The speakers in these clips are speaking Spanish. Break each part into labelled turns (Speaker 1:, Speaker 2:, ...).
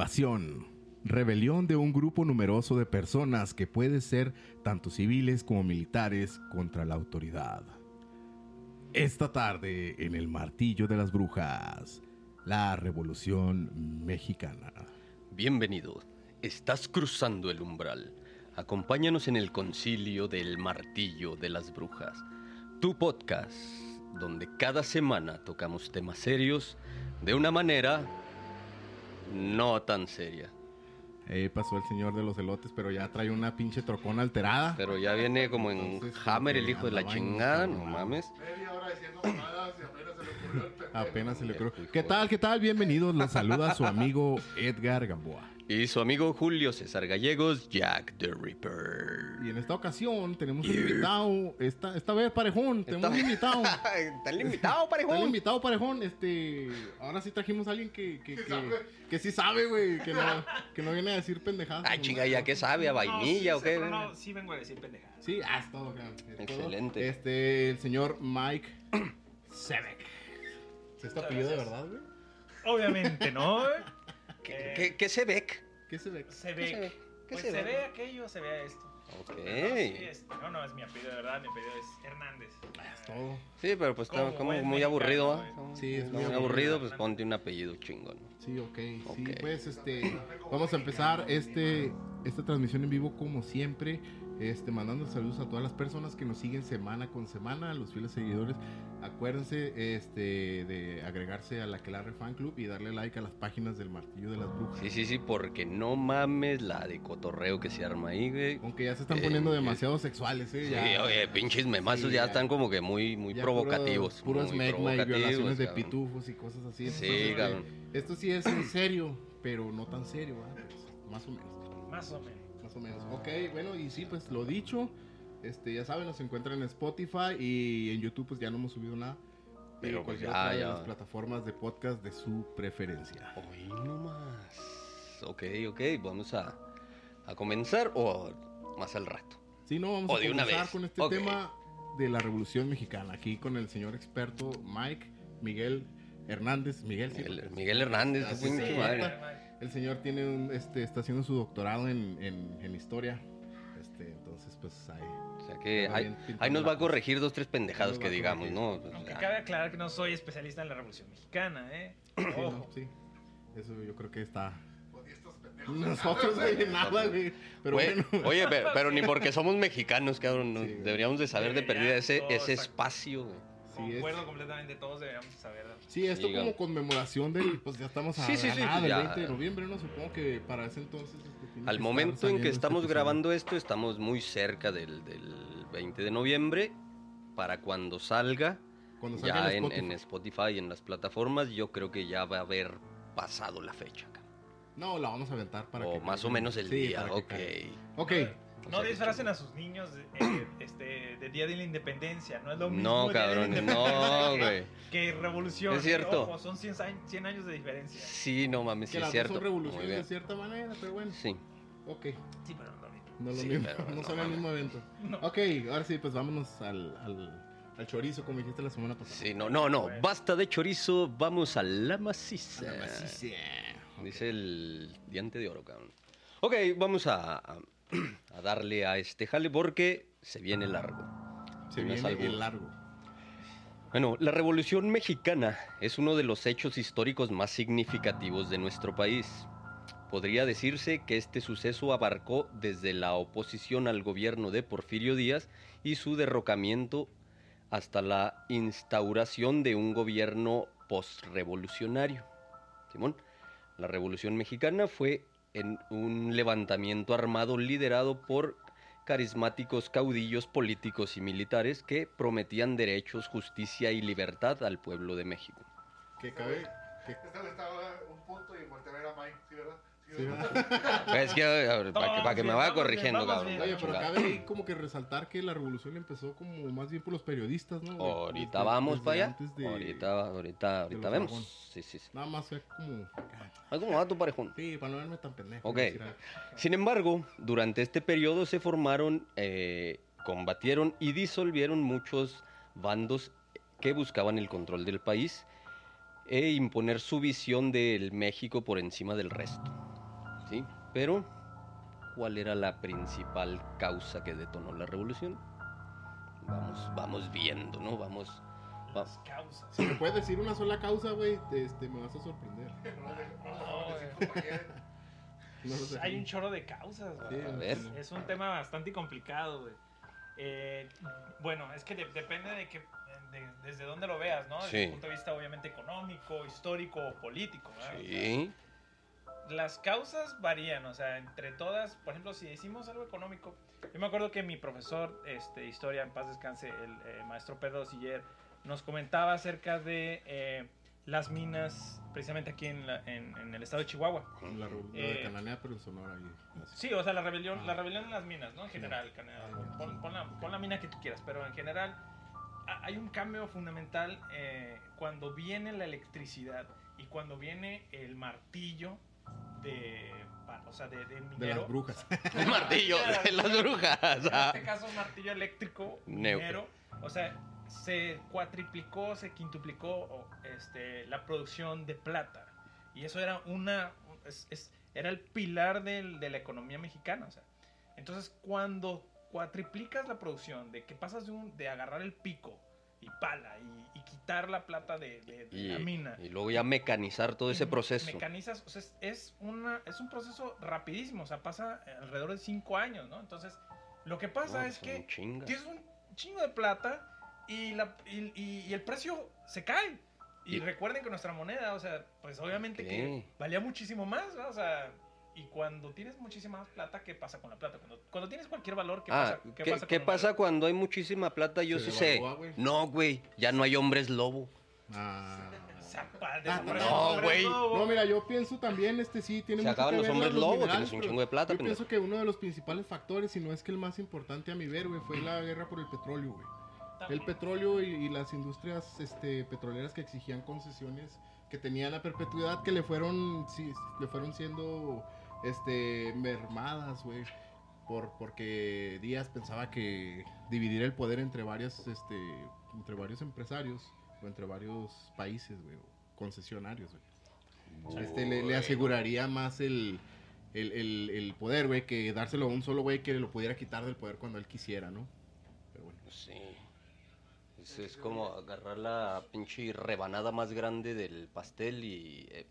Speaker 1: Sublevación. Rebelión de un grupo numeroso de personas que puede ser tanto civiles como militares contra la autoridad. Esta tarde en el Martillo de las Brujas, la Revolución Mexicana.
Speaker 2: Bienvenido. Estás cruzando el umbral. Acompáñanos en el concilio del Martillo de las Brujas, tu podcast, donde cada semana tocamos temas serios de una manera no tan seria.
Speaker 1: Ahí Eh, pasó el señor de los elotes, pero ya trae una pinche trocona alterada.
Speaker 2: Pero ya viene como en
Speaker 1: Entonces,
Speaker 2: Hammer el
Speaker 1: porque
Speaker 2: hijo de la
Speaker 1: andaba en-
Speaker 2: chingada, no mames.
Speaker 3: Media hora diciendo mamadas y apenas se le ocurrió el pendejo.
Speaker 1: Apenas se le creo.
Speaker 2: Hijo
Speaker 1: ¿Qué
Speaker 2: de-
Speaker 1: tal? ¿Qué tal? Bienvenidos. Los saluda su amigo Edgar Gamboa.
Speaker 2: Y su amigo Julio César Gallegos, Jack the Ripper.
Speaker 1: Y en esta ocasión tenemos un invitado. Esta, esta vez parejón. Tenemos un invitado.
Speaker 2: Está
Speaker 1: Está
Speaker 2: limitado,
Speaker 1: el
Speaker 2: parejón.
Speaker 1: invitado parejón, este. Ahora sí trajimos a alguien que, que, que,
Speaker 3: sabe.
Speaker 1: que sí sabe, güey. Que no, que no viene a decir pendejadas.
Speaker 2: Ay, Ah, chinga, ¿ya qué sabe? ¿A vainilla
Speaker 4: no,
Speaker 2: o
Speaker 4: sí,
Speaker 2: qué?
Speaker 4: sé, pero no, sí vengo a decir pendejada.
Speaker 1: Sí, haz todo, cabrón, es todo.
Speaker 2: Excelente.
Speaker 1: Este, el señor Mike Sebek. ¿Es este apellido de verdad, güey?
Speaker 4: Obviamente, ¿no?
Speaker 2: ¿Qué, qué- qué se ve? ¿Qué
Speaker 1: ¿Qué Sebek?
Speaker 4: Se
Speaker 2: se
Speaker 4: ve.
Speaker 2: ve? ¿Qué
Speaker 4: Pues se, ve? aquello, se ve esto. No, sí,
Speaker 2: Ok.
Speaker 4: este, no, no, es mi apellido, de verdad, mi apellido es Hernández.
Speaker 1: Haz Ah, todo.
Speaker 2: Sí, pero pues está
Speaker 4: Como
Speaker 2: como
Speaker 4: buen
Speaker 2: muy
Speaker 4: mexicano,
Speaker 2: aburrido, ¿ah?
Speaker 4: güey.
Speaker 1: Sí, es
Speaker 2: Está
Speaker 1: muy
Speaker 2: muy
Speaker 1: aburrido.
Speaker 2: aburrido, pues ponte un apellido chingón.
Speaker 1: Sí, ok. Sí,
Speaker 2: Ok.
Speaker 1: pues este. Vamos a empezar este, esta transmisión en vivo como siempre. Este, mandando saludos a todas las personas que nos siguen semana con semana, a los fieles seguidores. Acuérdense este, de agregarse a la Clarre Fan Club y darle like a las páginas del Martillo de las Brujas.
Speaker 2: Sí, sí, sí, porque no mames la de cotorreo que se arma ahí, güey.
Speaker 1: Aunque ya se están
Speaker 2: Eh,
Speaker 1: poniendo
Speaker 2: eh.
Speaker 1: demasiado sexuales, ¿eh?
Speaker 2: Sí,
Speaker 1: Ya,
Speaker 2: oye, pinches memazos
Speaker 1: Sí,
Speaker 2: ya,
Speaker 1: ya.
Speaker 2: están como que muy, muy
Speaker 1: ya
Speaker 2: provocativos.
Speaker 1: Puro, puro
Speaker 2: muy
Speaker 1: smegma y violaciones de
Speaker 2: cabrón.
Speaker 1: pitufos y cosas así.
Speaker 2: Sí,
Speaker 1: Entonces,
Speaker 2: cabrón.
Speaker 1: Esto sí es en serio, pero no tan serio, ¿ah? Pues, más o menos.
Speaker 4: Más o menos.
Speaker 1: Más o menos. Ok, bueno, y sí, pues lo dicho. Este, ya saben, nos encuentran en Spotify y en YouTube, pues ya no hemos subido nada.
Speaker 2: Pero,
Speaker 1: Pero
Speaker 2: pues,
Speaker 1: cualquier
Speaker 2: ya,
Speaker 1: otra de
Speaker 2: ya.
Speaker 1: las plataformas de podcast de su preferencia.
Speaker 2: Hoy nomás. Ok, ok, vamos a, a comenzar o más al rato.
Speaker 1: Sí, no, vamos
Speaker 2: O
Speaker 1: a
Speaker 2: de una
Speaker 1: comenzar
Speaker 2: vez.
Speaker 1: con este
Speaker 2: Ok.
Speaker 1: tema de la Revolución Mexicana. Aquí con el señor experto Mike Miguel Hernández. Miguel, sí,
Speaker 2: Miguel,
Speaker 1: ¿no?
Speaker 2: Miguel Hernández,
Speaker 1: Ah, sí,
Speaker 2: pinche
Speaker 1: sí.
Speaker 2: madre.
Speaker 1: El señor tiene un, este, está haciendo su doctorado en, en- en historia. Este, entonces, pues ahí.
Speaker 2: O sea que
Speaker 1: Está bien
Speaker 2: ahí,
Speaker 1: pintado
Speaker 2: ahí nos va a
Speaker 1: la cosa.
Speaker 2: corregir dos, tres
Speaker 1: Ahí
Speaker 2: pendejadas
Speaker 1: nos
Speaker 2: que
Speaker 1: va a
Speaker 2: digamos, ¿no? Pues, O
Speaker 4: Aunque
Speaker 2: sea,
Speaker 4: cabe aclarar que no soy especialista en la Revolución Mexicana, ¿eh?
Speaker 1: Sí, no,
Speaker 4: Ojo.
Speaker 1: sí. Eso yo creo que está.
Speaker 3: Pues, y estos pendejos.
Speaker 1: Nosotros, güey, nada, güey. Pero
Speaker 2: Güey,
Speaker 1: bueno.
Speaker 2: Oye, pero, pero ni porque somos mexicanos, cabrón. no,
Speaker 1: Sí, güey.
Speaker 2: deberíamos de saber de perdida ese,
Speaker 4: Debería,
Speaker 2: ese
Speaker 4: todo,
Speaker 2: espacio, güey.
Speaker 1: Sí, es-
Speaker 4: Concuerdo completamente, todos deberíamos saber.
Speaker 1: Sí, esto
Speaker 2: Sí,
Speaker 1: como
Speaker 2: güey.
Speaker 1: conmemoración del. Pues ya estamos a
Speaker 2: Sí, sí,
Speaker 1: a
Speaker 2: sí, pues
Speaker 1: nada del
Speaker 2: ya.
Speaker 1: 20 de noviembre, ¿no? Supongo que para ese entonces. este, tiene
Speaker 2: Al
Speaker 1: estar
Speaker 2: momento en
Speaker 1: saliendo
Speaker 2: que
Speaker 1: este
Speaker 2: estamos
Speaker 1: episodio.
Speaker 2: grabando esto, estamos muy cerca del, del 20 de noviembre. Para cuando salga,
Speaker 1: Cuando salga
Speaker 2: ya
Speaker 1: en
Speaker 2: en,
Speaker 1: Spotify.
Speaker 2: en Spotify y en las plataformas, yo creo que ya va a haber pasado la fecha. cabrón.
Speaker 1: No, la vamos a aventar para
Speaker 2: o
Speaker 1: que
Speaker 2: más o
Speaker 1: caiga.
Speaker 2: menos el
Speaker 1: Sí,
Speaker 2: día,
Speaker 1: para que
Speaker 2: ok.
Speaker 1: caiga. Ok.
Speaker 2: O sea
Speaker 4: No
Speaker 2: que
Speaker 4: disfracen
Speaker 2: chingón.
Speaker 4: a sus niños eh, este, de Día de la Independencia, no es lo mismo.
Speaker 2: No,
Speaker 4: Día de la
Speaker 2: cabrón,
Speaker 4: Independencia
Speaker 2: no,
Speaker 4: que-
Speaker 2: güey.
Speaker 4: Que revolución. ¿eh?
Speaker 2: Es cierto.
Speaker 4: Ojo, son 100 años, 100 años de diferencia.
Speaker 2: Sí, no mames, sí
Speaker 1: Que
Speaker 2: es
Speaker 1: las dos
Speaker 2: cierto.
Speaker 1: son
Speaker 2: Muy
Speaker 1: revoluciones de
Speaker 2: bien.
Speaker 1: cierta manera, pero bueno.
Speaker 2: Sí.
Speaker 1: Ok.
Speaker 4: Sí, pero no lo mismo.
Speaker 1: No es lo
Speaker 2: Sí,
Speaker 1: mismo.
Speaker 2: pero
Speaker 1: No
Speaker 2: no
Speaker 1: son el
Speaker 2: mames.
Speaker 1: mismo evento.
Speaker 4: No.
Speaker 1: Ok, ahora sí, pues vámonos al, al, al chorizo, como dijiste la semana pasada.
Speaker 2: Sí, no, no, no. Basta de chorizo, vamos a la maciza.
Speaker 1: Ah, sí, sí. eh. Ok.
Speaker 2: Dice el diente de oro, cabrón. Ok, vamos a, a- a darle a este jale porque se viene largo.
Speaker 1: Se
Speaker 2: no es
Speaker 1: viene
Speaker 2: algo-
Speaker 1: el largo.
Speaker 2: Bueno, la Revolución Mexicana es uno de los hechos históricos más significativos de nuestro país. Podría decirse que este suceso abarcó desde la oposición al gobierno de Porfirio Díaz y su derrocamiento hasta la instauración de un gobierno postrevolucionario. Simón, la Revolución Mexicana fue en un levantamiento armado liderado por carismáticos caudillos políticos y militares que prometían derechos, justicia y libertad al pueblo de México.
Speaker 3: Este
Speaker 1: Que cabe. que-
Speaker 3: Esta le este estaba un punto y volteé a ver a Mike, ¿sí verdad? Sí,
Speaker 1: sí,
Speaker 3: ¿verdad?
Speaker 1: ¿verdad?
Speaker 2: Es que, para que, pa' que me
Speaker 4: Vamos bien,
Speaker 2: vaya
Speaker 4: vamos
Speaker 2: corrigiendo,
Speaker 4: bien, vamos
Speaker 2: cabrón.
Speaker 4: bien.
Speaker 1: Oye,
Speaker 2: la
Speaker 1: pero
Speaker 2: chingada.
Speaker 1: cabe ahí como que resaltar que la revolución empezó como más bien por los periodistas, ¿no? güey?
Speaker 2: Ahorita
Speaker 1: Desde-
Speaker 2: vamos
Speaker 1: desde
Speaker 2: para allá.
Speaker 1: antes de-
Speaker 2: Ahorita, ahorita, ahorita
Speaker 1: los
Speaker 2: vemos.
Speaker 1: dragones.
Speaker 2: Sí, sí, sí.
Speaker 1: Nada más fue como.
Speaker 2: ¿Algún dato parejón?
Speaker 1: Sí, para no verme tan pendejo.
Speaker 2: Ok.
Speaker 1: decir "Ah, algo.
Speaker 2: Sin embargo, durante este periodo se formaron, eh, combatieron y disolvieron muchos bandos que buscaban el control del país e imponer su visión del México por encima del resto. ¿Sí? Pero, ¿cuál era la principal causa que detonó la revolución? Vamos, vamos viendo, ¿no? Vamos. va-
Speaker 4: Las causas.
Speaker 1: Si me puedes decir una sola causa, güey, este, me vas a sorprender. No lo sé.
Speaker 4: Hay un chorro de causas, güey.
Speaker 1: Sí,
Speaker 2: A ver.
Speaker 1: sí,
Speaker 4: Es un tema bastante complicado, güey. Eh, bueno, es que de- depende de que de- desde dónde lo veas, ¿no? Desde
Speaker 2: Sí.
Speaker 4: el punto de vista obviamente económico, histórico o político, ¿verdad? O sea,
Speaker 2: Sí.
Speaker 4: las causas varían, o sea, entre todas, por ejemplo, si decimos algo económico, yo me acuerdo que mi profesor este, de historia, en paz descanse, el eh, maestro Pedro Siller, nos comentaba acerca de eh, las minas, precisamente aquí en, la- en- en el estado de Chihuahua.
Speaker 1: La, ru- la
Speaker 4: Eh,
Speaker 1: de Cananea, pero en Sonora. güey.
Speaker 4: Sí, o sea, la rebelión,
Speaker 1: Ah.
Speaker 4: la rebelión en las minas, ¿no? En general, Canadá.
Speaker 1: Ah,
Speaker 4: Pon, pon la, pon la mina que tú quieras, pero en general ha- hay un cambio fundamental eh, cuando viene la electricidad y cuando viene el martillo de, pa- o sea, de, de minero.
Speaker 1: De las brujas.
Speaker 2: El martillo de las brujas.
Speaker 4: En
Speaker 2: ah.
Speaker 4: este caso, un martillo eléctrico,
Speaker 2: Neo.
Speaker 4: minero. O sea, se cuatriplicó, se quintuplicó o, este, la producción de plata. Y eso era una. es- es- era el pilar del- de la economía mexicana. O sea. Entonces, cuando cuatriplicas la producción, de que pasas de, un- de agarrar el pico y pala y, y quitar la plata de, de- de
Speaker 2: Y,
Speaker 4: la mina.
Speaker 2: y luego ya mecanizar todo ese
Speaker 4: Me-
Speaker 2: proceso.
Speaker 4: Mecanizas, o sea, es, es una, es un proceso rapidísimo, o sea, pasa alrededor de cinco años, ¿no? Entonces, lo que pasa
Speaker 2: No, pues,
Speaker 4: es
Speaker 2: son
Speaker 4: que
Speaker 2: chingas.
Speaker 4: tienes un chingo de plata y, la, y, y- y el precio se cae. Y,
Speaker 2: Y-
Speaker 4: recuerden que nuestra moneda, o sea, pues obviamente que
Speaker 2: Ok.
Speaker 4: valía muchísimo más, ¿no? O sea, y cuando tienes muchísima más plata, ¿qué pasa con la plata? Cuando, cuando tienes cualquier valor, ¿qué
Speaker 2: ah,
Speaker 4: pasa?
Speaker 2: ¿qué, qué pasa,
Speaker 4: con el valor?
Speaker 2: cuando hay muchísima plata? Yo
Speaker 1: Se
Speaker 2: sí sé.
Speaker 1: devalúa, güey.
Speaker 2: No, güey, ya no hay hombres lobo.
Speaker 1: Ah.
Speaker 4: O sea, pa-
Speaker 1: no,
Speaker 4: hombre,
Speaker 2: güey.
Speaker 4: lobo.
Speaker 1: No, mira, yo pienso también, este sí, tiene
Speaker 2: Se
Speaker 1: mucho
Speaker 2: acaban
Speaker 1: que
Speaker 2: los
Speaker 1: ver
Speaker 2: hombres lobo,
Speaker 1: minerales,
Speaker 2: tienes un
Speaker 1: pero
Speaker 2: chingo de
Speaker 1: Yo
Speaker 2: plata, Ah, pendejo.
Speaker 1: pienso que uno de los principales factores, si no es que el más importante a mi ver, güey, fue la guerra por el petróleo, güey. El petróleo y, y las industrias este, petroleras que exigían concesiones que tenían a perpetuidad que le fueron sí, le fueron siendo este mermadas, güey, por porque Díaz pensaba que dividir el poder entre varias este entre varios empresarios o entre varios países, güey, o concesionarios, güey. Este, le, le aseguraría más el, el, el- el poder, güey, que dárselo a un solo güey que lo pudiera quitar del poder cuando él quisiera, ¿no? Pero bueno.
Speaker 2: Sí. Es, es como agarrar la pinche rebanada más grande del pastel y eh,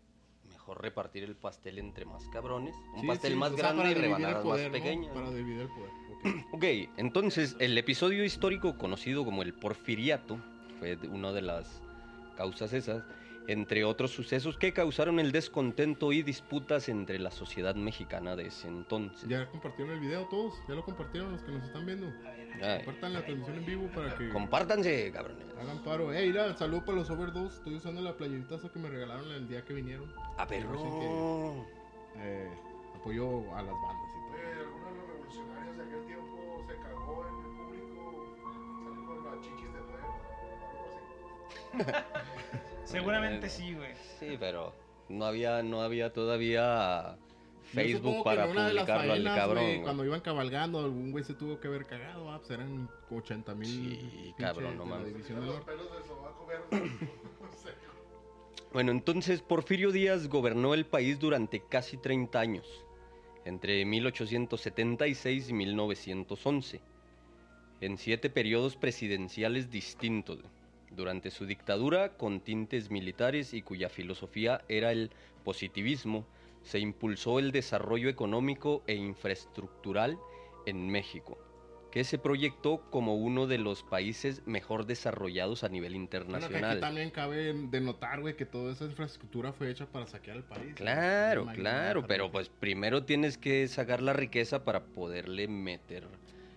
Speaker 2: mejor repartir el pastel entre más cabrones. Un
Speaker 1: Sí,
Speaker 2: pastel
Speaker 1: sí,
Speaker 2: más
Speaker 1: o sea, para
Speaker 2: grande y
Speaker 1: dividir el
Speaker 2: rebanadas
Speaker 1: poder,
Speaker 2: más
Speaker 1: ¿no?
Speaker 2: pequeñas.
Speaker 1: Para dividir el poder. ok.
Speaker 2: Ok, entonces el episodio histórico conocido como el Porfiriato fue de- una de las causas esas, entre otros sucesos que causaron el descontento y disputas entre la sociedad mexicana de ese entonces.
Speaker 1: Ya compartieron el video todos, ya lo compartieron los que nos están viendo.
Speaker 2: Ay,
Speaker 1: Compartan la transmisión en vivo para que
Speaker 2: compártanse, cabrones.
Speaker 1: hagan paro. Ey, mira, saludo para los overdose. Estoy usando la playerita esa que me regalaron el día que vinieron.
Speaker 2: A perro.
Speaker 1: Eh, apoyo a las bandas y todo.
Speaker 3: Alguno de los revolucionarios de aquel tiempo se cagó en el público, salió con las chiquis de fuego, algo así.
Speaker 4: Seguramente sí, güey.
Speaker 2: Sí, pero no había, no había
Speaker 1: Yo
Speaker 2: todavía Facebook
Speaker 1: supongo que
Speaker 2: para
Speaker 1: en una de las
Speaker 2: publicarlo al
Speaker 1: faenas,
Speaker 2: cabrón.
Speaker 1: güey,
Speaker 2: güey.
Speaker 1: cuando iban cabalgando, algún güey se tuvo que haber cagado. Ah, pues eran 80 mil.
Speaker 2: Sí, cabrón, no mames.
Speaker 1: La división del
Speaker 3: los
Speaker 1: norte.
Speaker 3: pelos del sobaco verde. no sé.
Speaker 2: Bueno, entonces Porfirio Díaz gobernó el país durante casi 30 años, entre 1876 y 1911, en siete periodos presidenciales distintos, durante su dictadura con tintes militares y cuya filosofía era el positivismo, se impulsó el desarrollo económico e infraestructural en México, que se proyectó como uno de los países mejor desarrollados a nivel
Speaker 1: Bueno, que
Speaker 2: internacional.
Speaker 1: aquí también cabe denotar, güey, que toda esa infraestructura fue hecha para saquear el país.
Speaker 2: Claro,
Speaker 1: ¿no?
Speaker 2: claro, pero pues primero tienes que sacar la riqueza para poderle meter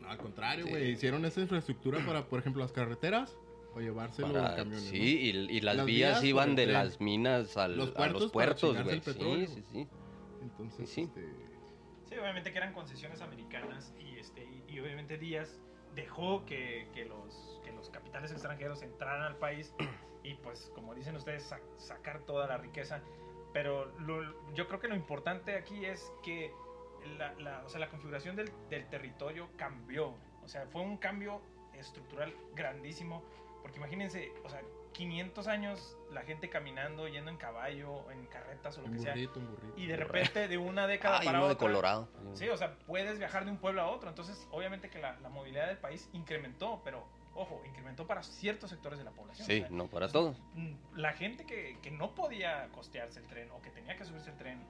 Speaker 1: No, al contrario,
Speaker 2: Sí.
Speaker 1: güey. Hicieron esa infraestructura para, por ejemplo, las carreteras o llevárselo
Speaker 2: para-
Speaker 1: en camiones.
Speaker 2: sí, y, y las,
Speaker 1: Las
Speaker 2: vías,
Speaker 1: vías por
Speaker 2: iban
Speaker 1: el
Speaker 2: de
Speaker 1: tren.
Speaker 2: las minas al-
Speaker 1: Los
Speaker 2: a
Speaker 1: puertos
Speaker 2: los
Speaker 1: para
Speaker 2: puertos,
Speaker 1: chingarse
Speaker 2: güey.
Speaker 1: el petróleo.
Speaker 2: Sí, sí, sí.
Speaker 1: ¿no? Entonces,
Speaker 2: Sí, sí.
Speaker 1: este.
Speaker 4: Sí, obviamente que eran concesiones americanas y este y, y obviamente Díaz dejó que, que los que los capitales extranjeros entraran al país y pues como dicen ustedes sa- sacar toda la riqueza, pero lo- yo creo que lo importante aquí es que la, la- o sea, la configuración del, del territorio cambió, o sea, fue un cambio estructural grandísimo Porque imagínense, o sea, 500 años la gente caminando, yendo en caballo, en carretas o lo
Speaker 1: Un
Speaker 4: que sea.
Speaker 1: burrito, un burrito.
Speaker 4: Y de repente, de una década
Speaker 5: Ay,
Speaker 4: para
Speaker 5: uno de
Speaker 4: otra.
Speaker 5: Colorado.
Speaker 4: Sí, o sea, puedes viajar de un pueblo a otro. Entonces, obviamente que la, la movilidad del país incrementó, pero ojo, incrementó para ciertos sectores de la población. O
Speaker 2: Sí,
Speaker 4: sea,
Speaker 2: no para todos.
Speaker 4: mm, la gente que, que no podía costearse el tren o que tenía que subirse el tren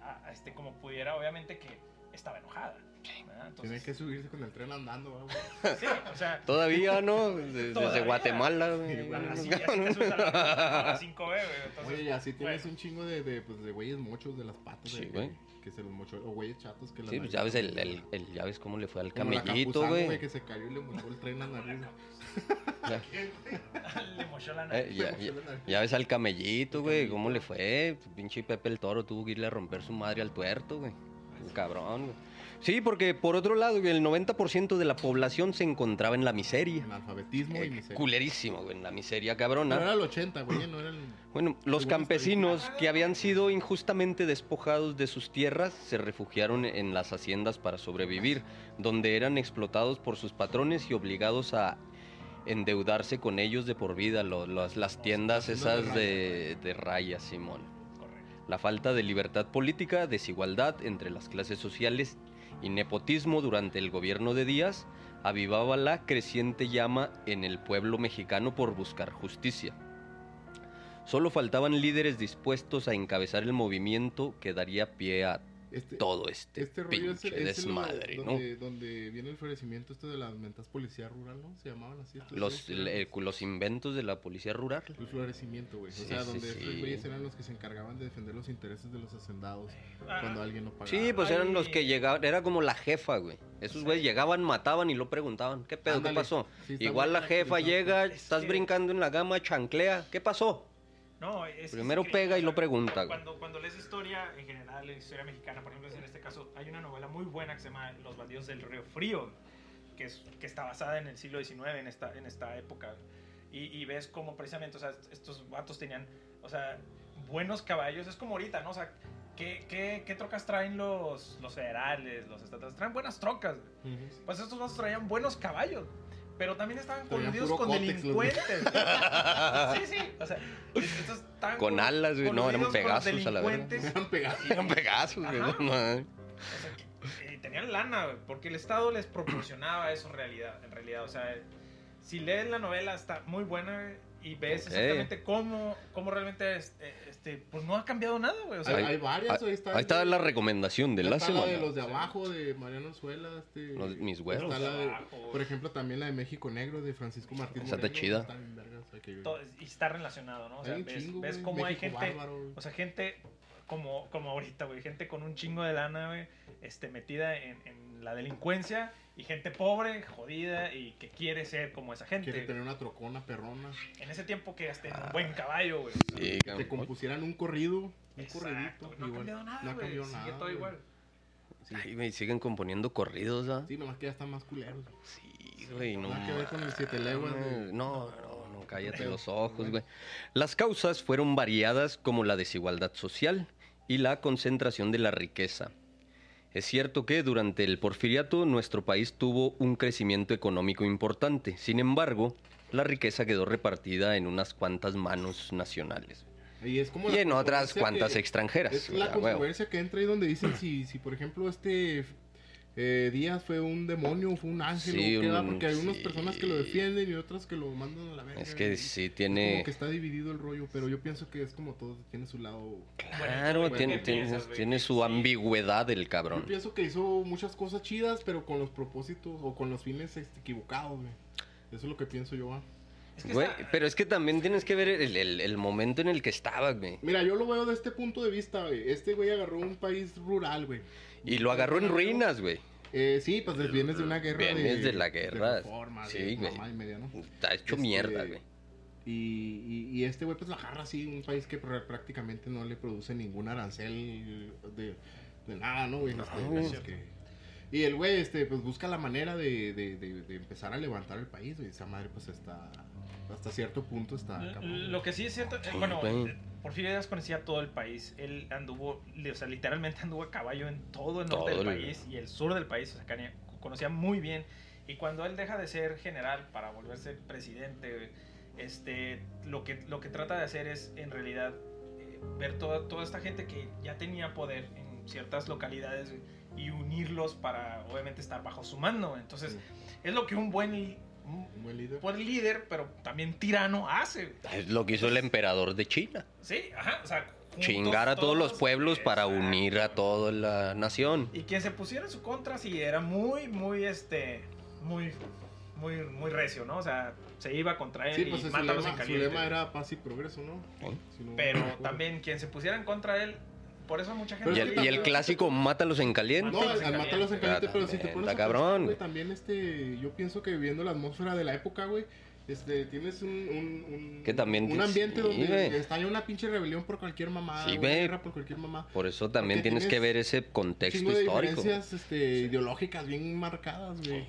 Speaker 4: a- a este, como pudiera, obviamente que estaba enojada. ¿verdad?
Speaker 1: Tiene
Speaker 4: Entonces,
Speaker 1: que subirse con el tren andando, ¿verdad, güey?
Speaker 4: sí, o sea,
Speaker 2: Todavía, ¿no? De- Desde
Speaker 4: Todavía.
Speaker 2: Guatemala.
Speaker 4: a las
Speaker 2: güey.
Speaker 4: cinco- así te subes a la- a las 5B, güey.
Speaker 1: Oye, y
Speaker 4: Entonces,
Speaker 1: así tienes
Speaker 4: bueno.
Speaker 1: un chingo de, de, pues, de güeyes mochos de las patas.
Speaker 2: Sí,
Speaker 1: de-
Speaker 2: güey.
Speaker 1: Que se los mochó. O güeyes chatos que la
Speaker 2: Sí, pues ya ves, el, el- el- ya ves cómo le fue al
Speaker 1: Como la
Speaker 2: camellito,
Speaker 1: Campuzano,
Speaker 2: güey.
Speaker 1: Que se cayó y le mochó el tren a la nariz.
Speaker 2: Ya,
Speaker 4: le mochó la nariz.
Speaker 2: eh, ya-
Speaker 1: Le
Speaker 2: ya-
Speaker 1: mochó la nariz.
Speaker 2: ya ves al camellito,
Speaker 1: El
Speaker 2: güey,
Speaker 1: camellito.
Speaker 2: cómo le fue. Pinche Pepe el Toro tuvo que irle a romper su madre al tuerto, güey. El cabrón, güey. Sí, porque por otro lado, güey, el 90% de la población se encontraba en la miseria.
Speaker 1: Analfabetismo y
Speaker 2: Eh,
Speaker 1: miseria.
Speaker 2: culerísimo, güey, en la miseria
Speaker 1: Pero
Speaker 2: cabrona.
Speaker 1: era el 80, güey, no era el...
Speaker 2: Bueno, los
Speaker 1: Según
Speaker 2: campesinos que habían sido injustamente despojados de sus tierras se refugiaron en las haciendas para sobrevivir, donde eran explotados por sus patrones y obligados a endeudarse con ellos de por vida, lo- las, las tiendas
Speaker 1: haciendas
Speaker 2: esas
Speaker 1: de
Speaker 2: de, de raya, Simón.
Speaker 4: Correcto.
Speaker 2: La falta de libertad política, desigualdad entre las clases sociales y nepotismo durante el gobierno de Díaz avivaba la creciente llama en el pueblo mexicano por buscar justicia. Solo faltaban líderes dispuestos a encabezar el movimiento que daría pie a
Speaker 1: Este,
Speaker 2: todo este,
Speaker 1: este rollo es,
Speaker 2: pinche
Speaker 1: el- es el-
Speaker 2: desmadre, ¿no?
Speaker 1: donde, donde viene el florecimiento este de las mentas policía rural, ¿no? Se llamaban así. estos
Speaker 2: Los,
Speaker 1: güeyes,
Speaker 2: el- los inventos de la policía rural.
Speaker 1: El florecimiento, güey.
Speaker 2: Sí,
Speaker 1: o sea,
Speaker 2: sí,
Speaker 1: donde
Speaker 2: sí.
Speaker 1: estos güeyes eran los que se encargaban de defender los intereses de los hacendados
Speaker 4: Ah,
Speaker 1: cuando alguien no pagaba.
Speaker 2: Sí, pues eran los que
Speaker 4: Ay.
Speaker 2: llegaban, era como la jefa, güey. Esos güeyes llegaban, mataban y lo preguntaban, ¿qué pedo?
Speaker 1: Ándale.
Speaker 2: ¿Qué pasó?
Speaker 1: Sí, está
Speaker 2: Igual
Speaker 1: muy
Speaker 2: la jefa
Speaker 1: caracterizado.
Speaker 2: llega,
Speaker 4: Es
Speaker 2: estás
Speaker 4: que-
Speaker 2: brincando en la gama, chanclea, ¿qué pasó?
Speaker 4: No, es- es
Speaker 2: Primero
Speaker 4: increíble,
Speaker 2: pega y
Speaker 4: o sea,
Speaker 2: lo pregunta, güey.
Speaker 4: Cuando, cuando lees historia, en general, la historia mexicana, por ejemplo, en este caso, hay una novela muy buena que se llama Los bandidos del Río Frío, que, es, que está basada en el siglo XIX, en esta, en esta época. Y, y ves cómo precisamente, o sea, estos vatos tenían, o sea, buenos caballos, es como ahorita, ¿no? O sea, ¿qué, qué, qué trocas traen los, los federales, los estatales? Traen buenas trocas, güey.
Speaker 1: Ujú.
Speaker 4: Pues estos vatos traían buenos caballos. Pero también estaban
Speaker 1: Traían
Speaker 4: coludidos
Speaker 1: puro
Speaker 4: con
Speaker 1: cótex, los güey.
Speaker 4: delincuentes. güey. sí, sí. O sea, es- estos estaban
Speaker 2: Con
Speaker 4: col-
Speaker 2: alas, güey. No, eran
Speaker 4: coludidos con
Speaker 2: Pegasus a la verga.
Speaker 4: delincuentes.
Speaker 1: Eran pegados.
Speaker 2: Eran Pegasus, güey.
Speaker 4: Ajá.
Speaker 2: no mames.
Speaker 4: O sea, que- y tenían lana, güey, porque el Estado les proporcionaba eso en realidad, en realidad. O sea, si lees la novela está muy buena güey, y ves
Speaker 2: Ok.
Speaker 4: exactamente cómo, cómo realmente, este, este, pues no ha cambiado nada, güey. O
Speaker 1: Hay,
Speaker 4: sea,
Speaker 1: hay varias, ahí está.
Speaker 2: Ah, Ahí está
Speaker 1: el-
Speaker 2: la recomendación de
Speaker 1: ahí
Speaker 2: la
Speaker 1: está la de
Speaker 2: semana.
Speaker 1: los de abajo, de Mariano Suela, este...
Speaker 2: Los- mis huevos.
Speaker 1: Está la de-
Speaker 4: Abajo, güey.
Speaker 1: por ejemplo, también la de México Negro, de Francisco Martín
Speaker 2: Esa está
Speaker 1: Moreno,
Speaker 2: chida.
Speaker 1: está bien verga, o sea, que-
Speaker 4: todo- y está relacionado, ¿no? O sea,
Speaker 1: hay un
Speaker 4: ves,
Speaker 1: chingo,
Speaker 4: ves
Speaker 1: güey,
Speaker 4: cómo hay
Speaker 1: México
Speaker 4: gente...
Speaker 1: bárbaro, güey.
Speaker 4: O sea, gente como, como ahorita, güey. Gente con un chingo de lana, güey. Este, metida en, en la delincuencia. Y gente pobre, jodida y que quiere ser como esa gente.
Speaker 1: Quiere tener una trocona perrona.
Speaker 4: En ese tiempo que gasten un buen caballo, güey.
Speaker 2: Sí,
Speaker 1: Que te
Speaker 2: cabrón.
Speaker 1: compusieran un corrido. Un
Speaker 4: Exacto,
Speaker 1: corridito.
Speaker 4: No ha
Speaker 1: igual.
Speaker 4: cambiado nada,
Speaker 1: No ha
Speaker 4: güey.
Speaker 1: cambiado
Speaker 4: Sigue
Speaker 1: nada,
Speaker 4: todo
Speaker 1: güey.
Speaker 4: igual.
Speaker 1: Sí.
Speaker 2: Ay, güey, siguen componiendo corridos, ¿ah?
Speaker 1: Sí, nomás que ya están más culeros. güey.
Speaker 2: Sí, güey, no.
Speaker 1: Nada que ver con el siete leguas,
Speaker 2: mames.
Speaker 1: güey.
Speaker 2: No, no, no, cállate
Speaker 1: Pero-
Speaker 2: los ojos, güey. Las causas fueron variadas como la desigualdad social y la concentración de la riqueza. Es cierto que durante el porfiriato nuestro país tuvo un crecimiento económico importante. Sin embargo, la riqueza quedó repartida en unas cuantas manos nacionales
Speaker 1: Y, es como
Speaker 2: y
Speaker 1: la
Speaker 2: en otras
Speaker 1: controversia
Speaker 2: cuantas
Speaker 1: que-
Speaker 2: extranjeras.
Speaker 1: Es
Speaker 2: o
Speaker 1: la
Speaker 2: sea, huevo.
Speaker 1: controversia que entra ahí donde dicen si, si por ejemplo, este eh, Díaz fue un demonio, fue un ángel,
Speaker 2: Sí,
Speaker 1: o qué va,
Speaker 2: un-
Speaker 1: porque hay unas
Speaker 2: sí.
Speaker 1: personas que lo defienden y otras que lo mandan a la verga.
Speaker 2: Es que
Speaker 1: güey.
Speaker 2: sí
Speaker 1: Como
Speaker 2: tiene...
Speaker 1: que está dividido el rollo, pero yo pienso que es como todo, tiene su lado.
Speaker 2: Claro,
Speaker 4: Bueno, ¿tú
Speaker 2: tiene,
Speaker 4: qué
Speaker 2: tiene-
Speaker 4: piensas, güey?
Speaker 2: tiene su
Speaker 4: Sí.
Speaker 2: ambigüedad el
Speaker 1: Yo
Speaker 2: cabrón.
Speaker 1: pienso que hizo muchas cosas chidas, pero con los propósitos o con los fines este, equivocados, güey. Eso es lo que pienso yo. ah.
Speaker 4: Es que
Speaker 2: Güey,
Speaker 4: está-
Speaker 2: pero es que también tienes que ver el, el- el momento en el que estaba, güey.
Speaker 1: Mira, yo lo veo desde este punto de vista, güey. Este güey agarró un país rural, güey.
Speaker 2: Y lo agarró en ruinas, güey.
Speaker 1: Eh, sí, pues des- vienes de una guerra.
Speaker 2: Vienes de la guerra.
Speaker 1: reforma,
Speaker 2: Sí,
Speaker 1: de
Speaker 2: güey.
Speaker 1: mamá y media, ¿no?
Speaker 2: Está hecho
Speaker 1: Este,
Speaker 2: mierda, güey.
Speaker 1: Y, y- y este güey pues la agarra así, un país que pr- prácticamente no le produce ningún arancel de, de nada, ¿no, güey?
Speaker 2: No,
Speaker 1: Este,
Speaker 2: güey.
Speaker 1: pues, que- Y el güey, este, pues busca la manera de, de- de- de empezar a levantar el país, güey. Esa madre, pues, está... Hasta cierto punto está...
Speaker 4: L-
Speaker 1: Ah, cabrón.
Speaker 4: Lo que sí es cierto, eh,
Speaker 2: Sí,
Speaker 4: bueno,
Speaker 2: güey.
Speaker 4: eh, Porfirio Díaz conocía todo el país. Él anduvo, li- o sea, literalmente anduvo a caballo en todo el norte
Speaker 2: Todo
Speaker 4: del
Speaker 2: el-
Speaker 4: país y el sur del país. O sea, cani- conocía muy bien. Y cuando él deja de ser general para volverse presidente, güey, este, lo, que, lo que trata de hacer es en realidad eh, ver toda, toda esta gente que ya tenía poder en ciertas localidades y unirlos para obviamente estar bajo su mando. Entonces es lo que un buen, li- un
Speaker 1: Un buen líder.
Speaker 4: buen líder, pero también tirano hace. güey.
Speaker 2: Es lo que hizo el emperador de China.
Speaker 4: Sí, ajá. O sea, juntos
Speaker 2: Chingar a todos los pueblos para
Speaker 4: Exacto.
Speaker 2: unir a toda la nación.
Speaker 4: Y quien se pusiera en su contra sí era muy, muy, este, muy, muy, muy recio, ¿no? O sea, se iba contra él
Speaker 1: Sí,
Speaker 4: y
Speaker 1: pues su
Speaker 4: mátalos en
Speaker 1: lema, su
Speaker 4: caliente.
Speaker 1: lema era paz y progreso, ¿no?
Speaker 2: Sí.
Speaker 1: Si no-
Speaker 4: Pero
Speaker 1: no me acuerdo.
Speaker 4: también quien se pusiera en contra de él, por eso mucha gente...
Speaker 1: Pero
Speaker 2: Y
Speaker 1: es
Speaker 2: el,
Speaker 1: que
Speaker 2: y el
Speaker 1: también-
Speaker 2: clásico, mátalos en caliente.
Speaker 1: No, al,
Speaker 4: Matarlos en
Speaker 1: al
Speaker 4: caliente.
Speaker 1: matarlos en caliente,
Speaker 2: Ah,
Speaker 1: pero si te
Speaker 2: también,
Speaker 1: pones
Speaker 2: está
Speaker 1: a pensar,
Speaker 2: cabrón.
Speaker 1: güey, también este, yo pienso que viviendo la atmósfera de la época, güey, este, tienes un, un, un-
Speaker 2: Que también
Speaker 1: un
Speaker 2: te-
Speaker 1: ambiente
Speaker 2: sí, güey.
Speaker 1: donde está una pinche rebelión por cualquier mamada,
Speaker 2: Sí,
Speaker 1: una
Speaker 2: güey.
Speaker 1: guerra por cualquier mamada.
Speaker 2: Por eso también
Speaker 1: Porque
Speaker 2: tienes que
Speaker 1: tienes
Speaker 2: ver ese contexto
Speaker 1: Chingo de
Speaker 2: histórico.
Speaker 1: diferencias este, ideológicas bien marcadas, güey.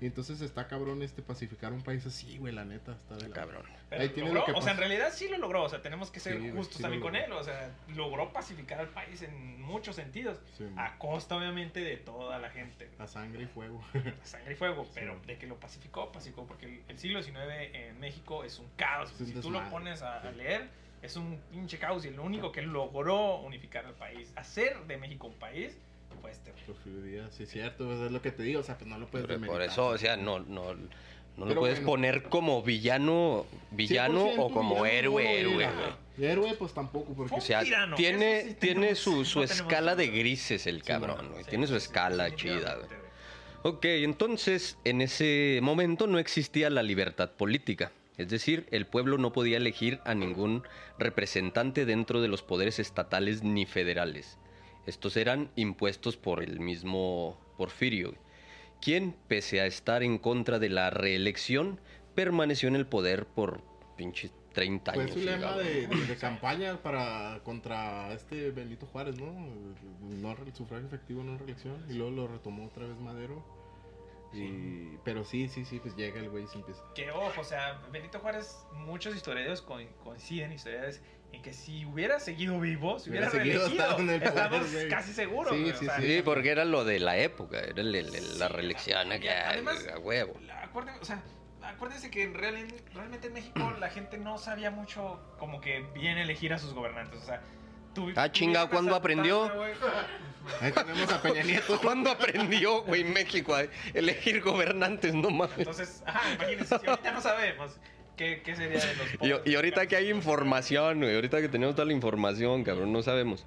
Speaker 1: Y entonces está cabrón este pacificar un país así, güey, la neta, está de la
Speaker 2: Cabrón.
Speaker 4: Pero
Speaker 1: ahí tiene
Speaker 4: logró,
Speaker 1: lo que
Speaker 4: o sea, en
Speaker 1: pasa.
Speaker 4: realidad sí lo logró, o sea, tenemos que ser
Speaker 1: Sí, güey,
Speaker 4: justos
Speaker 1: sí lo
Speaker 4: también con él,
Speaker 1: logró.
Speaker 4: o sea, logró pacificar al país en muchos sentidos,
Speaker 1: Sí, güey.
Speaker 4: a costa obviamente de toda la gente,
Speaker 1: a sangre y fuego.
Speaker 4: sangre y fuego, pero de que lo pacificó, pacificó, porque el, el siglo XIX en México es un caos.
Speaker 1: Es un
Speaker 4: si tú lo
Speaker 1: desmadre.
Speaker 4: pones a, a leer, es un pinche caos y lo único que logró unificar al país, hacer de México un país, fue este. güey.
Speaker 1: Lo fluidía, sí, es cierto, pues, es lo que te digo, o sea, pues no lo puedes
Speaker 2: Por- Por
Speaker 1: demeritar.
Speaker 2: eso, o sea, no, no, no lo
Speaker 1: Pero
Speaker 2: puedes
Speaker 1: bueno.
Speaker 2: poner como villano, villano
Speaker 1: 100%
Speaker 2: o como
Speaker 1: villano, no,
Speaker 2: héroe, héroe,
Speaker 1: era.
Speaker 2: güey.
Speaker 1: Héroe, pues tampoco, porque
Speaker 2: O sea,
Speaker 4: Un tirano,
Speaker 2: tiene,
Speaker 4: eso sí
Speaker 2: tiene
Speaker 4: tenemos-
Speaker 2: su,
Speaker 4: no
Speaker 2: su
Speaker 4: tenemos
Speaker 2: escala de
Speaker 4: duda.
Speaker 2: grises el cabrón, güey.
Speaker 4: Sí,
Speaker 2: Tiene su
Speaker 4: sí, sí,
Speaker 2: escala chida,
Speaker 4: definitivamente,
Speaker 2: güey. Ok, entonces, en ese momento no existía la libertad política. Es decir, el pueblo no podía elegir a ningún representante dentro de los poderes estatales ni federales. Estos eran impuestos por el mismo Porfirio, quien, pese a estar en contra de la reelección, permaneció en el poder por pinches 30
Speaker 1: Fue
Speaker 2: años.
Speaker 1: su lema
Speaker 2: digamos.
Speaker 1: de, de- de campaña para contra este Benito Juárez, ¿no? No re- sufragio efectivo, no reelección. Y luego lo retomó otra vez Madero. Y, pero sí, sí, sí, pues llega el güey y se empieza.
Speaker 4: Que ojo, o sea, Benito Juárez, muchos historiadores con- coinciden, historiadores, en que si hubiera seguido vivo, si hubiera,
Speaker 1: Hubiera seguido
Speaker 4: reelegido,
Speaker 1: estando en el poder,
Speaker 4: estamos
Speaker 1: güey.
Speaker 4: casi seguros.
Speaker 1: Sí,
Speaker 4: güey,
Speaker 1: sí,
Speaker 4: o sea,
Speaker 2: Sí, porque era lo de la época, era el- el- el- la
Speaker 4: Sí,
Speaker 2: reelección
Speaker 4: y
Speaker 2: acá,
Speaker 4: además-
Speaker 2: a huevo.
Speaker 4: La- acuérdense, o sea, acuérdense que en real- realmente en México la gente no sabía mucho como que bien elegir a sus gobernantes. O sea, tu-
Speaker 2: Ah, chinga,
Speaker 4: tuvieron
Speaker 2: ¿cuándo
Speaker 4: esa
Speaker 2: aprendió?
Speaker 4: tanda, güey.
Speaker 1: Ahí tenemos a Peña Nieto.
Speaker 2: ¿Cuándo aprendió, güey, México a elegir gobernantes? No mames.
Speaker 4: Entonces, ajá, imagínense, si ahorita no sabemos qué, qué sería de los
Speaker 2: Y,
Speaker 4: pobres
Speaker 2: y ahorita que hay
Speaker 4: mexicanos.
Speaker 2: información, güey, ahorita que tenemos toda la información, cabrón, no sabemos.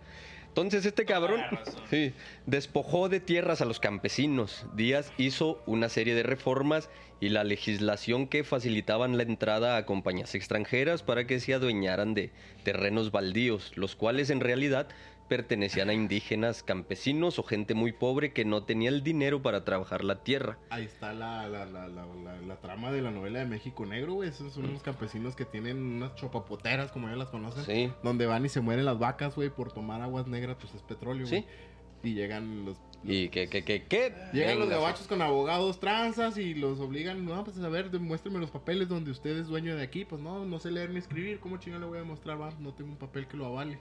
Speaker 2: Entonces este cabrón
Speaker 4: Toda la razón.
Speaker 2: sí, despojó de tierras a los campesinos. Díaz hizo una serie de reformas y la legislación que facilitaban la entrada a compañías extranjeras para que se adueñaran de terrenos baldíos, los cuales en realidad pertenecían a indígenas, campesinos o gente muy pobre que no tenía el dinero para trabajar la tierra.
Speaker 1: Ahí está la, la, la, la, la- la trama de la novela de México Negro, güey. Esos son unos campesinos que tienen unas chopapoteras, como ya las conocen.
Speaker 2: Sí.
Speaker 1: Donde van y se mueren las vacas, güey, por tomar aguas negras, pues es petróleo,
Speaker 2: Sí.
Speaker 1: güey. Y llegan los
Speaker 2: Y que, que, que, que.
Speaker 1: Llegan los
Speaker 2: venga,
Speaker 1: gabachos con abogados tranzas y los obligan, no, pues a ver, demuéstrame los papeles donde usted es dueño de aquí. Pues no, no sé leer ni escribir, ¿cómo chino le voy a demostrar? Va, no tengo un papel que lo avale.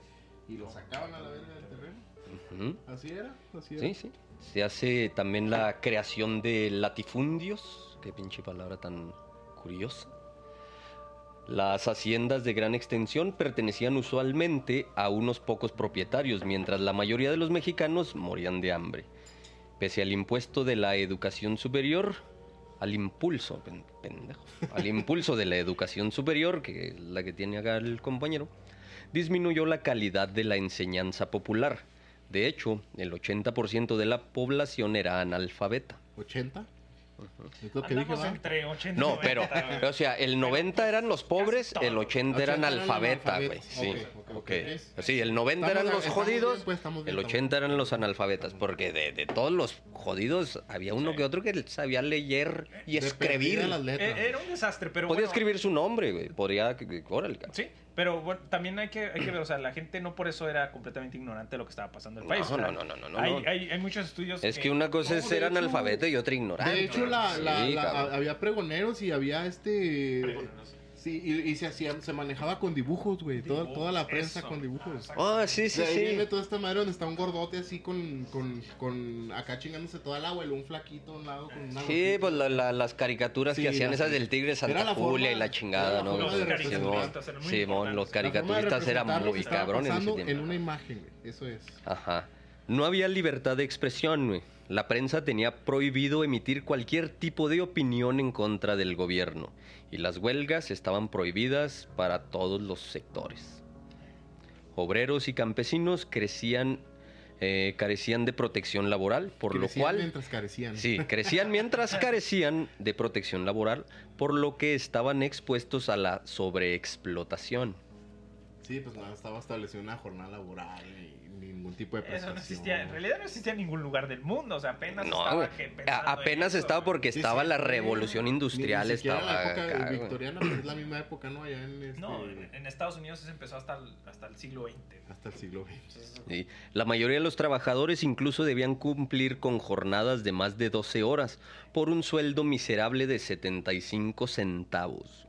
Speaker 1: Y lo sacaban a la verga del terreno.
Speaker 2: Ujú.
Speaker 1: Así era, así era.
Speaker 2: Sí, sí. Se hace también la creación de latifundios. Qué pinche palabra tan curiosa. Las haciendas de gran extensión pertenecían usualmente a unos pocos propietarios, mientras la mayoría de los mexicanos morían de hambre. Pese al impuesto de la educación superior, al impulso, pen- pendejo, al impulso de la educación superior, que es la que tiene acá el compañero, disminuyó la calidad de la enseñanza popular. De hecho, el 80% de la población era analfabeta.
Speaker 1: ¿80? Es lo que dije,
Speaker 4: Andamos
Speaker 1: ¿va?
Speaker 4: entre 80 y
Speaker 2: No, pero,
Speaker 4: 90, güey. Eh,
Speaker 2: o sea, el 90 eran los pobres, el 80 eran
Speaker 1: 80 eran
Speaker 2: analfabeta, güey.
Speaker 1: analfabetas.
Speaker 2: Sí,
Speaker 1: Ok, ok,
Speaker 2: ok.
Speaker 1: ok.
Speaker 2: Sí, el 90 eran
Speaker 1: Estamos-
Speaker 2: los
Speaker 1: estamos bien,
Speaker 2: jodidos,
Speaker 1: pues, estamos bien,
Speaker 2: el
Speaker 1: estamos bien.
Speaker 2: 80 eran los analfabetas, porque de, de todos los jodidos había uno que otro que sabía leer y
Speaker 1: De
Speaker 2: escribir.
Speaker 1: perdida las letras.
Speaker 4: Eh, era un desastre, pero
Speaker 2: Podía
Speaker 4: bueno,
Speaker 2: escribir su nombre, güey. Podría, que- que- órale, cabrón.
Speaker 4: Sí, pero bueno, también hay que, hay que ver, o sea, la gente no por eso era completamente ignorante de lo que estaba pasando en el
Speaker 2: No,
Speaker 4: país. o
Speaker 2: no,
Speaker 4: sea,
Speaker 2: no, no, no,
Speaker 4: hay,
Speaker 2: no.
Speaker 4: Hay, hay muchos estudios.
Speaker 2: Es que una cosa es
Speaker 1: No,
Speaker 2: ser
Speaker 1: de hecho-
Speaker 2: analfabeta y otra ignorante.
Speaker 1: De hecho, la, la-
Speaker 2: Sí,
Speaker 1: la-
Speaker 2: cabrón.
Speaker 1: había pregoneros y había este.
Speaker 4: Pregoneros.
Speaker 1: Sí, y, y se, hacían, se manejaba con dibujos, güey. Toda, toda la
Speaker 4: Dibujos,
Speaker 1: prensa
Speaker 4: eso.
Speaker 1: con dibujos.
Speaker 4: Exacto.
Speaker 2: Ah, sí,
Speaker 1: de
Speaker 2: sí,
Speaker 1: ahí viene
Speaker 2: sí.
Speaker 1: toda esta madre donde está un gordote así con, con, con acá chingándose toda el agua y luego un flaquito a un lado con una
Speaker 2: Sí,
Speaker 1: gotita.
Speaker 2: pues la- la- las caricaturas
Speaker 1: Sí,
Speaker 2: que hacían
Speaker 1: las-
Speaker 2: esas del tigre Santa
Speaker 1: era la
Speaker 2: Julia
Speaker 1: forma-
Speaker 2: y la chingada,
Speaker 1: era la
Speaker 2: ¿no?
Speaker 1: forma de
Speaker 2: Simón,
Speaker 1: representarlas,
Speaker 4: eran muy
Speaker 2: Simón, los
Speaker 4: importantes.
Speaker 1: La forma de
Speaker 2: caricaturistas eran
Speaker 1: representar lo que
Speaker 2: muy
Speaker 1: estaba
Speaker 2: cabrones en ese
Speaker 1: pasando
Speaker 2: tiempo.
Speaker 1: en una imagen, güey. Eso es.
Speaker 2: Ajá. No había libertad de expresión, güey. La prensa tenía prohibido emitir cualquier tipo de opinión en contra del gobierno. Y las huelgas estaban prohibidas para todos los sectores. Obreros y campesinos crecían, eh, carecían de protección laboral, por lo
Speaker 1: Crecían
Speaker 2: cual...
Speaker 1: mientras carecían.
Speaker 2: Sí, crecían mientras carecían de protección laboral, por lo que estaban expuestos a la sobreexplotación.
Speaker 1: Sí, pues nada, estaba establecida una jornada laboral y ningún tipo de
Speaker 4: Eso
Speaker 1: prestación.
Speaker 4: no existía, en realidad no existía en ningún lugar del mundo, o sea, apenas
Speaker 2: No,
Speaker 4: estaba
Speaker 2: güey.
Speaker 4: que pensando
Speaker 2: A- apenas
Speaker 4: en eso,
Speaker 2: estaba
Speaker 4: güey.
Speaker 2: porque
Speaker 1: Sí,
Speaker 2: estaba
Speaker 1: sí,
Speaker 2: la
Speaker 1: güey.
Speaker 2: revolución
Speaker 1: Ni-
Speaker 2: industrial,
Speaker 1: ni siquiera
Speaker 2: estaba
Speaker 1: la época
Speaker 2: acá, güey.
Speaker 1: victoriana, pero es la misma época, ¿no? Allá en este,
Speaker 4: No, en, en Estados Unidos se empezó hasta el, hasta el siglo XX. güey.
Speaker 1: hasta el siglo XX.
Speaker 4: Entonces,
Speaker 2: Sí. La mayoría de los trabajadores incluso debían cumplir con jornadas de más de 12 horas por un sueldo miserable de 75 centavos.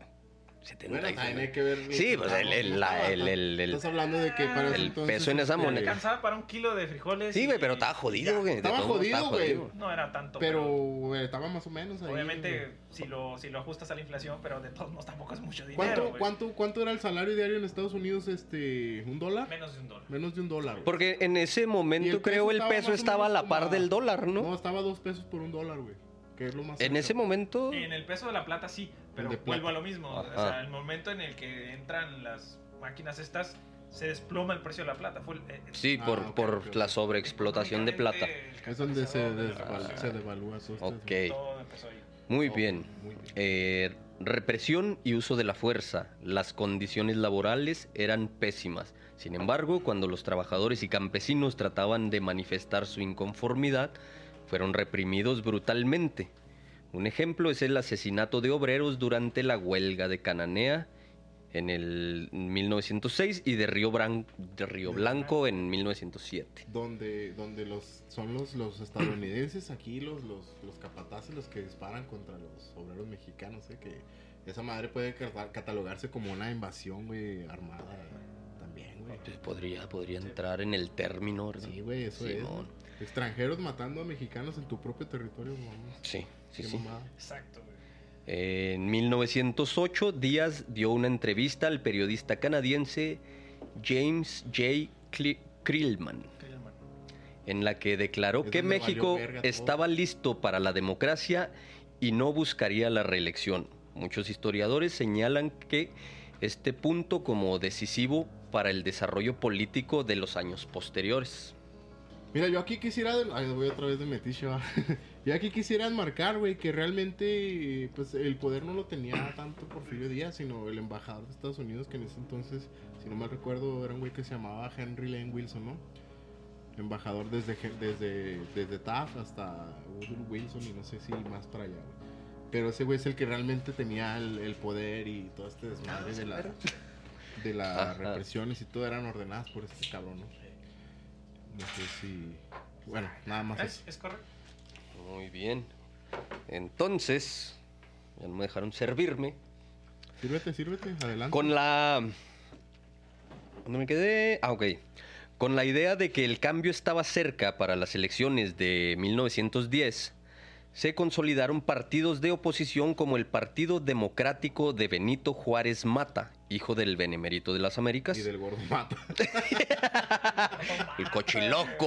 Speaker 1: Bueno,
Speaker 2: 75.
Speaker 1: también hay que ver.
Speaker 2: Sí, pues, el- el- la- el- el- el-
Speaker 1: Estás hablando de que para ese
Speaker 2: el
Speaker 1: entonces,
Speaker 2: peso en esa
Speaker 1: este,
Speaker 2: moneda.
Speaker 4: alcanzaba para un kilo de frijoles.
Speaker 2: Sí, güey,
Speaker 4: y-
Speaker 2: pero estaba
Speaker 4: ya.
Speaker 2: jodido, güey. de
Speaker 1: Estaba
Speaker 2: todos modos,
Speaker 1: jodido, güey.
Speaker 4: No era tanto.
Speaker 1: Pero eh, estaba más o menos ahí.
Speaker 4: Obviamente, si lo, si lo ajustas a la inflación, pero de todos modos tampoco es mucho dinero.
Speaker 1: ¿Cuánto,
Speaker 4: güey.
Speaker 1: cuánto, ¿Cuánto era el salario diario en Estados Unidos? Este, ¿Un dólar?
Speaker 4: Menos de un dólar.
Speaker 1: Menos de un dólar. güey.
Speaker 2: Porque en
Speaker 1: Y
Speaker 2: ese
Speaker 1: el
Speaker 2: momento creo el peso
Speaker 1: más o
Speaker 2: estaba a
Speaker 1: menos
Speaker 2: la par
Speaker 1: como a-
Speaker 2: del dólar, ¿no?
Speaker 1: No, estaba a dos pesos por un dólar, güey. Que es lo más.
Speaker 2: en
Speaker 1: cerca.
Speaker 2: ese momento...
Speaker 4: En el peso de la plata sí, pero
Speaker 1: de
Speaker 4: vuelvo
Speaker 1: plata.
Speaker 4: a lo mismo. O
Speaker 2: Ajá.
Speaker 4: sea, el momento en el que entran las máquinas estas, se desploma el precio de la plata. Fue el- eh,
Speaker 2: Sí,
Speaker 1: Ah,
Speaker 2: por,
Speaker 1: ok,
Speaker 2: por
Speaker 1: ok, ok.
Speaker 2: la sobreexplotación de plata.
Speaker 4: Únicamente el
Speaker 1: Es donde se,
Speaker 4: catalizador de
Speaker 1: desval-
Speaker 4: la
Speaker 1: se
Speaker 4: revolución.
Speaker 1: devalúa sus
Speaker 2: Ok.
Speaker 4: Todo empezó ahí.
Speaker 2: Muy bien.
Speaker 1: Muy bien.
Speaker 2: Eh, represión y uso de la fuerza. Las condiciones laborales eran pésimas. Sin embargo, cuando los trabajadores y campesinos trataban de manifestar su inconformidad, fueron reprimidos brutalmente. Un ejemplo es el asesinato de obreros durante la huelga de Cananea en el 1906 y de Río, Bran- de Río Blanco en 1907.
Speaker 1: Donde, donde los, son los, los estadounidenses aquí, los, los, los capataces, los que disparan contra los obreros mexicanos, ¿eh? que esa madre puede cata- catalogarse como una invasión, güey, armada eh, también, güey.
Speaker 2: Pues podría, podría entrar en el término. ¿verdad?
Speaker 1: Sí, güey, eso es.
Speaker 2: Simón.
Speaker 1: Extranjeros matando a mexicanos en tu propio territorio, vamos.
Speaker 2: Sí, sí,
Speaker 1: Qué
Speaker 2: sí.
Speaker 1: mamada.
Speaker 4: Exacto, güey.
Speaker 2: En 1908, Díaz dio una entrevista al periodista canadiense James J. Cli- Krillman,
Speaker 4: Calla, hermano.
Speaker 2: en la que declaró
Speaker 1: Es
Speaker 2: que
Speaker 1: donde
Speaker 2: México
Speaker 1: valió verga todo.
Speaker 2: estaba listo para la democracia y no buscaría la reelección. Muchos historiadores señalan que este punto como decisivo para el desarrollo político de los años posteriores.
Speaker 1: Mira, yo aquí quisiera. Ay, voy otra vez de metiche, va. yo aquí quisiera enmarcar, güey, que realmente pues, el poder no lo tenía tanto Porfirio Díaz, sino el embajador de Estados Unidos, que en ese entonces, si no mal recuerdo, era un güey que se llamaba Henry Lane Wilson, ¿no? Embajador desde, Gen- desde, desde Taft hasta Woodrow Wilson y no sé si más para allá, güey. Pero ese güey es el que realmente tenía el, el poder y todo este desmadre de la. De las
Speaker 2: Ajá.
Speaker 1: represiones y todo eran ordenadas por este cabrón, ¿no? No sé si. Bueno, nada más
Speaker 4: ¿Es,
Speaker 1: eso.
Speaker 4: es correcto.
Speaker 2: Muy bien. Entonces, ya no me dejaron servirme.
Speaker 1: Sírvete, sírvete, adelante.
Speaker 2: Con la... ¿Dónde me quedé? Ah, ok. Con la idea de que el cambio estaba cerca para las elecciones de 1910, se consolidaron partidos de oposición como el Partido Democrático de Benito Juárez Mata, hijo del Benemérito de las Américas,
Speaker 1: Y del gordo mata.
Speaker 2: el cochiloco,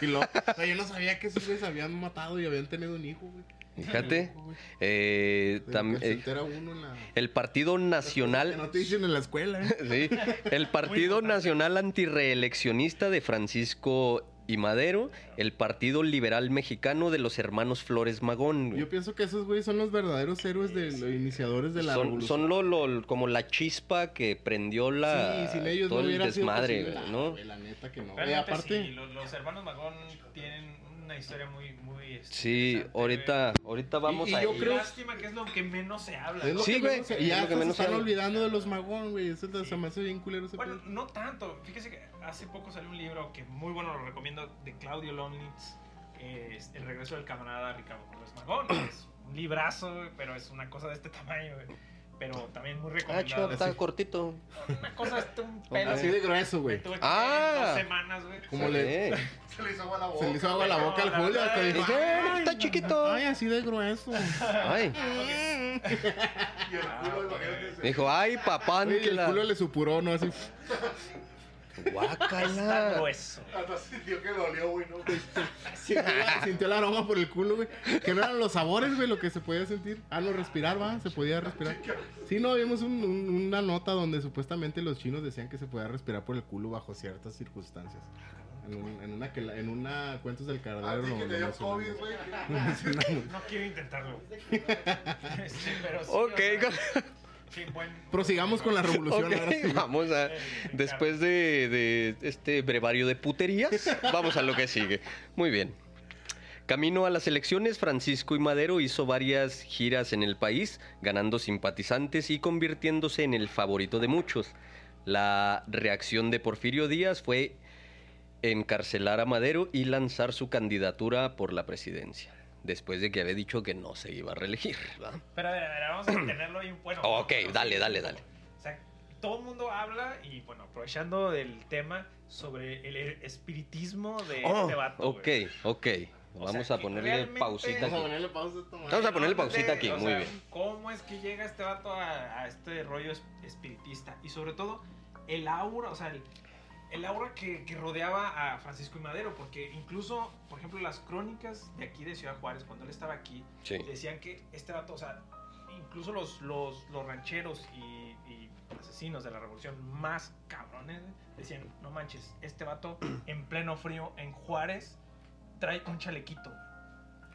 Speaker 1: Y lo- o sea, yo no sabía que esos güeyes habían matado y habían tenido un hijo, güey.
Speaker 2: fíjate.
Speaker 1: Loco, güey.
Speaker 2: Eh,
Speaker 1: De lo
Speaker 2: tam-
Speaker 1: que se
Speaker 2: eh,
Speaker 1: entera uno en la-
Speaker 2: el Partido
Speaker 1: que
Speaker 2: Nacional
Speaker 1: No te dicen en la escuela, ¿eh?
Speaker 2: Sí, el Partido Nacional Antirreeleccionista de Francisco y Madero, el Partido Liberal Mexicano de los hermanos Flores Magón. güey.
Speaker 1: Yo pienso que esos güeyes son los verdaderos héroes de los iniciadores de la
Speaker 2: Son,
Speaker 1: revolución.
Speaker 2: son lo, lo- como la chispa que prendió la,
Speaker 1: Sí, sin ellos
Speaker 2: todo
Speaker 1: no
Speaker 2: el
Speaker 1: hubiera sido
Speaker 2: desmadre,
Speaker 1: posible
Speaker 2: güey,
Speaker 1: nada,
Speaker 2: ¿no?
Speaker 1: güey, La neta que no. Eh,
Speaker 4: Realmente
Speaker 1: aparte,
Speaker 4: sí, los, los hermanos Magón tienen una historia muy, muy... este,
Speaker 2: Sí,
Speaker 4: interesante,
Speaker 2: ahorita, ahorita vamos
Speaker 1: y
Speaker 2: a
Speaker 1: yo
Speaker 4: güey.
Speaker 1: creo-
Speaker 4: Lástima que es lo que menos se habla.
Speaker 1: es
Speaker 4: ¿no?
Speaker 1: lo
Speaker 2: Sí,
Speaker 1: que
Speaker 2: güey,
Speaker 1: menos se-
Speaker 2: es
Speaker 1: y
Speaker 2: lo
Speaker 1: ya
Speaker 2: que
Speaker 1: se
Speaker 2: menos se
Speaker 1: están
Speaker 2: habla.
Speaker 1: olvidando de los magón, güey. Eso se me hace bien culero ese
Speaker 4: Bueno,
Speaker 1: pedo.
Speaker 4: no tanto. Fíjese que hace poco salió un libro que muy bueno, lo recomiendo, de Claudio Lomnitz, que es El regreso del camarada Ricardo Cortés Magón. Es un librazo, güey, pero es una cosa de este tamaño. güey. pero también muy
Speaker 2: Ah, chido,
Speaker 4: recomendable.
Speaker 2: está
Speaker 1: sí.
Speaker 2: cortito.
Speaker 4: Una cosa es un pelo.
Speaker 1: Así Ah, de grueso,
Speaker 4: Me
Speaker 1: güey.
Speaker 4: tuve que
Speaker 2: Ah.
Speaker 4: tener dos semanas, güey.
Speaker 1: Como le,
Speaker 2: Eh,
Speaker 3: Se le hizo agua a la boca.
Speaker 1: se le hizo agua a la boca al Julio. hasta dijo,
Speaker 2: Dice, "Ah, está
Speaker 1: "Ay,
Speaker 2: chiquito".
Speaker 1: Ay, así de grueso.
Speaker 2: Ay.
Speaker 3: Y el culo, imagínate, se-
Speaker 2: Dijo, ay, papá,
Speaker 1: Oye, el
Speaker 2: que
Speaker 1: culo
Speaker 2: la...
Speaker 1: le supuró, ¿no? Así.
Speaker 4: Está
Speaker 2: Guácala.
Speaker 4: grueso.
Speaker 3: Hasta sintió que lo olió, güey, ¿no?
Speaker 1: Sintió, sintió el aroma por el culo, güey. Que no eran los sabores, güey, lo que se podía sentir. Ah, no, respirar, va. Se podía respirar. Sí, no, vimos un- un- una nota donde supuestamente los chinos decían que se podía respirar por el culo bajo ciertas circunstancias. En, un- en una que la- en una cuentos del
Speaker 3: A
Speaker 1: carnero
Speaker 3: ti que te dio COVID, güey.
Speaker 4: No quiero intentarlo. Sí, pero sí,
Speaker 2: Ok,
Speaker 4: o sea, sí, buen-
Speaker 1: Prosigamos con la revolución.
Speaker 2: ok,
Speaker 1: ahora sí.
Speaker 2: vamos a...
Speaker 4: Eh,
Speaker 2: Después de, de este brevario de puterías, vamos a lo que sigue. Muy bien. Camino a las elecciones, Francisco y Madero hizo varias giras en el país, ganando simpatizantes y convirtiéndose en el favorito de muchos. La reacción de Porfirio Díaz fue encarcelar a Madero y lanzar su candidatura por la presidencia, después de que había dicho que no se iba a reelegir. ¿va?
Speaker 4: Pero a ver, a ver, vamos a tenerlo ahí. Bueno,
Speaker 2: Ok,
Speaker 4: no,
Speaker 2: dale,
Speaker 4: sí,
Speaker 2: dale, dale.
Speaker 4: O sea, todo el mundo habla y, bueno, aprovechando del tema sobre el espiritismo de este vato.
Speaker 2: Oh, ok,
Speaker 4: güey.
Speaker 2: ok.
Speaker 4: O
Speaker 2: Vamos
Speaker 4: sea,
Speaker 2: a
Speaker 4: que
Speaker 2: ponerle
Speaker 4: realmente-
Speaker 2: pausita
Speaker 4: Vamos
Speaker 2: aquí.
Speaker 4: a
Speaker 1: ponerle pausa a esta madre.
Speaker 2: Vamos a ponerle pausita aquí,
Speaker 4: O
Speaker 2: muy
Speaker 4: sea,
Speaker 2: bien.
Speaker 4: ¿Cómo es que llega este vato a, a este rollo es- espiritista? Y sobre todo, el aura, o sea, el, el aura que, que rodeaba a Francisco y Madero, porque incluso, por ejemplo, las crónicas de aquí de Ciudad Juárez, cuando él estaba aquí,
Speaker 2: Sí.
Speaker 4: decían que este vato, o sea, incluso los, los, los rancheros y, y asesinos de la revolución más cabrones decían, no manches, este vato en pleno frío en Juárez trae un chalequito.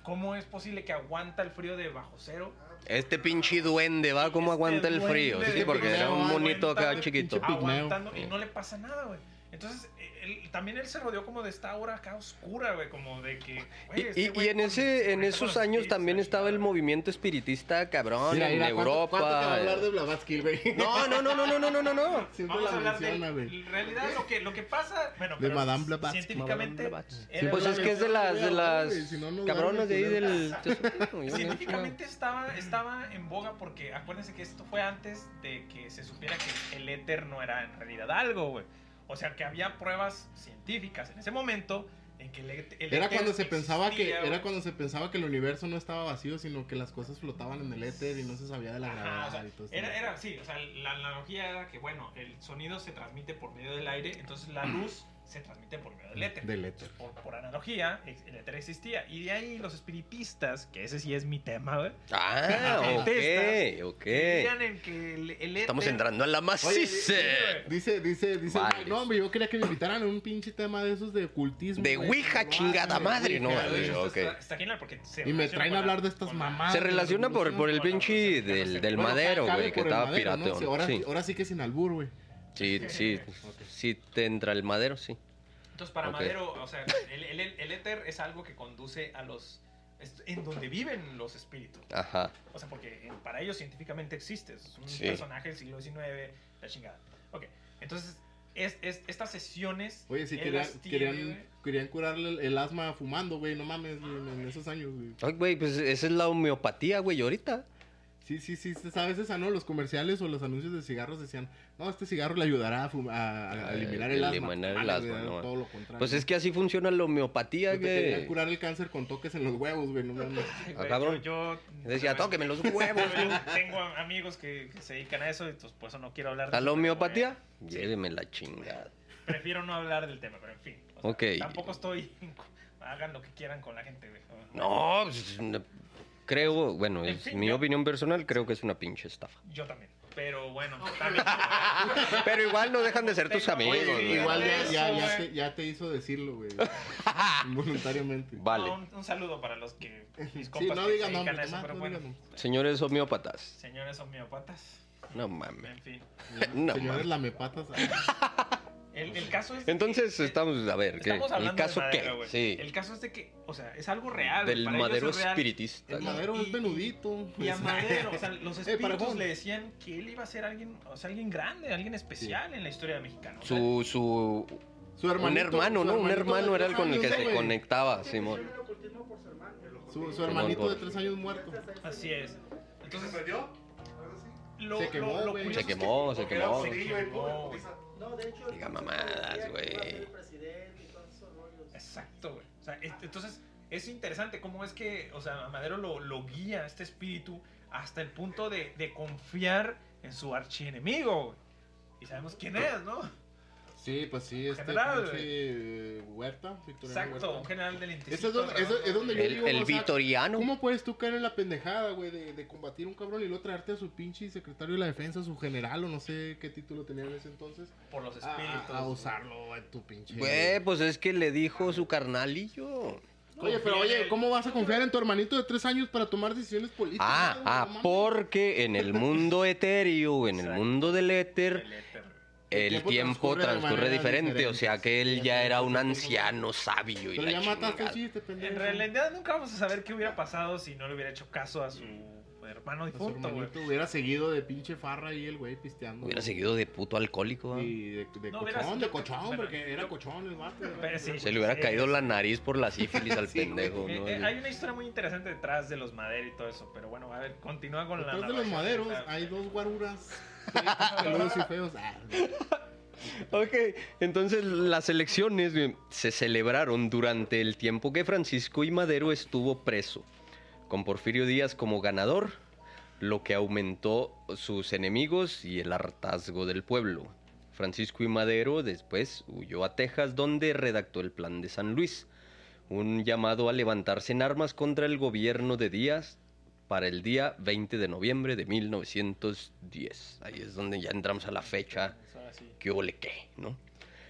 Speaker 4: ¿Cómo es posible que aguanta el frío de bajo cero?
Speaker 2: Este pinche duende, ¿va? ¿Cómo aguanta el
Speaker 4: Este
Speaker 2: frío?
Speaker 4: duende
Speaker 2: Sí,
Speaker 4: de
Speaker 2: porque era un
Speaker 1: pinche
Speaker 2: monito acá
Speaker 4: aguanta,
Speaker 2: chiquito.
Speaker 1: pinche Pigneo.
Speaker 4: Aguantando y
Speaker 2: Sí.
Speaker 4: no le pasa nada, güey. Entonces, él- también él se rodeó como de esta aura acá oscura, güey, como de que...
Speaker 2: Y,
Speaker 4: güey, este
Speaker 2: y-
Speaker 4: güey
Speaker 2: y en
Speaker 4: con-
Speaker 2: ese en
Speaker 4: conecta
Speaker 2: esos
Speaker 4: con los
Speaker 2: años
Speaker 4: espíritus,
Speaker 2: también
Speaker 4: la
Speaker 2: estaba el
Speaker 4: chingada.
Speaker 2: movimiento espiritista cabrón
Speaker 1: Mira,
Speaker 2: en
Speaker 1: mira, ¿cuánto-
Speaker 2: Europa.
Speaker 1: ¿cuánto te va a hablar de Blavatsky, güey?
Speaker 2: No, no, no, no, no, no, no, no, no.
Speaker 1: Siempre
Speaker 4: Vamos a
Speaker 1: la
Speaker 4: hablar de
Speaker 1: menciona, güey.
Speaker 4: en realidad lo que, lo que pasa, bueno,
Speaker 1: De
Speaker 4: pero
Speaker 1: Madame Blavatsky.
Speaker 2: Madame
Speaker 4: científicamente,
Speaker 2: Blavatsky.
Speaker 4: era-
Speaker 2: Pues es que es de las de las cabronas de ahí del
Speaker 4: científicamente estaba, estaba en boga porque acuérdense que esto fue antes de que se supiera que el éter no era en realidad algo, güey. O sea, que había pruebas científicas en ese momento en que el, et- el
Speaker 1: Era
Speaker 4: éter
Speaker 1: cuando se pensaba que
Speaker 4: existía, güey.
Speaker 1: era cuando se pensaba que el universo no estaba vacío, sino que las cosas flotaban en el éter y no se sabía de la
Speaker 4: Ajá,
Speaker 1: gravedad
Speaker 4: o sea,
Speaker 1: y todo esto.
Speaker 4: era, era, sí, o sea, la analogía era que, bueno, el sonido se transmite por medio del aire, entonces la luz se transmite por medio del éter.
Speaker 1: Del éter.
Speaker 4: Por, por analogía, ex- el éter existía. Y de ahí los espiritistas, que ese sí es mi tema, güey,
Speaker 2: Ah, ok,
Speaker 4: Científicamente
Speaker 2: ok.
Speaker 4: creían en que el, el éter...
Speaker 2: Eh, Estamos entrando a la maciza.
Speaker 4: Oye,
Speaker 1: Dice, dice, dice,
Speaker 2: Vale.
Speaker 1: no, hombre, yo quería que me invitaran a un pinche tema de esos de ocultismo.
Speaker 2: De
Speaker 1: güey,
Speaker 2: Ouija,
Speaker 1: pero no,
Speaker 2: chingada
Speaker 1: güey,
Speaker 2: madre, no,
Speaker 1: Ouija,
Speaker 4: Pero
Speaker 1: güey.
Speaker 2: vale,
Speaker 4: esto
Speaker 2: ok.
Speaker 4: está, está genial porque se
Speaker 1: Y me
Speaker 4: relaciona
Speaker 1: traen a
Speaker 4: con
Speaker 1: hablar
Speaker 4: la-
Speaker 1: de estas
Speaker 4: con la-
Speaker 1: mamadas.
Speaker 2: Se relaciona por, por el pinche del, del
Speaker 1: Bueno,
Speaker 2: madero,
Speaker 1: cabe
Speaker 2: güey, que
Speaker 1: por el
Speaker 2: estaba
Speaker 1: madero, ¿no? Sí,
Speaker 2: pirateón.
Speaker 1: ahora,
Speaker 2: Sí,
Speaker 1: ahora sí que sin albur, güey.
Speaker 2: sí, sí. Sí te entra el madero, sí.
Speaker 4: Entonces, para
Speaker 2: Ok.
Speaker 4: Madero, o sea, el, el, el éter es algo que conduce a los... es en donde viven los espíritus.
Speaker 2: Ajá.
Speaker 4: O sea, porque eh, para ellos científicamente existe. Es un
Speaker 2: Sí.
Speaker 4: personaje del siglo XIX, la chingada. Ok, entonces, es, es- estas sesiones.
Speaker 1: Oye, si
Speaker 4: él
Speaker 1: querían,
Speaker 4: las tiene,
Speaker 1: querían,
Speaker 4: güey.
Speaker 1: querían curarle el, el asma fumando, güey, no mames, güey, en, en esos años, güey.
Speaker 2: Ay, güey, pues esa es la homeopatía, güey, ahorita.
Speaker 1: Sí, sí, sí, sabes esa, ¿no? Los comerciales o los anuncios de cigarros decían, no, este cigarro le ayudará a, fum- a- a- a eliminar el asma.
Speaker 2: Eliminar Ah, el
Speaker 1: Vale,
Speaker 2: asma,
Speaker 1: güey,
Speaker 2: no.
Speaker 1: Todo lo contrario.
Speaker 2: Pues es que así funciona la homeopatía,
Speaker 1: No Pues te querían
Speaker 2: güey.
Speaker 1: curar el cáncer con toques en los huevos, güey, no mames.
Speaker 4: Ay,
Speaker 2: Ah,
Speaker 4: güey,
Speaker 2: cabrón.
Speaker 4: Yo, yo-
Speaker 2: Decía, tóqueme los huevos.
Speaker 4: Yo tengo a- amigos que, que se dedican a eso, y pues por eso no quiero hablar de
Speaker 2: ¿A la
Speaker 4: eso, pero,
Speaker 2: homeopatía?
Speaker 4: güey,
Speaker 2: Lléveme la chingada.
Speaker 4: Prefiero no hablar del tema, pero en fin. o sea,
Speaker 2: Ok.
Speaker 4: Tampoco estoy. Hagan lo que quieran con la gente, güey.
Speaker 2: No, pues, no, creo, bueno,
Speaker 4: En
Speaker 2: es
Speaker 4: fin,
Speaker 2: mi
Speaker 4: ya.
Speaker 2: opinión personal, creo que es una pinche estafa.
Speaker 4: Yo también. Pero bueno, también.
Speaker 2: Pero igual no dejan de ser tus amigos,
Speaker 4: Oye,
Speaker 2: güey.
Speaker 1: Igual ya, ya,
Speaker 4: Eso,
Speaker 1: ya,
Speaker 4: güey.
Speaker 1: te, ya te hizo decirlo, güey. Involuntariamente.
Speaker 2: Vale.
Speaker 4: Un, un saludo para los que. Mis
Speaker 1: Sí,
Speaker 4: compas
Speaker 1: no
Speaker 4: que
Speaker 1: digan
Speaker 4: se dedican
Speaker 1: nombres,
Speaker 4: a eso,
Speaker 1: nomás,
Speaker 4: pero
Speaker 1: no
Speaker 4: bueno.
Speaker 1: digan nombres.
Speaker 2: Señores homeópatas.
Speaker 4: Señores homeópatas.
Speaker 2: No mames.
Speaker 4: En fin.
Speaker 2: No
Speaker 1: Señores
Speaker 2: mames.
Speaker 1: lamepatas. ah,
Speaker 4: El, el caso es.
Speaker 2: Entonces
Speaker 4: que- eh,
Speaker 2: estamos, a ver, ¿qué?
Speaker 4: estamos hablando
Speaker 2: ¿El
Speaker 4: de
Speaker 2: caso
Speaker 4: madera,
Speaker 2: qué?
Speaker 4: güey.
Speaker 2: Sí.
Speaker 4: El caso es de que, o sea, es algo real.
Speaker 2: Del
Speaker 4: para ellos
Speaker 2: madero
Speaker 4: es real.
Speaker 2: espiritista.
Speaker 1: El
Speaker 2: güey.
Speaker 1: madero
Speaker 4: Y-
Speaker 1: es Benudito.
Speaker 4: Y a
Speaker 1: pues.
Speaker 4: Madero, o sea, los
Speaker 1: Eh, para
Speaker 4: espíritus
Speaker 1: Juan.
Speaker 4: le decían que él iba a ser alguien, o sea, alguien grande, alguien especial en la historia mexicana. O sea,
Speaker 2: Su, su,
Speaker 1: Su
Speaker 2: un
Speaker 1: su
Speaker 2: hermano, ¿no?
Speaker 1: hermanito
Speaker 2: Un hermano
Speaker 1: de
Speaker 2: era el con el que
Speaker 1: tres
Speaker 2: se
Speaker 1: años, güey.
Speaker 2: conectaba, Simón.
Speaker 5: Yo lo cultivo por su hermano.
Speaker 1: Su, su hermanito de tres años muerto.
Speaker 4: así es. Entonces,
Speaker 3: ¿Se prendió? Ahora sí.
Speaker 4: lo,
Speaker 1: Se quemó,
Speaker 4: lo- lo
Speaker 1: güey.
Speaker 4: curioso
Speaker 2: Se
Speaker 4: es que-
Speaker 2: quemó, se
Speaker 4: porque
Speaker 2: quemó.
Speaker 4: era-
Speaker 3: Sí, güey, pobre,
Speaker 4: güey.
Speaker 3: putiza.
Speaker 5: No, de hecho.
Speaker 2: Diga
Speaker 5: el consejo
Speaker 2: mamadas,
Speaker 5: decía que iba a ser
Speaker 2: güey.
Speaker 5: presidente y todos esos rollos.
Speaker 4: Exacto, güey. O sea, es- entonces es interesante cómo es que, o sea, a Madero lo, lo guía este espíritu hasta el punto de, de confiar en su archienemigo, güey. Y sabemos quién es, ¿no?
Speaker 1: Sí, pues sí, este
Speaker 4: General,
Speaker 1: pinche, eh, Huerta, Victoriano
Speaker 4: Exacto, un
Speaker 1: Huerta.
Speaker 4: general del
Speaker 1: Ese es donde- ese es donde yo
Speaker 2: El,
Speaker 1: digo,
Speaker 2: el
Speaker 1: o sea,
Speaker 2: Vitoriano.
Speaker 1: ¿Cómo puedes tú caer en la pendejada, güey, de, de combatir a un cabrón y luego traerte a su pinche secretario de la defensa, su general o no sé qué título tenía en ese entonces,
Speaker 4: Por los
Speaker 1: a-
Speaker 4: espíritus.
Speaker 1: a, a usarlo en tu pinche...
Speaker 2: Güey, pues es que le dijo su carnalillo.
Speaker 1: Oye, pero oye, ¿cómo vas a confiar en tu hermanito de tres años para tomar decisiones políticas?
Speaker 2: Ah,
Speaker 1: güey? No
Speaker 2: ah,
Speaker 1: mames.
Speaker 2: porque en el mundo etéreo, en el
Speaker 4: Exacto.
Speaker 2: mundo del éter,
Speaker 4: El éter, güey.
Speaker 2: el tiempo, transcurre,
Speaker 1: de maneras
Speaker 2: diferente. O
Speaker 1: diferentes.
Speaker 2: sea que él
Speaker 1: Ya
Speaker 2: ya
Speaker 1: sé,
Speaker 2: era un
Speaker 1: ya sé.
Speaker 2: anciano sabio y
Speaker 1: Pero
Speaker 2: la
Speaker 1: ya mataste el
Speaker 2: chingada.
Speaker 1: chiste, pendejo.
Speaker 4: En realidad nunca vamos a saber qué hubiera pasado si no le hubiera hecho caso a su hermano
Speaker 1: A su
Speaker 4: difunto, güey.
Speaker 1: hermanito hubiera seguido de pinche farra ahí el güey pisteando.
Speaker 2: Hubiera
Speaker 1: güey.
Speaker 2: seguido de puto alcohólico. ¿ah?
Speaker 1: Y de, de
Speaker 4: No, hubiera
Speaker 1: cochón,
Speaker 4: sido-
Speaker 1: de cochón,
Speaker 4: bueno,
Speaker 1: porque era
Speaker 4: yo-
Speaker 1: cochón el vato.
Speaker 4: Pero
Speaker 1: güey.
Speaker 4: sí.
Speaker 2: Se le hubiera
Speaker 4: Sí,
Speaker 2: caído
Speaker 4: sí.
Speaker 2: la nariz por la sífilis al
Speaker 1: Sí, güey.
Speaker 2: pendejo.
Speaker 4: Eh,
Speaker 2: ¿no?
Speaker 4: eh, hay una historia muy interesante detrás de los Madero y todo eso, pero bueno, a ver, continúa con la
Speaker 1: Detrás de los
Speaker 4: narración.
Speaker 1: maderos hay dos guaruras. prietos, Peludos y feos. Ah,
Speaker 2: Ok, entonces las elecciones eh, se celebraron durante el tiempo que Francisco y Madero estuvo preso, con Porfirio Díaz como ganador, lo que aumentó sus enemigos y el hartazgo del pueblo. Francisco y Madero después huyó a Texas donde redactó el Plan de San Luis, un llamado a levantarse en armas contra el gobierno de Díaz para el día 20 de noviembre de 1910. Ahí es donde ya entramos a la fecha
Speaker 4: Ahora sí.
Speaker 2: qué ole qué, ¿no?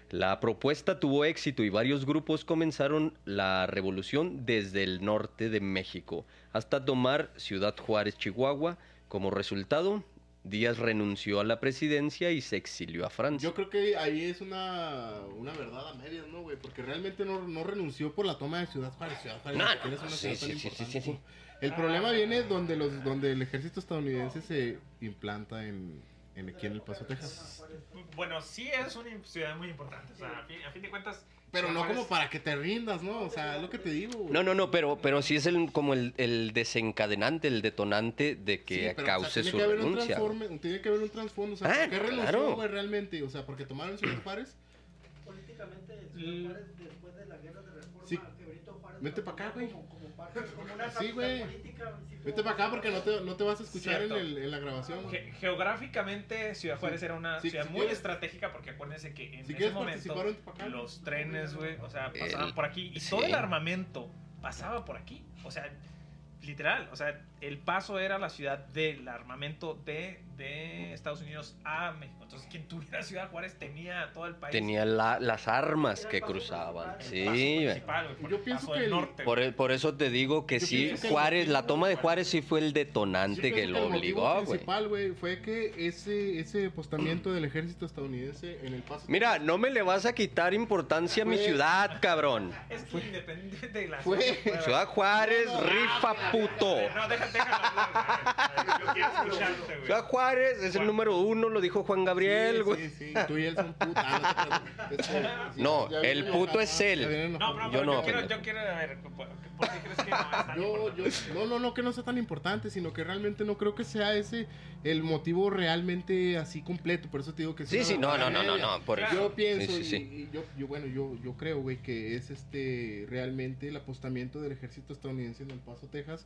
Speaker 2: La propuesta tuvo éxito y varios grupos comenzaron la revolución desde el norte de México hasta tomar Ciudad Juárez, Chihuahua. Como resultado, Díaz renunció a la presidencia y se exilió a Francia.
Speaker 1: Yo creo que ahí es una, una verdad a medias, ¿no, güey? Porque realmente no, no renunció por la toma de Ciudad Juárez. Ciudad Juárez
Speaker 2: No,
Speaker 1: ni
Speaker 2: no,
Speaker 1: siquiera es una
Speaker 2: sí,
Speaker 1: ciudad tan
Speaker 2: sí, sí,
Speaker 1: importante,
Speaker 2: sí, sí, sí.
Speaker 1: ¿no? El problema viene donde los donde el ejército estadounidense se implanta en, en aquí en El Paso, Texas.
Speaker 4: Bueno, sí es una ciudad muy importante, o sea, a fin, a fin de cuentas...
Speaker 1: Pero no
Speaker 4: Juárez-
Speaker 1: como para que te rindas, ¿no? O sea, es lo que te digo. güey.
Speaker 2: No, no, no, pero, pero sí es el, como el, el desencadenante, el detonante de
Speaker 1: Sí,
Speaker 2: que
Speaker 1: pero, o sea,
Speaker 2: cause
Speaker 1: tiene
Speaker 2: su
Speaker 1: que haber un
Speaker 2: renuncia.
Speaker 1: transforme- tiene que haber un trasfondo. O sea,
Speaker 2: Ah,
Speaker 1: ¿por qué renunció,
Speaker 2: claro.
Speaker 1: güey, realmente? O sea, porque tomaron Ciudad Juárez.
Speaker 5: Políticamente, Ciudad
Speaker 4: Mm.
Speaker 5: Juárez, después de la guerra de reforma,
Speaker 1: Sí.
Speaker 5: que Benito Juárez
Speaker 1: Vente
Speaker 5: la
Speaker 1: pa' acá,
Speaker 5: tomó
Speaker 1: güey.
Speaker 5: Como, como parte, como una
Speaker 1: Sí,
Speaker 5: capital
Speaker 1: güey.
Speaker 5: política, así como-
Speaker 1: Vete para acá porque no te, no te vas a escuchar en,
Speaker 4: Cierto.
Speaker 1: el- en la grabación. güey.
Speaker 4: Ge- geográficamente Ciudad Juárez era una
Speaker 1: Sí,
Speaker 4: ciudad
Speaker 1: si
Speaker 4: muy
Speaker 1: quieres-
Speaker 4: estratégica porque acuérdense que en
Speaker 1: Si
Speaker 4: ese
Speaker 1: quieres participar,
Speaker 4: momento
Speaker 1: vente para acá.
Speaker 4: los trenes, güey, o sea, pasaban
Speaker 2: El-
Speaker 4: por aquí y
Speaker 2: sí.
Speaker 4: todo el armamento pasaba por aquí. O sea, literal, o sea, el paso era la ciudad del armamento de, de Estados Unidos a México. Entonces, quien tuviera Ciudad Juárez tenía todo el país.
Speaker 2: Tenía la- las armas
Speaker 5: Era el
Speaker 2: que
Speaker 5: paso
Speaker 2: cruzaban.
Speaker 5: principal.
Speaker 4: el paso
Speaker 2: Sí,
Speaker 4: principal, güey, por
Speaker 1: Yo
Speaker 4: el
Speaker 1: pienso
Speaker 4: paso
Speaker 1: que
Speaker 4: del
Speaker 1: el-
Speaker 4: norte.
Speaker 2: Por,
Speaker 4: güey.
Speaker 2: el- por eso te digo que
Speaker 1: Yo
Speaker 2: sí,
Speaker 1: pienso que el
Speaker 2: Juárez, la
Speaker 1: motivo-
Speaker 2: toma de Juárez sí fue el
Speaker 1: Yo
Speaker 2: detonante
Speaker 1: pienso
Speaker 2: que lo
Speaker 1: el motivo
Speaker 2: obligó, güey.
Speaker 1: principal, güey, fue que ese, ese postamiento del ejército estadounidense en el paso.
Speaker 2: Mira, no me le vas a quitar importancia a mi
Speaker 1: Fue-
Speaker 2: ciudad, cabrón.
Speaker 4: Es que independiente de la
Speaker 1: Fue-
Speaker 4: ciudad. güey,
Speaker 2: Ciudad Juárez,
Speaker 1: No, no,
Speaker 2: rifa puto.
Speaker 4: No, déjate, déjalo hablar, güey. Yo quiero escucharte, güey.
Speaker 2: Ciudad Juárez es el
Speaker 4: Juan-
Speaker 2: número uno, lo dijo Juan Gabriel,
Speaker 1: Sí,
Speaker 2: güey.
Speaker 1: Sí, sí, tú y él son putas. Ah, no te preocupes. Este, sí,
Speaker 2: No,
Speaker 1: ya viene
Speaker 2: el
Speaker 1: enojado,
Speaker 2: puto es
Speaker 1: ah,
Speaker 2: él.
Speaker 1: ya viene
Speaker 4: No,
Speaker 1: enojado.
Speaker 4: pero
Speaker 2: Yo
Speaker 4: yo,
Speaker 2: no,
Speaker 4: quiero,
Speaker 2: pendejo.
Speaker 4: yo quiero a ver, ¿por por qué crees que no es tan
Speaker 1: Yo, yo,
Speaker 4: importante?
Speaker 1: no, no, no, que no sea tan importante, sino que realmente no creo que sea ese el motivo realmente así completo. Por eso te digo que es
Speaker 2: Sí,
Speaker 1: una
Speaker 2: sí, no,
Speaker 1: verdadera
Speaker 2: no, no, no,
Speaker 1: media.
Speaker 2: no. Por
Speaker 4: Claro.
Speaker 1: Yo pienso, y-
Speaker 2: Sí, sí, sí.
Speaker 1: y, yo, yo, bueno, yo, yo creo, güey, que es este realmente el apostamiento del ejército estadounidense en El Paso, Texas,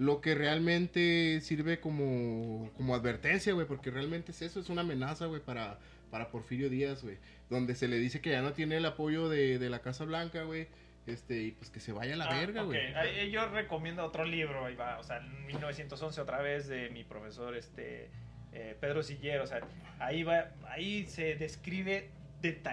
Speaker 1: lo que realmente sirve como, como advertencia, güey, porque realmente es eso, es una amenaza, güey, para, para Porfirio Díaz, güey, donde se le dice que ya no tiene el apoyo de, de la Casa Blanca, güey, este, y pues que se vaya a la
Speaker 4: Ah,
Speaker 1: verga,
Speaker 4: ok.
Speaker 1: güey.
Speaker 4: Ahí- Yo recomiendo otro libro, ahí va, o sea, 1911 otra vez de mi profesor este eh, Pedro Siller, o sea, ahí va, ahí se describe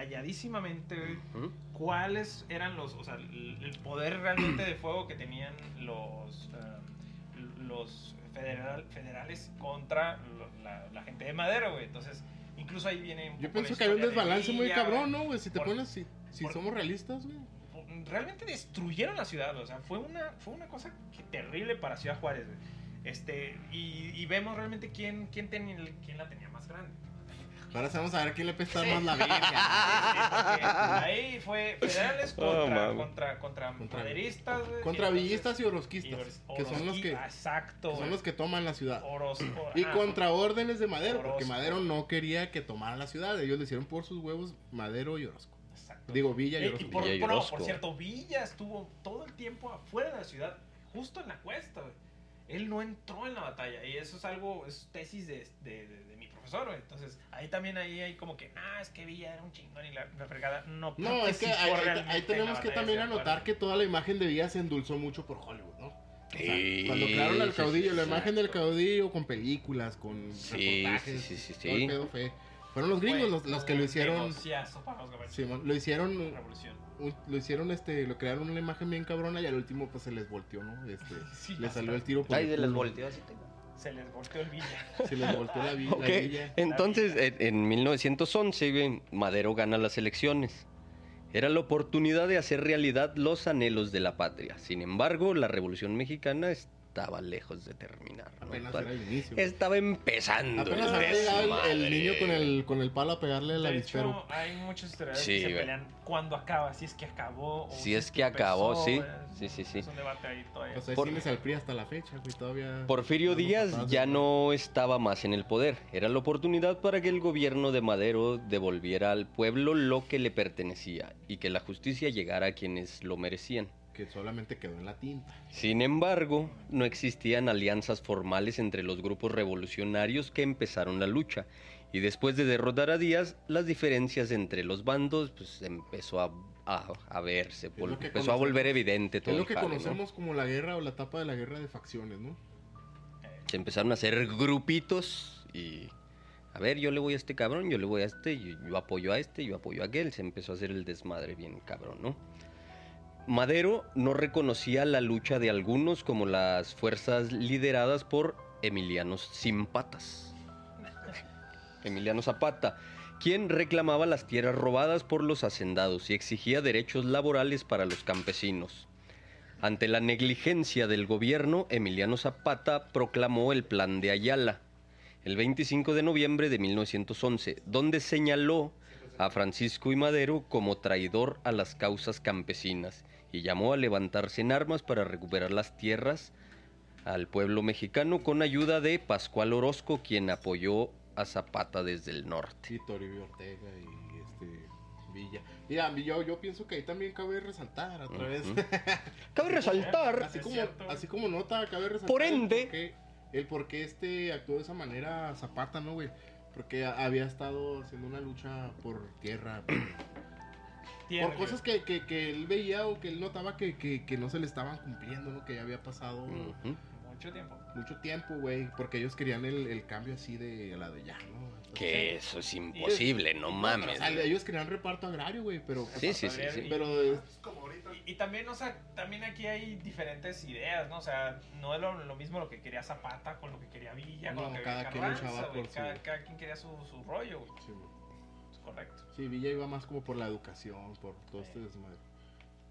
Speaker 4: detalladísimamente güey,
Speaker 2: ¿Mm?
Speaker 4: cuáles eran los, o sea, el el poder realmente de fuego que tenían los um, los federal- federales contra lo- la, la gente de Madero, güey. Entonces, incluso ahí viene un
Speaker 1: Yo
Speaker 4: poco la
Speaker 1: pienso que hay un
Speaker 4: historia de
Speaker 1: desbalance muy
Speaker 4: Villa,
Speaker 1: cabrón, ¿no, güey? Si te
Speaker 4: Por-
Speaker 1: pones, si, si
Speaker 4: por-
Speaker 1: somos realistas, güey.
Speaker 4: realmente destruyeron la ciudad, o sea, fue una, fue una cosa que- terrible para Ciudad Juárez, güey. Este, y, y vemos realmente quién, quién, tenía- quién la tenía más grande.
Speaker 1: Ahora sí vamos a ver quién le pesta
Speaker 4: Sí.
Speaker 1: más la verga.
Speaker 4: porque ahí fue federales contra,
Speaker 2: mames.
Speaker 4: contra, contra,
Speaker 1: Contra-
Speaker 4: maderistas. güey,
Speaker 1: Contra
Speaker 4: entonces-
Speaker 1: villistas y
Speaker 4: y
Speaker 1: orosquistas,
Speaker 4: oros-
Speaker 1: que son los
Speaker 4: orosqui-
Speaker 1: que, que
Speaker 4: Exacto.
Speaker 1: son los que toman la ciudad.
Speaker 4: Oros- or-
Speaker 1: Y
Speaker 4: ah,
Speaker 1: contra órdenes de Madero, porque
Speaker 4: Orozco.
Speaker 1: Madero no quería que tomara la ciudad. Ellos le hicieron por sus huevos Madero y Orozco.
Speaker 4: exacto.
Speaker 1: Digo, Villa y
Speaker 4: Eh, y
Speaker 1: Orozco.
Speaker 4: por,
Speaker 2: Villa y
Speaker 4: por-
Speaker 2: Orozco.
Speaker 4: por cierto, Villa estuvo todo el tiempo afuera de la ciudad, justo en la cuesta, güey. Él no entró en la batalla y eso es algo, es tesis de, de- de- de mi profesor, güey. Entonces, ahí también ahí hay como que, nah, es que Villa era un chingón y la, la fregada. No,
Speaker 1: No, es que ahí, ahí- ahí tenemos que también anotar
Speaker 4: que
Speaker 1: que toda la imagen de Villa se endulzó mucho por Hollywood, ¿no? O sea,
Speaker 2: Sí,
Speaker 1: cuando crearon al
Speaker 2: sí,
Speaker 1: caudillo,
Speaker 2: sí,
Speaker 1: la imagen del
Speaker 2: exacto.
Speaker 1: caudillo con películas, con
Speaker 2: Sí,
Speaker 1: reportajes,
Speaker 2: sí, sí, sí,
Speaker 1: todo el
Speaker 2: sí.
Speaker 1: pedo fue- Fueron los gringos los, los que lo hicieron. Simón, lo hicieron,
Speaker 4: revolución.
Speaker 1: un- lo hicieron, este, lo crearon una imagen bien cabrona y al último pues se les volteó, ¿no? Este,
Speaker 4: Sí,
Speaker 1: le salió el
Speaker 4: bastante.
Speaker 1: tiro por
Speaker 2: Ay,
Speaker 1: el
Speaker 2: de las
Speaker 1: culo.
Speaker 2: volteadas.
Speaker 4: Se les volteó el Villa.
Speaker 1: Se les volteó la, vi- la
Speaker 2: Ok,
Speaker 1: villa.
Speaker 2: entonces en, en 1911 güey, Madero gana las elecciones. Era la oportunidad de hacer realidad los anhelos de la patria. Sin embargo, la Revolución Mexicana estaba lejos de terminar. ¿no?
Speaker 1: Apenas
Speaker 2: Todavía-
Speaker 1: era el inicio.
Speaker 2: Estaba empezando.
Speaker 1: Apenas
Speaker 2: el
Speaker 1: había llegado el, el
Speaker 2: desmadre.
Speaker 1: niño con el, con el palo a pegarle al
Speaker 4: De
Speaker 1: avispero.
Speaker 4: hecho, hay muchos historiadores
Speaker 2: Sí,
Speaker 4: que se
Speaker 2: güey.
Speaker 4: pelean cuando acaba, si es que acabó. o
Speaker 2: Si es que acabó,
Speaker 4: empezó,
Speaker 2: sí.
Speaker 4: güey.
Speaker 2: Sí, sí, sí.
Speaker 4: Es un debate ahí todavía.
Speaker 1: Pues ahí
Speaker 2: Por-
Speaker 1: tienes al PRI hasta la fecha, güey, todavía...
Speaker 2: Porfirio
Speaker 1: dando
Speaker 2: Díaz
Speaker 1: patadas.
Speaker 2: ya no estaba más en el poder. Era la oportunidad para que el gobierno de Madero devolviera al pueblo lo que le pertenecía y que la justicia llegara a quienes lo merecían.
Speaker 1: Que solamente quedó en la tinta.
Speaker 2: Sin embargo, no existían alianzas formales entre los grupos revolucionarios que empezaron la lucha. Y después de derrotar a Díaz, las diferencias entre los bandos pues, empezó a, a- a verse,
Speaker 1: lo
Speaker 2: vol-
Speaker 1: que
Speaker 2: empezó a volver
Speaker 1: conocemos.
Speaker 2: evidente todo.
Speaker 1: es lo
Speaker 2: el
Speaker 1: que
Speaker 2: jale, ¿no?
Speaker 1: conocemos como la guerra o la etapa de la guerra de facciones, ¿no?
Speaker 2: se empezaron a hacer grupitos y a ver, yo le voy a este cabrón, yo le voy a este, yo, yo apoyo a este, yo apoyo a aquel, se empezó a hacer el desmadre bien cabrón, ¿no? Madero no reconocía la lucha de algunos como las fuerzas lideradas por Emiliano sin patas. Emiliano Zapata, quien reclamaba las tierras robadas por los hacendados y exigía derechos laborales para los campesinos. Ante la negligencia del gobierno, Emiliano Zapata proclamó el Plan de Ayala el 25 de noviembre de 1911, donde señaló a Francisco y Madero como traidor a las causas campesinas y llamó a levantarse en armas para recuperar las tierras al pueblo mexicano con ayuda de Pascual Orozco, quien apoyó a Zapata desde el norte.
Speaker 1: Sí, Toribio Ortega y este... Villa. Mira, yo, yo pienso que ahí también cabe resaltar a través...
Speaker 2: Ujú. Cabe resaltar
Speaker 1: así,
Speaker 4: Es
Speaker 1: como,
Speaker 4: cierto.
Speaker 1: así como nota, cabe resaltar.
Speaker 2: Por
Speaker 1: el
Speaker 2: ende-
Speaker 1: porqué- El por qué este actuó de esa manera Zapata, ¿no, güey? Porque a- había estado haciendo una lucha por tierra, por,
Speaker 4: Tiene,
Speaker 1: por cosas que, que- que él veía o que él notaba que, que- que no se le estaban cumpliendo, ¿no? Que ya había pasado
Speaker 2: Ujú.
Speaker 4: güey, Mucho tiempo.
Speaker 1: mucho tiempo, güey. Porque ellos querían el, el cambio así de la de ya, ¿no? Entonces,
Speaker 2: que eso es imposible, no
Speaker 1: o
Speaker 2: mames.
Speaker 1: sea, ellos querían reparto agrario, güey, pero...
Speaker 2: Sí, sí, sí, sí.
Speaker 1: Pero eh,
Speaker 3: Es como ahorita.
Speaker 4: Y, y también, o sea, también aquí hay diferentes ideas, ¿no? O sea, no es lo, lo mismo lo que quería Zapata con lo que quería Villa,
Speaker 1: No,
Speaker 4: con lo que
Speaker 1: cada
Speaker 4: quería
Speaker 1: quien
Speaker 4: Carranza,
Speaker 1: luchaba
Speaker 4: güey.
Speaker 1: por su-
Speaker 4: cada, cada quien quería su, su rollo, güey.
Speaker 1: sí, güey.
Speaker 4: Es Correcto.
Speaker 1: Sí, Villa iba más como por la educación, por todo este desmadre.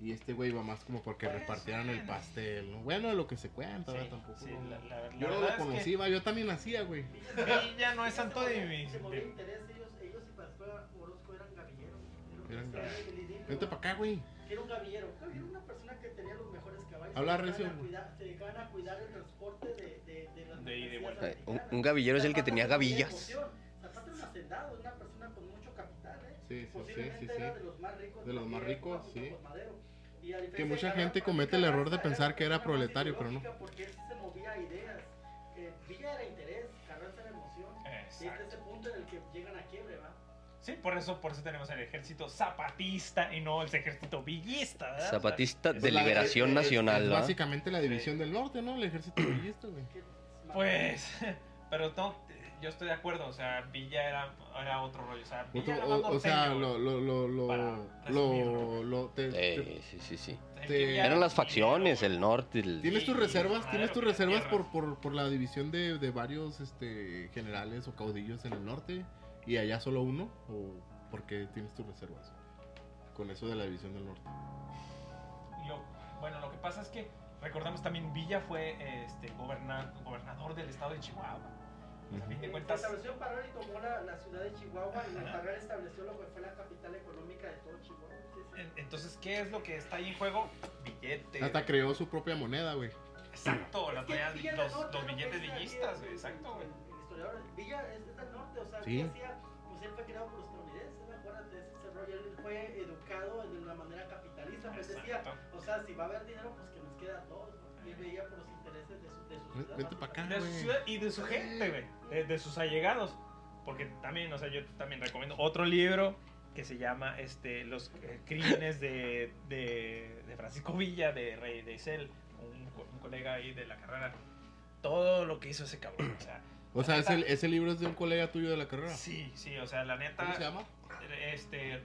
Speaker 1: Y este güey iba más como porque
Speaker 4: Pues,
Speaker 1: repartieran el
Speaker 4: bueno.
Speaker 1: pastel, ¿no? Bueno, de lo que se cuenta,
Speaker 4: Sí,
Speaker 1: ¿verdad? Tampoco.
Speaker 4: sí,
Speaker 1: no-
Speaker 4: la- la- la
Speaker 1: yo no
Speaker 4: verdad
Speaker 1: lo
Speaker 4: es que-
Speaker 1: conocí, va, yo también hacía, güey.
Speaker 4: Villa no es santo de mi.
Speaker 5: Se movió
Speaker 4: de-
Speaker 5: interés, ellos, ellos y Pascual Orozco eran gavilleros.
Speaker 1: Eran
Speaker 5: Era un- el idilio,
Speaker 1: Vente para acá, güey.
Speaker 5: Era un gavillero. Era una persona que tenía los mejores caballos.
Speaker 1: Habla
Speaker 5: se dedicaban
Speaker 1: recio.
Speaker 5: a cuidar- Se dedicaban a cuidar el transporte de, de, de las
Speaker 4: De ida y
Speaker 5: mercancías
Speaker 4: vuelta.
Speaker 2: Eh, Un, un
Speaker 5: americanas.
Speaker 2: gavillero es el que
Speaker 5: Zapata
Speaker 2: tenía
Speaker 5: se movía en
Speaker 2: gavillas.
Speaker 5: emoción. Zapata era un hacendado, una persona con mucho capital, ¿eh?
Speaker 1: Sí, sí, sí,
Speaker 5: Posiblemente
Speaker 1: sí,
Speaker 5: era de
Speaker 1: sí.
Speaker 5: los más ricos.
Speaker 1: De los más
Speaker 5: aquella
Speaker 1: ricos,
Speaker 5: época, junto
Speaker 1: sí.
Speaker 5: con Madero. Y a diferencia
Speaker 1: Que
Speaker 5: de
Speaker 1: mucha
Speaker 5: Carranza,
Speaker 1: gente comete el
Speaker 5: Carranza
Speaker 1: error de
Speaker 5: era
Speaker 1: pensar que era
Speaker 5: una persona más
Speaker 1: proletario, pero no.
Speaker 5: ideológica Porque él sí se movía a ideas. Eh, Villa era interés, Carranza era emoción. Y este
Speaker 4: Exacto.
Speaker 5: es el punto en el que llegan a quiebre, ¿va?
Speaker 4: Sí, por eso, por eso tenemos el ejército zapatista y no el ejército villista, ¿verdad?
Speaker 2: Zapatista
Speaker 4: O sea,
Speaker 2: de
Speaker 4: es la-
Speaker 2: Liberación
Speaker 1: es- es-
Speaker 2: Nacional,
Speaker 1: es
Speaker 2: ¿no?
Speaker 1: básicamente la división del norte, ¿no? El ejército villista, güey.
Speaker 5: Que-
Speaker 4: Pues, pero no, yo estoy de acuerdo, o sea, Villa era, era otro rollo, o sea, Villa
Speaker 1: Otro-
Speaker 4: era más
Speaker 1: O, o sea,
Speaker 4: norteño,
Speaker 1: lo,
Speaker 4: güey.
Speaker 1: lo, lo, lo,
Speaker 4: Para
Speaker 1: lo,
Speaker 4: resumirlo.
Speaker 1: lo- te- te-
Speaker 2: Eh, sí, sí, sí.
Speaker 1: te-
Speaker 4: El que ya
Speaker 2: Eran
Speaker 4: era
Speaker 2: las facciones,
Speaker 4: villero,
Speaker 2: el norte, el...
Speaker 1: Tienes tus
Speaker 4: Sí,
Speaker 1: reservas,
Speaker 4: madre,
Speaker 1: tienes tus
Speaker 4: que
Speaker 1: reservas por,
Speaker 4: tierra.
Speaker 1: por, por la división de, de varios este, generales o caudillos en el norte y allá solo uno, o por qué tienes tus reservas con eso de la división del norte.
Speaker 4: güey. Lo- bueno, lo que pasa es que recordamos también Villa fue este goberna- gobernador del estado de Chihuahua.
Speaker 5: Pues, a fin de cuentas. Estableció Parral y tomó la, la ciudad de Chihuahua y Parral estableció lo que fue la capital económica de todo Chihuahua. Sí, sí.
Speaker 4: En- Entonces, ¿qué es lo que está ahí en juego? Billete.
Speaker 1: Hasta creó su propia moneda, güey.
Speaker 4: Exacto, las
Speaker 5: Es que
Speaker 4: monedas,
Speaker 5: Villa del
Speaker 4: los,
Speaker 5: Norte,
Speaker 4: los
Speaker 5: ¿no?
Speaker 4: billetes
Speaker 5: Esa es
Speaker 4: villistas,
Speaker 5: la-
Speaker 4: güey, exacto, güey.
Speaker 5: El historiador, Villa es del norte, o sea,
Speaker 1: Sí.
Speaker 5: ¿qué hacía? Pues él fue creado por los estadounidenses, ¿no? acuérdate de ese rollo, él fue educado de una manera capitalista, pues decía,
Speaker 4: Exacto.
Speaker 5: o sea, si va a haber dinero, pues que nos queda a todos, ¿no? y él veía por los intereses de su, de su ciudad.
Speaker 1: Vente pa' acá.
Speaker 4: De su
Speaker 1: güey.
Speaker 4: ciudad y de su gente, güey. De, de sus allegados. Porque también, o sea, yo también recomiendo otro libro que se llama este, Los eh, crímenes de, de, de Francisco Villa, de Rey de Isel, un, co- un colega ahí de la carrera. Todo lo que hizo ese cabrón, o sea.
Speaker 1: O sea, ese, ese libro es de un colega tuyo de la carrera.
Speaker 4: Sí, sí, o sea, la neta.
Speaker 1: ¿Cómo se llama?
Speaker 4: Este.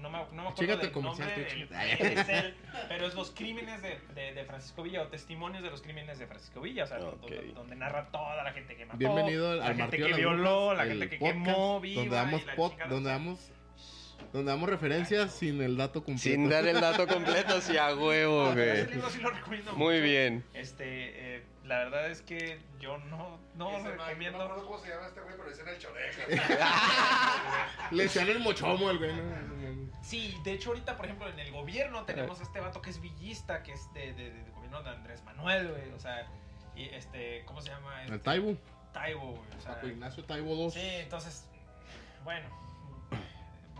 Speaker 4: No me, no me acuerdo
Speaker 1: Chingate
Speaker 4: del
Speaker 1: comercial,
Speaker 4: nombre,
Speaker 1: tú,
Speaker 4: el-
Speaker 1: chingate.
Speaker 4: el- es el- pero es los crímenes de, de- de Francisco Villa o testimonios de los crímenes de Francisco Villa, o sea,
Speaker 2: Ok.
Speaker 4: donde, donde narra toda la gente que mató,
Speaker 1: Bienvenido al,
Speaker 4: la
Speaker 1: al
Speaker 4: gente
Speaker 1: Martillo
Speaker 4: que
Speaker 1: de las
Speaker 4: violó,
Speaker 1: Brujas,
Speaker 4: la
Speaker 1: el
Speaker 4: gente que
Speaker 1: podcast,
Speaker 4: quemó viva
Speaker 1: Donde damos,
Speaker 4: y la
Speaker 1: pod-
Speaker 4: chingada.
Speaker 1: donde damos, donde damos referencias
Speaker 4: Exacto.
Speaker 1: sin el dato completo.
Speaker 2: Sin dar el dato completo, sí, a huevo, güey.
Speaker 4: Ese libro sí lo recomiendo
Speaker 2: Muy
Speaker 4: mucho.
Speaker 2: bien.
Speaker 4: Este, eh, la verdad es que yo no, no
Speaker 3: Ese man, No me
Speaker 4: recomiendo.
Speaker 3: acuerdo cómo se llama este güey, pero le decían el choreja.
Speaker 1: Le echan el mochomo al güey. no, no, no.
Speaker 4: Sí, de hecho ahorita, por ejemplo, en el gobierno tenemos a este vato que es villista, que es de, de- del gobierno de Andrés Manuel, güey, o sea, y este, ¿cómo se llama?
Speaker 1: Al Taibo.
Speaker 4: Taibo, güey, o sea,
Speaker 1: Paco Ignacio Taibo 2.
Speaker 4: Sí, entonces, bueno,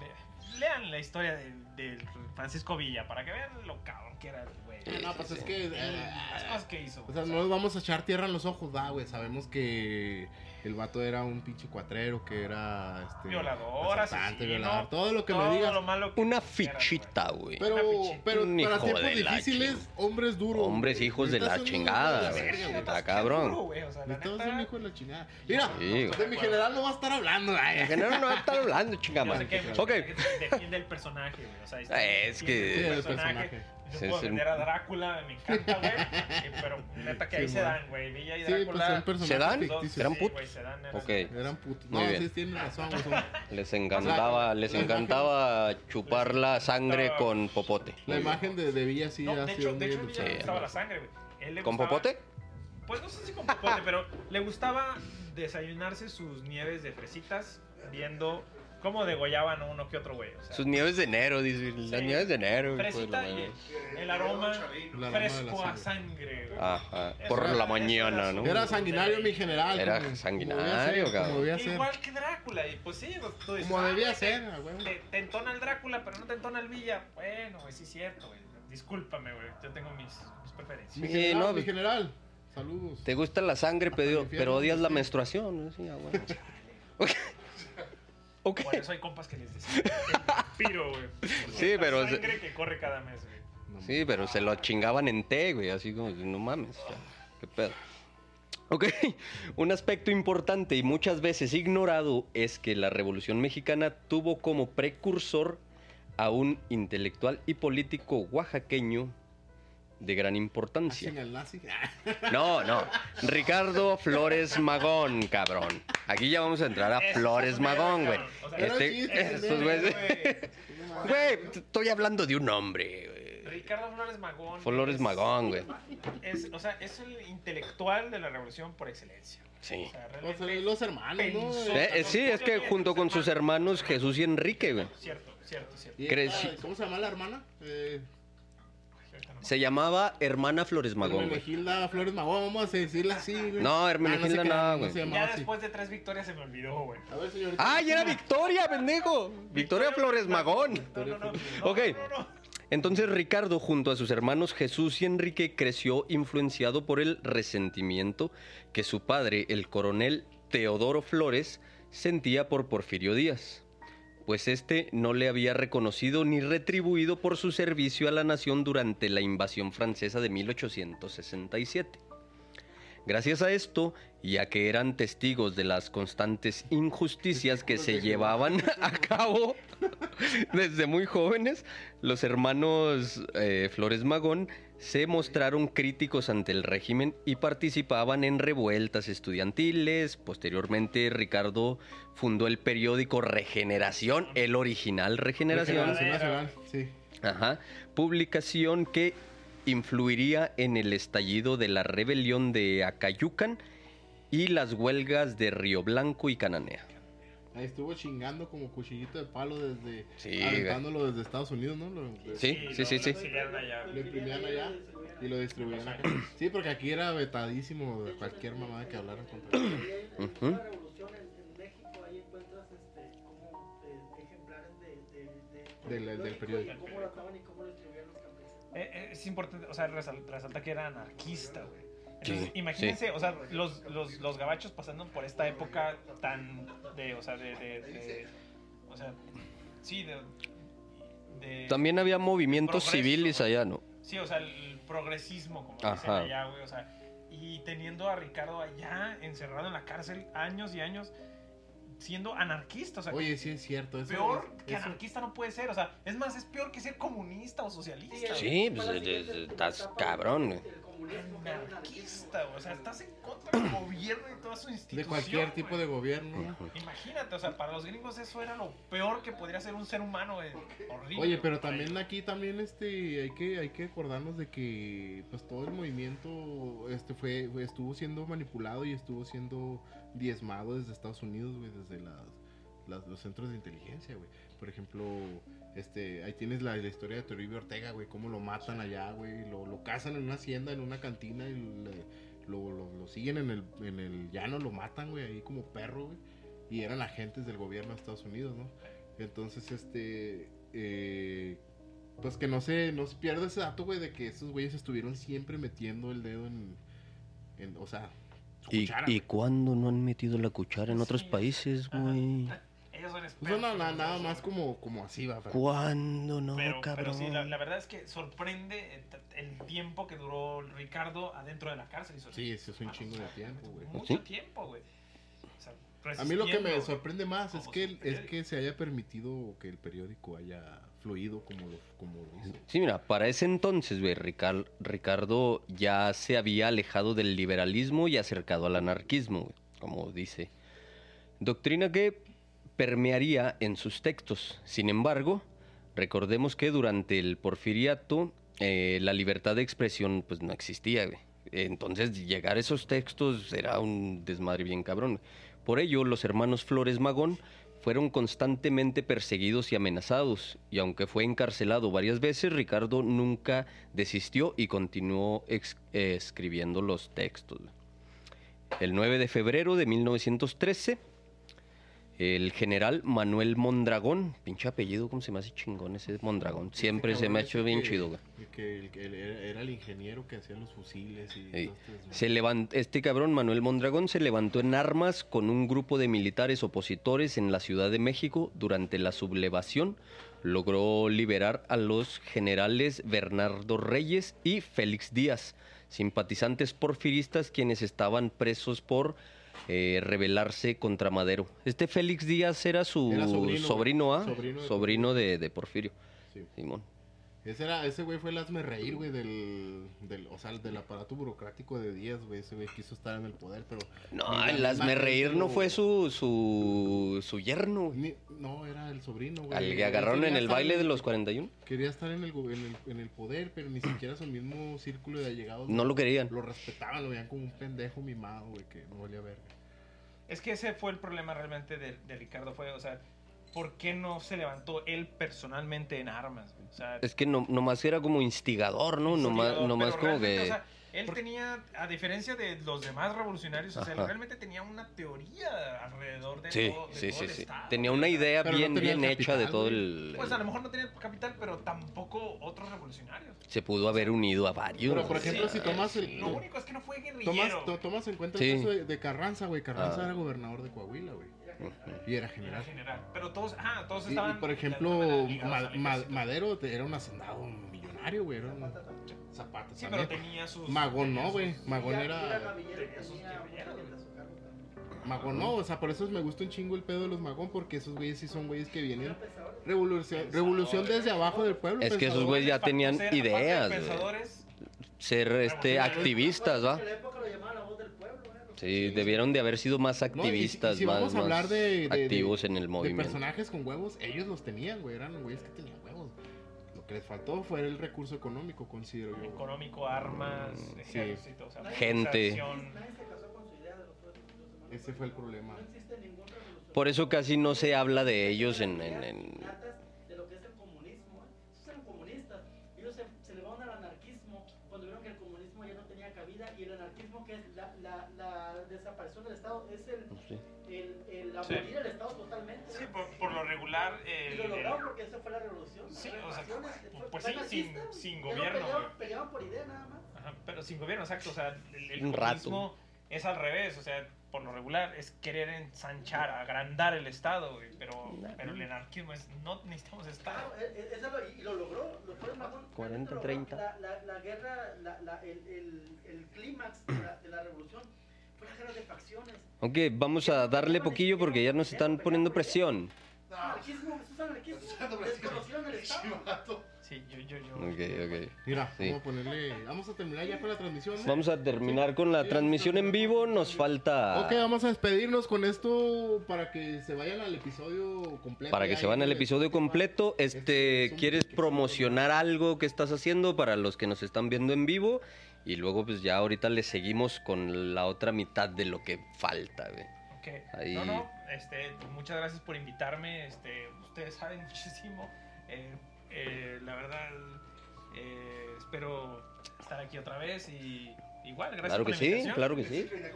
Speaker 4: ve- lean la historia de, de Francisco Villa para que vean lo cabrón que era el güey.
Speaker 1: Ah, no, pues es que.
Speaker 4: Y
Speaker 1: eh,
Speaker 4: Las cosas que hizo.
Speaker 1: o
Speaker 4: güey,
Speaker 1: sea, no nos vamos a echar tierra en los ojos, da, güey. Sabemos que el vato era un pinche cuatrero, que era. Este,
Speaker 4: Violador,
Speaker 1: asaltante,
Speaker 4: asesino,
Speaker 1: violador. Todo lo que
Speaker 4: todo
Speaker 1: me digas.
Speaker 4: lo malo que
Speaker 2: Una
Speaker 4: quieras, güey.
Speaker 2: fichita, güey.
Speaker 1: Pero,
Speaker 4: Una fichita.
Speaker 1: pero
Speaker 2: Un
Speaker 1: para
Speaker 2: hijo
Speaker 1: tiempos
Speaker 2: de la
Speaker 1: difíciles,
Speaker 2: chingada.
Speaker 1: hombres duros.
Speaker 2: Hombres
Speaker 1: güey.
Speaker 2: hijos de
Speaker 1: Neta
Speaker 2: la
Speaker 1: es un
Speaker 2: chingada,
Speaker 1: hijo de la
Speaker 2: güey.
Speaker 1: verga,
Speaker 2: Está
Speaker 4: Qué
Speaker 2: cabrón.
Speaker 4: duro, güey, o sea, la
Speaker 1: Neta es un
Speaker 4: neta,
Speaker 1: hijo de la chingada. Mira,
Speaker 2: Sí, güey.
Speaker 1: de mi general no va a estar hablando. ay.
Speaker 2: General no va a estar hablando, chinga
Speaker 4: yo sé
Speaker 2: madre.
Speaker 4: que hay mucha
Speaker 2: Ok.
Speaker 4: gente que Defiende el personaje, güey. O sea,
Speaker 2: Eh, es que-
Speaker 1: Sí,
Speaker 4: defiende
Speaker 1: el personaje.
Speaker 4: Yo
Speaker 2: Sí,
Speaker 4: puedo
Speaker 2: sí.
Speaker 4: vender a Drácula, me encanta, güey. eh, Pero neta que ahí
Speaker 1: Sí,
Speaker 4: se
Speaker 1: man.
Speaker 4: dan, güey. Villa y
Speaker 1: Sí, pues
Speaker 4: Drácula.
Speaker 1: son personajes
Speaker 2: ¿Se dan?
Speaker 4: los dos,
Speaker 1: ficticios.
Speaker 2: ¿Eran
Speaker 4: sí,
Speaker 2: putos?
Speaker 4: güey, se dan, eran-
Speaker 2: Ok.
Speaker 1: Eran putos.
Speaker 2: Muy
Speaker 1: No,
Speaker 2: bien.
Speaker 1: sí, tienen razón. güey, son-
Speaker 2: Les encantaba, les encantaba chupar la sangre con popote.
Speaker 1: La imagen de, de Villa sí
Speaker 4: No,
Speaker 1: ha
Speaker 4: de
Speaker 1: sido
Speaker 4: hecho, de
Speaker 1: muy
Speaker 4: hecho, a Villa le
Speaker 2: Sí,
Speaker 1: luchada.
Speaker 4: gustaba la sangre, güey. Él le
Speaker 2: ¿Con
Speaker 4: gustaba-
Speaker 2: popote?
Speaker 4: Pues no sé si con popote, pero le gustaba desayunarse sus nieves de fresitas viendo cómo degollaban a uno que otro güey. O sea,
Speaker 2: Sus nieves de enero, dice. Las
Speaker 4: Sí.
Speaker 2: nieves de enero. hijo de la
Speaker 4: fresita y
Speaker 2: madre.
Speaker 4: El aroma.
Speaker 1: La aroma de la
Speaker 4: fresco a
Speaker 1: sangre.
Speaker 4: sangre, güey.
Speaker 2: Ajá,
Speaker 4: Eso
Speaker 2: por
Speaker 4: era-
Speaker 2: la
Speaker 4: eso era
Speaker 2: mañana,
Speaker 4: su-
Speaker 2: ¿no?
Speaker 1: Era sanguinario mi general.
Speaker 2: Era
Speaker 1: como-
Speaker 2: sanguinario,
Speaker 1: como debía ser,
Speaker 2: cabrón.
Speaker 1: Como debía ser.
Speaker 4: Igual que Drácula, y pues sí, tú dices,
Speaker 1: Como
Speaker 4: "Ah,
Speaker 1: debía
Speaker 4: güey,
Speaker 1: ser, a huevo.
Speaker 4: Te, te entona el Drácula, pero no te entona el Villa. Bueno, güey, sí es cierto, güey. Discúlpame, güey. Yo tengo mis, mis preferencias.
Speaker 1: Mi
Speaker 2: Sí,
Speaker 1: general,
Speaker 2: no,
Speaker 1: mi
Speaker 2: pues-
Speaker 1: general. Saludos. Ah,
Speaker 2: Te gusta la
Speaker 4: Ah,
Speaker 2: sangre,
Speaker 1: Hasta el
Speaker 2: pero,
Speaker 1: infierno,
Speaker 2: pero odias la
Speaker 1: sí.
Speaker 2: menstruación. ¿no? Sí, ah, bueno. Ok.
Speaker 4: Por eso hay compas que les dicen. Piro, güey.
Speaker 2: Sí, pero-
Speaker 4: La sangre que corre cada mes, güey.
Speaker 1: No,
Speaker 2: Sí, pero se lo chingaban en té, güey, así como, no mames, o sea, qué pedo. Ok, un aspecto importante y muchas veces ignorado es que la Revolución Mexicana tuvo como precursor a un intelectual y político oaxaqueño de gran importancia.
Speaker 1: Hacen al nazi.
Speaker 2: No, no, Ricardo Flores Magón, cabrón. Aquí ya vamos a entrar a
Speaker 4: Ese es
Speaker 2: Flores
Speaker 4: un héroe,
Speaker 2: Magón, güey.
Speaker 4: cabrón. O sea,
Speaker 1: Pero sí,
Speaker 2: Este,
Speaker 1: ese es
Speaker 2: estos
Speaker 1: un
Speaker 2: güeyes,
Speaker 4: Güey,
Speaker 2: güey, t- estoy hablando de un hombre, güey.
Speaker 4: Ricardo Flores Magón.
Speaker 2: Flores
Speaker 4: es-
Speaker 2: Magón, güey.
Speaker 4: es- o sea, es el intelectual de la revolución por excelencia.
Speaker 2: Sí.
Speaker 4: O sea,
Speaker 1: O sea,
Speaker 4: realmente.
Speaker 1: los hermanos, ¿no?
Speaker 4: Pensó.
Speaker 2: Eh, eh, sí, es que junto con sus hermanos Jesús y Enrique, güey.
Speaker 4: Cierto, cierto, cierto.
Speaker 1: Y
Speaker 2: Creció-
Speaker 1: esta- ¿Cómo se llama la hermana? Eh,
Speaker 4: Ahorita no me-
Speaker 2: Se llamaba Hermana Flores Magón, güey.
Speaker 1: Hermenegilda Flores Magón, vamos a decirla así, güey.
Speaker 2: No,
Speaker 1: Ah, sé
Speaker 2: Hermenegilda
Speaker 1: qué-
Speaker 2: no, güey.
Speaker 1: se llamaba
Speaker 4: Ya
Speaker 1: así.
Speaker 4: después de tres victorias se me olvidó, güey.
Speaker 1: A ver, señorita.
Speaker 2: ¡Ay, era Victoria, pendejo! Victoria Flores Magón.
Speaker 4: No, no, no.
Speaker 2: Ok.
Speaker 4: No, no, no.
Speaker 2: Entonces Ricardo, junto a sus hermanos Jesús y Enrique, creció influenciado por el resentimiento que su padre, el coronel Teodoro Flores, sentía por Porfirio Díaz, pues este no le había reconocido ni retribuido por su servicio a la nación durante la invasión francesa de 1867. Gracias a esto, y a que eran testigos de las constantes injusticias que se llevaban a cabo desde muy jóvenes, los hermanos eh, Flores Magón se mostraron críticos ante el régimen y participaban en revueltas estudiantiles. Posteriormente, Ricardo fundó el periódico Regeneración, el original
Speaker 4: Ah,
Speaker 2: Regeneración,
Speaker 1: Generación Nacional, sí.
Speaker 2: Ajá. Publicación que influiría en el estallido de la rebelión de Acayucan y las huelgas de Río Blanco y Cananea.
Speaker 1: Ahí estuvo chingando como cuchillito de palo desde.
Speaker 2: Sí, güey.
Speaker 1: aventándolo desde Estados Unidos, ¿no? Lo, lo-
Speaker 2: Sí, sí, sí, sí.
Speaker 4: exiliaron allá.
Speaker 1: lo imprimían allá y lo distribuían acá. Sí, porque aquí era vetadísimo de cualquier mamada que hablaran contra
Speaker 5: Ahí hay- ahí fue
Speaker 2: Ujú.
Speaker 5: la revolución en, en México, ahí encuentras este, como eh, ejemplares de, de, de-
Speaker 1: Del- del
Speaker 5: periódico
Speaker 1: periódico.
Speaker 5: y cómo lo ataban y cómo lo distribuían los campesinos.
Speaker 4: Eh, eh, es importante, o sea, resal- resalta que era anarquista, güey.
Speaker 2: Sí,
Speaker 4: Entonces,
Speaker 2: sí.
Speaker 4: imagínense, o sea, los, los, los gabachos pasando por esta época tan de, o sea, de, de- de- o sea, sí, de, de-
Speaker 2: También había movimientos
Speaker 4: Progreso,
Speaker 2: civiles
Speaker 4: güey.
Speaker 2: allá, ¿no?
Speaker 4: sí, o sea, el progresismo, como dicen
Speaker 2: Ajá.
Speaker 4: allá, güey, o sea, y teniendo a Ricardo allá encerrado en la cárcel años y años, siendo anarquista, o sea,
Speaker 1: Oye, sí es cierto. Eso,
Speaker 4: peor que
Speaker 1: eso-
Speaker 4: anarquista no puede ser, o sea, es más, es peor que ser comunista o socialista.
Speaker 2: Sí,
Speaker 4: güey.
Speaker 2: pues,
Speaker 5: Para la
Speaker 2: eh,
Speaker 5: siguiente
Speaker 2: eh, estás
Speaker 5: etapa
Speaker 2: cabrón,
Speaker 5: del-
Speaker 2: güey.
Speaker 5: del comunismo, que era el anarquismo.
Speaker 4: anarquista, güey. O sea, estás en contra del gobierno y toda su institución.
Speaker 1: de cualquier tipo de
Speaker 4: güey.
Speaker 1: gobierno.
Speaker 4: Imagínate, o sea, para los gringos eso era lo peor que podría ser un ser humano, güey. Horrible.
Speaker 1: Oye, pero
Speaker 4: güey.
Speaker 1: también aquí también este hay que hay que acordarnos de que pues todo el movimiento este fue fue- estuvo siendo manipulado y estuvo siendo diezmado desde Estados Unidos, güey, desde las, las- los centros de inteligencia, güey. Por ejemplo, este ahí tienes la, la historia de Toribio Ortega, güey, cómo lo matan allá, güey, lo, lo cazan en una hacienda, en una cantina y le- lo, lo- lo siguen en el, en el llano, lo matan, güey, ahí como perro, güey. Y eran agentes del gobierno de Estados Unidos, ¿no? Entonces, este. eh, pues que no se, no se pierda ese dato, güey, de que esos güeyes estuvieron siempre metiendo el dedo en. en- o sea, su
Speaker 2: ¿Y,
Speaker 1: cuchara,
Speaker 2: y
Speaker 1: güey.
Speaker 2: cuándo no han metido la cuchara en otros
Speaker 4: Sí.
Speaker 2: países,
Speaker 4: Ajá.
Speaker 2: güey?
Speaker 4: Ellos son
Speaker 1: Pues no,
Speaker 4: expertos.
Speaker 1: no, na-
Speaker 4: en
Speaker 1: nada
Speaker 4: eso,
Speaker 1: más
Speaker 4: güey.
Speaker 1: como, como así, va. pero-
Speaker 2: ¿Cuándo no,
Speaker 4: Pero,
Speaker 2: cabrón?
Speaker 4: pero sí, la, la verdad es que sorprende el, el tiempo que duró Ricardo adentro de la cárcel. Y
Speaker 1: Sí, eso es un chingo de tiempo, güey.
Speaker 4: Mucho
Speaker 2: ¿Sí?
Speaker 4: tiempo, güey. O sea,
Speaker 1: A mí lo que me
Speaker 4: resistiendo,
Speaker 1: sorprende más es
Speaker 4: Como
Speaker 1: que, el-
Speaker 4: si el
Speaker 1: es
Speaker 4: periódico.
Speaker 1: que se haya permitido que el periódico haya fluido como lo, como lo hizo.
Speaker 2: Sí, mira, para ese entonces, güey, Rical- Ricardo ya se había alejado del liberalismo y acercado al anarquismo, güey, como dice. Doctrina que permearía en sus textos. Sin embargo, recordemos que durante el porfiriato eh, la libertad de expresión pues no existía, güey. Entonces llegar a esos textos era un desmadre bien cabrón. güey. Por ello, los hermanos Flores Magón fueron constantemente perseguidos y amenazados, y aunque fue encarcelado varias veces, Ricardo nunca desistió y continuó ex- eh, escribiendo los textos. El 9 de febrero de 1913, el general Manuel Mondragón, pinche apellido, ¿cómo se me hace chingón ese Mondragón? Siempre se me ha hecho bien chido, güey.
Speaker 1: Que el- que el- era el ingeniero que hacía los fusiles y.
Speaker 2: Ey,
Speaker 1: todo este desmadre.
Speaker 2: se levan- este cabrón Manuel Mondragón se levantó en armas con un grupo de militares opositores en la Ciudad de México durante la sublevación. Logró liberar a los generales Bernardo Reyes y Félix Díaz, simpatizantes porfiristas quienes estaban presos por eh, rebelarse contra Madero. Este Félix Díaz era su
Speaker 1: Era sobrino, güey.
Speaker 2: sobrino, ¿ah?
Speaker 1: Sobrino de
Speaker 2: Sobrino de, de Porfirio.
Speaker 1: Sí.
Speaker 2: Simón.
Speaker 1: Ese, era, ese güey fue el hazme reír, güey, del, del, o sea, del aparato burocrático de Díaz, güey. Ese güey quiso estar en el poder, pero...
Speaker 2: No,
Speaker 1: Mira,
Speaker 2: el hazme
Speaker 1: imagínate
Speaker 2: reír no
Speaker 1: lo-
Speaker 2: fue su, su, su yerno, güey.
Speaker 1: ni- no, era el sobrino, güey.
Speaker 2: Al que
Speaker 1: Quería
Speaker 2: agarraron en el
Speaker 1: estar
Speaker 2: baile de los 41.
Speaker 1: Quería estar en el, go- en el, en el poder, pero ni siquiera su mismo círculo de allegados...
Speaker 2: No lo querían.
Speaker 1: Lo respetaban, lo veían como un pendejo mimado, güey, que no valía verga.
Speaker 4: Es que ese fue el problema realmente de, de Ricardo. Fue, o sea, ¿por qué no se levantó él personalmente en armas? güey? O sea,
Speaker 2: Es que no, nomás era como instigador, ¿no? nomás
Speaker 4: pero
Speaker 2: nomás como
Speaker 4: realmente,
Speaker 2: que...
Speaker 4: o sea, él tenía, a diferencia de los demás revolucionarios, o sea, él
Speaker 2: Ajá.
Speaker 4: realmente tenía una teoría alrededor de
Speaker 2: sí,
Speaker 4: todo, de
Speaker 2: sí,
Speaker 4: todo
Speaker 2: sí,
Speaker 4: el
Speaker 2: sí.
Speaker 4: Estado,
Speaker 2: Tenía
Speaker 4: güey.
Speaker 2: una idea
Speaker 1: Pero no
Speaker 2: bien,
Speaker 1: tenía el
Speaker 2: bien hecha de
Speaker 1: capital,
Speaker 2: todo
Speaker 1: güey.
Speaker 2: el...
Speaker 4: Pues a lo mejor no tenía capital, pero tampoco otros revolucionarios.
Speaker 2: Se pudo haber unido a varios.
Speaker 1: Pero, por ejemplo,
Speaker 2: Sí.
Speaker 1: si tomas el...
Speaker 4: Lo único es que no fue guerrillero.
Speaker 1: Tomas, to- tomas en cuenta
Speaker 2: Sí.
Speaker 1: el caso de, de Carranza, güey. Carranza
Speaker 2: Ah.
Speaker 1: era gobernador de Coahuila, güey. Y era general.
Speaker 4: Era general. Pero todos, ah, todos
Speaker 1: Y,
Speaker 4: estaban.
Speaker 1: y, por
Speaker 4: de
Speaker 1: ejemplo,
Speaker 4: alguna manera ligados
Speaker 1: Ma-
Speaker 4: al
Speaker 1: Ma-
Speaker 4: ejército.
Speaker 1: Madero te- era un hacendado millonario, güey. Era un
Speaker 5: Zapata también.
Speaker 1: zapata
Speaker 4: Sí, pero
Speaker 1: también.
Speaker 4: tenía sus.
Speaker 1: Magón
Speaker 4: tenía
Speaker 1: no,
Speaker 4: sus-
Speaker 1: güey. Magón
Speaker 5: Y era
Speaker 1: era.
Speaker 5: Gavillero,
Speaker 4: tenía sus
Speaker 5: tenía
Speaker 4: guerrilleros,
Speaker 5: mujeres
Speaker 4: güey.
Speaker 5: a su cargo también.
Speaker 1: Magón no, o sea, por eso me gusta un chingo el pedo de los Magón, porque esos güeyes sí son güeyes que vienen.
Speaker 5: Era pensador.
Speaker 1: Revolución, revolución desde abajo del pueblo.
Speaker 2: Es que esos
Speaker 1: pensador.
Speaker 2: güeyes ya
Speaker 4: Para
Speaker 2: tenían
Speaker 4: ser, aparte de
Speaker 2: ideas, güey.
Speaker 4: pensadores,
Speaker 2: Ser este,
Speaker 4: Revolucionarios.
Speaker 2: activistas, ¿va?
Speaker 5: En la época lo llamaban la voz del pueblo, ¿eh? Los-
Speaker 2: Sí, debieron de haber sido más
Speaker 1: No, y si- y si
Speaker 2: activistas,
Speaker 1: vamos
Speaker 2: más,
Speaker 1: a hablar
Speaker 2: más
Speaker 1: de- de- de-
Speaker 2: activos en el
Speaker 1: De
Speaker 2: movimiento.
Speaker 1: personajes con huevos, ellos los tenían, güey. Eran güeyes que tenían huevos. Lo que les faltó fue el recurso económico, considero yo. güey.
Speaker 4: económico, armas,
Speaker 2: Mm,
Speaker 4: ejército, o sea,
Speaker 5: Nadie-
Speaker 2: Gente.
Speaker 4: organización.
Speaker 5: Nadie se casó con su idea de los otros.
Speaker 1: Ese fue el problema.
Speaker 5: No existe ningún revolucionario.
Speaker 2: Por eso casi no se habla de ellos en- en- en-
Speaker 5: De lo que es el comunismo. Esos eran comunistas. Ellos se, se elevaron al anarquismo cuando vieron que el comunismo ya no tenía cabida y el anarquismo que es la, la, la desaparición del Estado es el,
Speaker 2: Sí.
Speaker 5: el, el
Speaker 4: Sí.
Speaker 5: abolir el Estado totalmente.
Speaker 4: Sí, por, por lo regular.
Speaker 5: Y
Speaker 4: el-
Speaker 5: lo lograron
Speaker 4: el-
Speaker 5: porque eso fue la revolución.
Speaker 4: Sí,
Speaker 5: las
Speaker 4: o sea,
Speaker 5: revoluciones, fue-
Speaker 4: pues
Speaker 5: fue
Speaker 4: sí,
Speaker 5: anarquista,
Speaker 4: sin- sin
Speaker 5: pero
Speaker 4: gobierno,
Speaker 5: Peleaban,
Speaker 4: güey.
Speaker 5: peleaban por idea nada más.
Speaker 4: Ajá, pero sin gobierno, exacto. O sea, el, el
Speaker 2: Un rato.
Speaker 4: comunismo es al revés. O sea, por lo regular es querer ensanchar, agrandar el Estado, güey, Pero, pero el anarquismo es no necesitamos Estado.
Speaker 5: Claro, e- e- eso lo- y lo logró, los Pueblos Magos
Speaker 2: 40,
Speaker 5: realmente
Speaker 2: 30.
Speaker 5: lograron La, la- la guerra, la- la- el, el- el clímax de la, de la revolución fue la guerra de facciones.
Speaker 2: Ok, vamos a darle poquillo porque ya nos están poniendo presión.
Speaker 5: Es
Speaker 1: Ah.
Speaker 5: Anarquismo, eso Ah, es anarquismo. Desconocieron el Estado.
Speaker 1: Chivato.
Speaker 4: Sí, yo, yo, yo.
Speaker 2: Ok,
Speaker 1: Mira,
Speaker 2: Sí.
Speaker 1: vamos a ponerle. Vamos a terminar ya con la transmisión.
Speaker 2: ok.
Speaker 1: ¿no?
Speaker 2: Vamos a terminar con la transmisión en vivo. Nos falta.
Speaker 1: Ok, vamos a despedirnos con esto para que se vayan al episodio completo.
Speaker 2: Para que
Speaker 1: Ya,
Speaker 2: se vayan
Speaker 1: ya
Speaker 2: al
Speaker 1: les-
Speaker 2: episodio completo, este, ¿quieres promocionar algo que estás haciendo para los que nos están viendo en vivo? Y luego, pues ya ahorita le seguimos con la otra mitad de lo que falta, güey.
Speaker 4: Ok.
Speaker 2: Ahí.
Speaker 4: No, no, este, muchas gracias por invitarme. Este, ustedes saben muchísimo. Eh, eh, la verdad, eh, espero estar aquí otra vez y igual, gracias
Speaker 2: Claro
Speaker 4: por
Speaker 2: que
Speaker 4: la
Speaker 2: sí,
Speaker 4: invitación.
Speaker 2: claro que sí.
Speaker 1: este,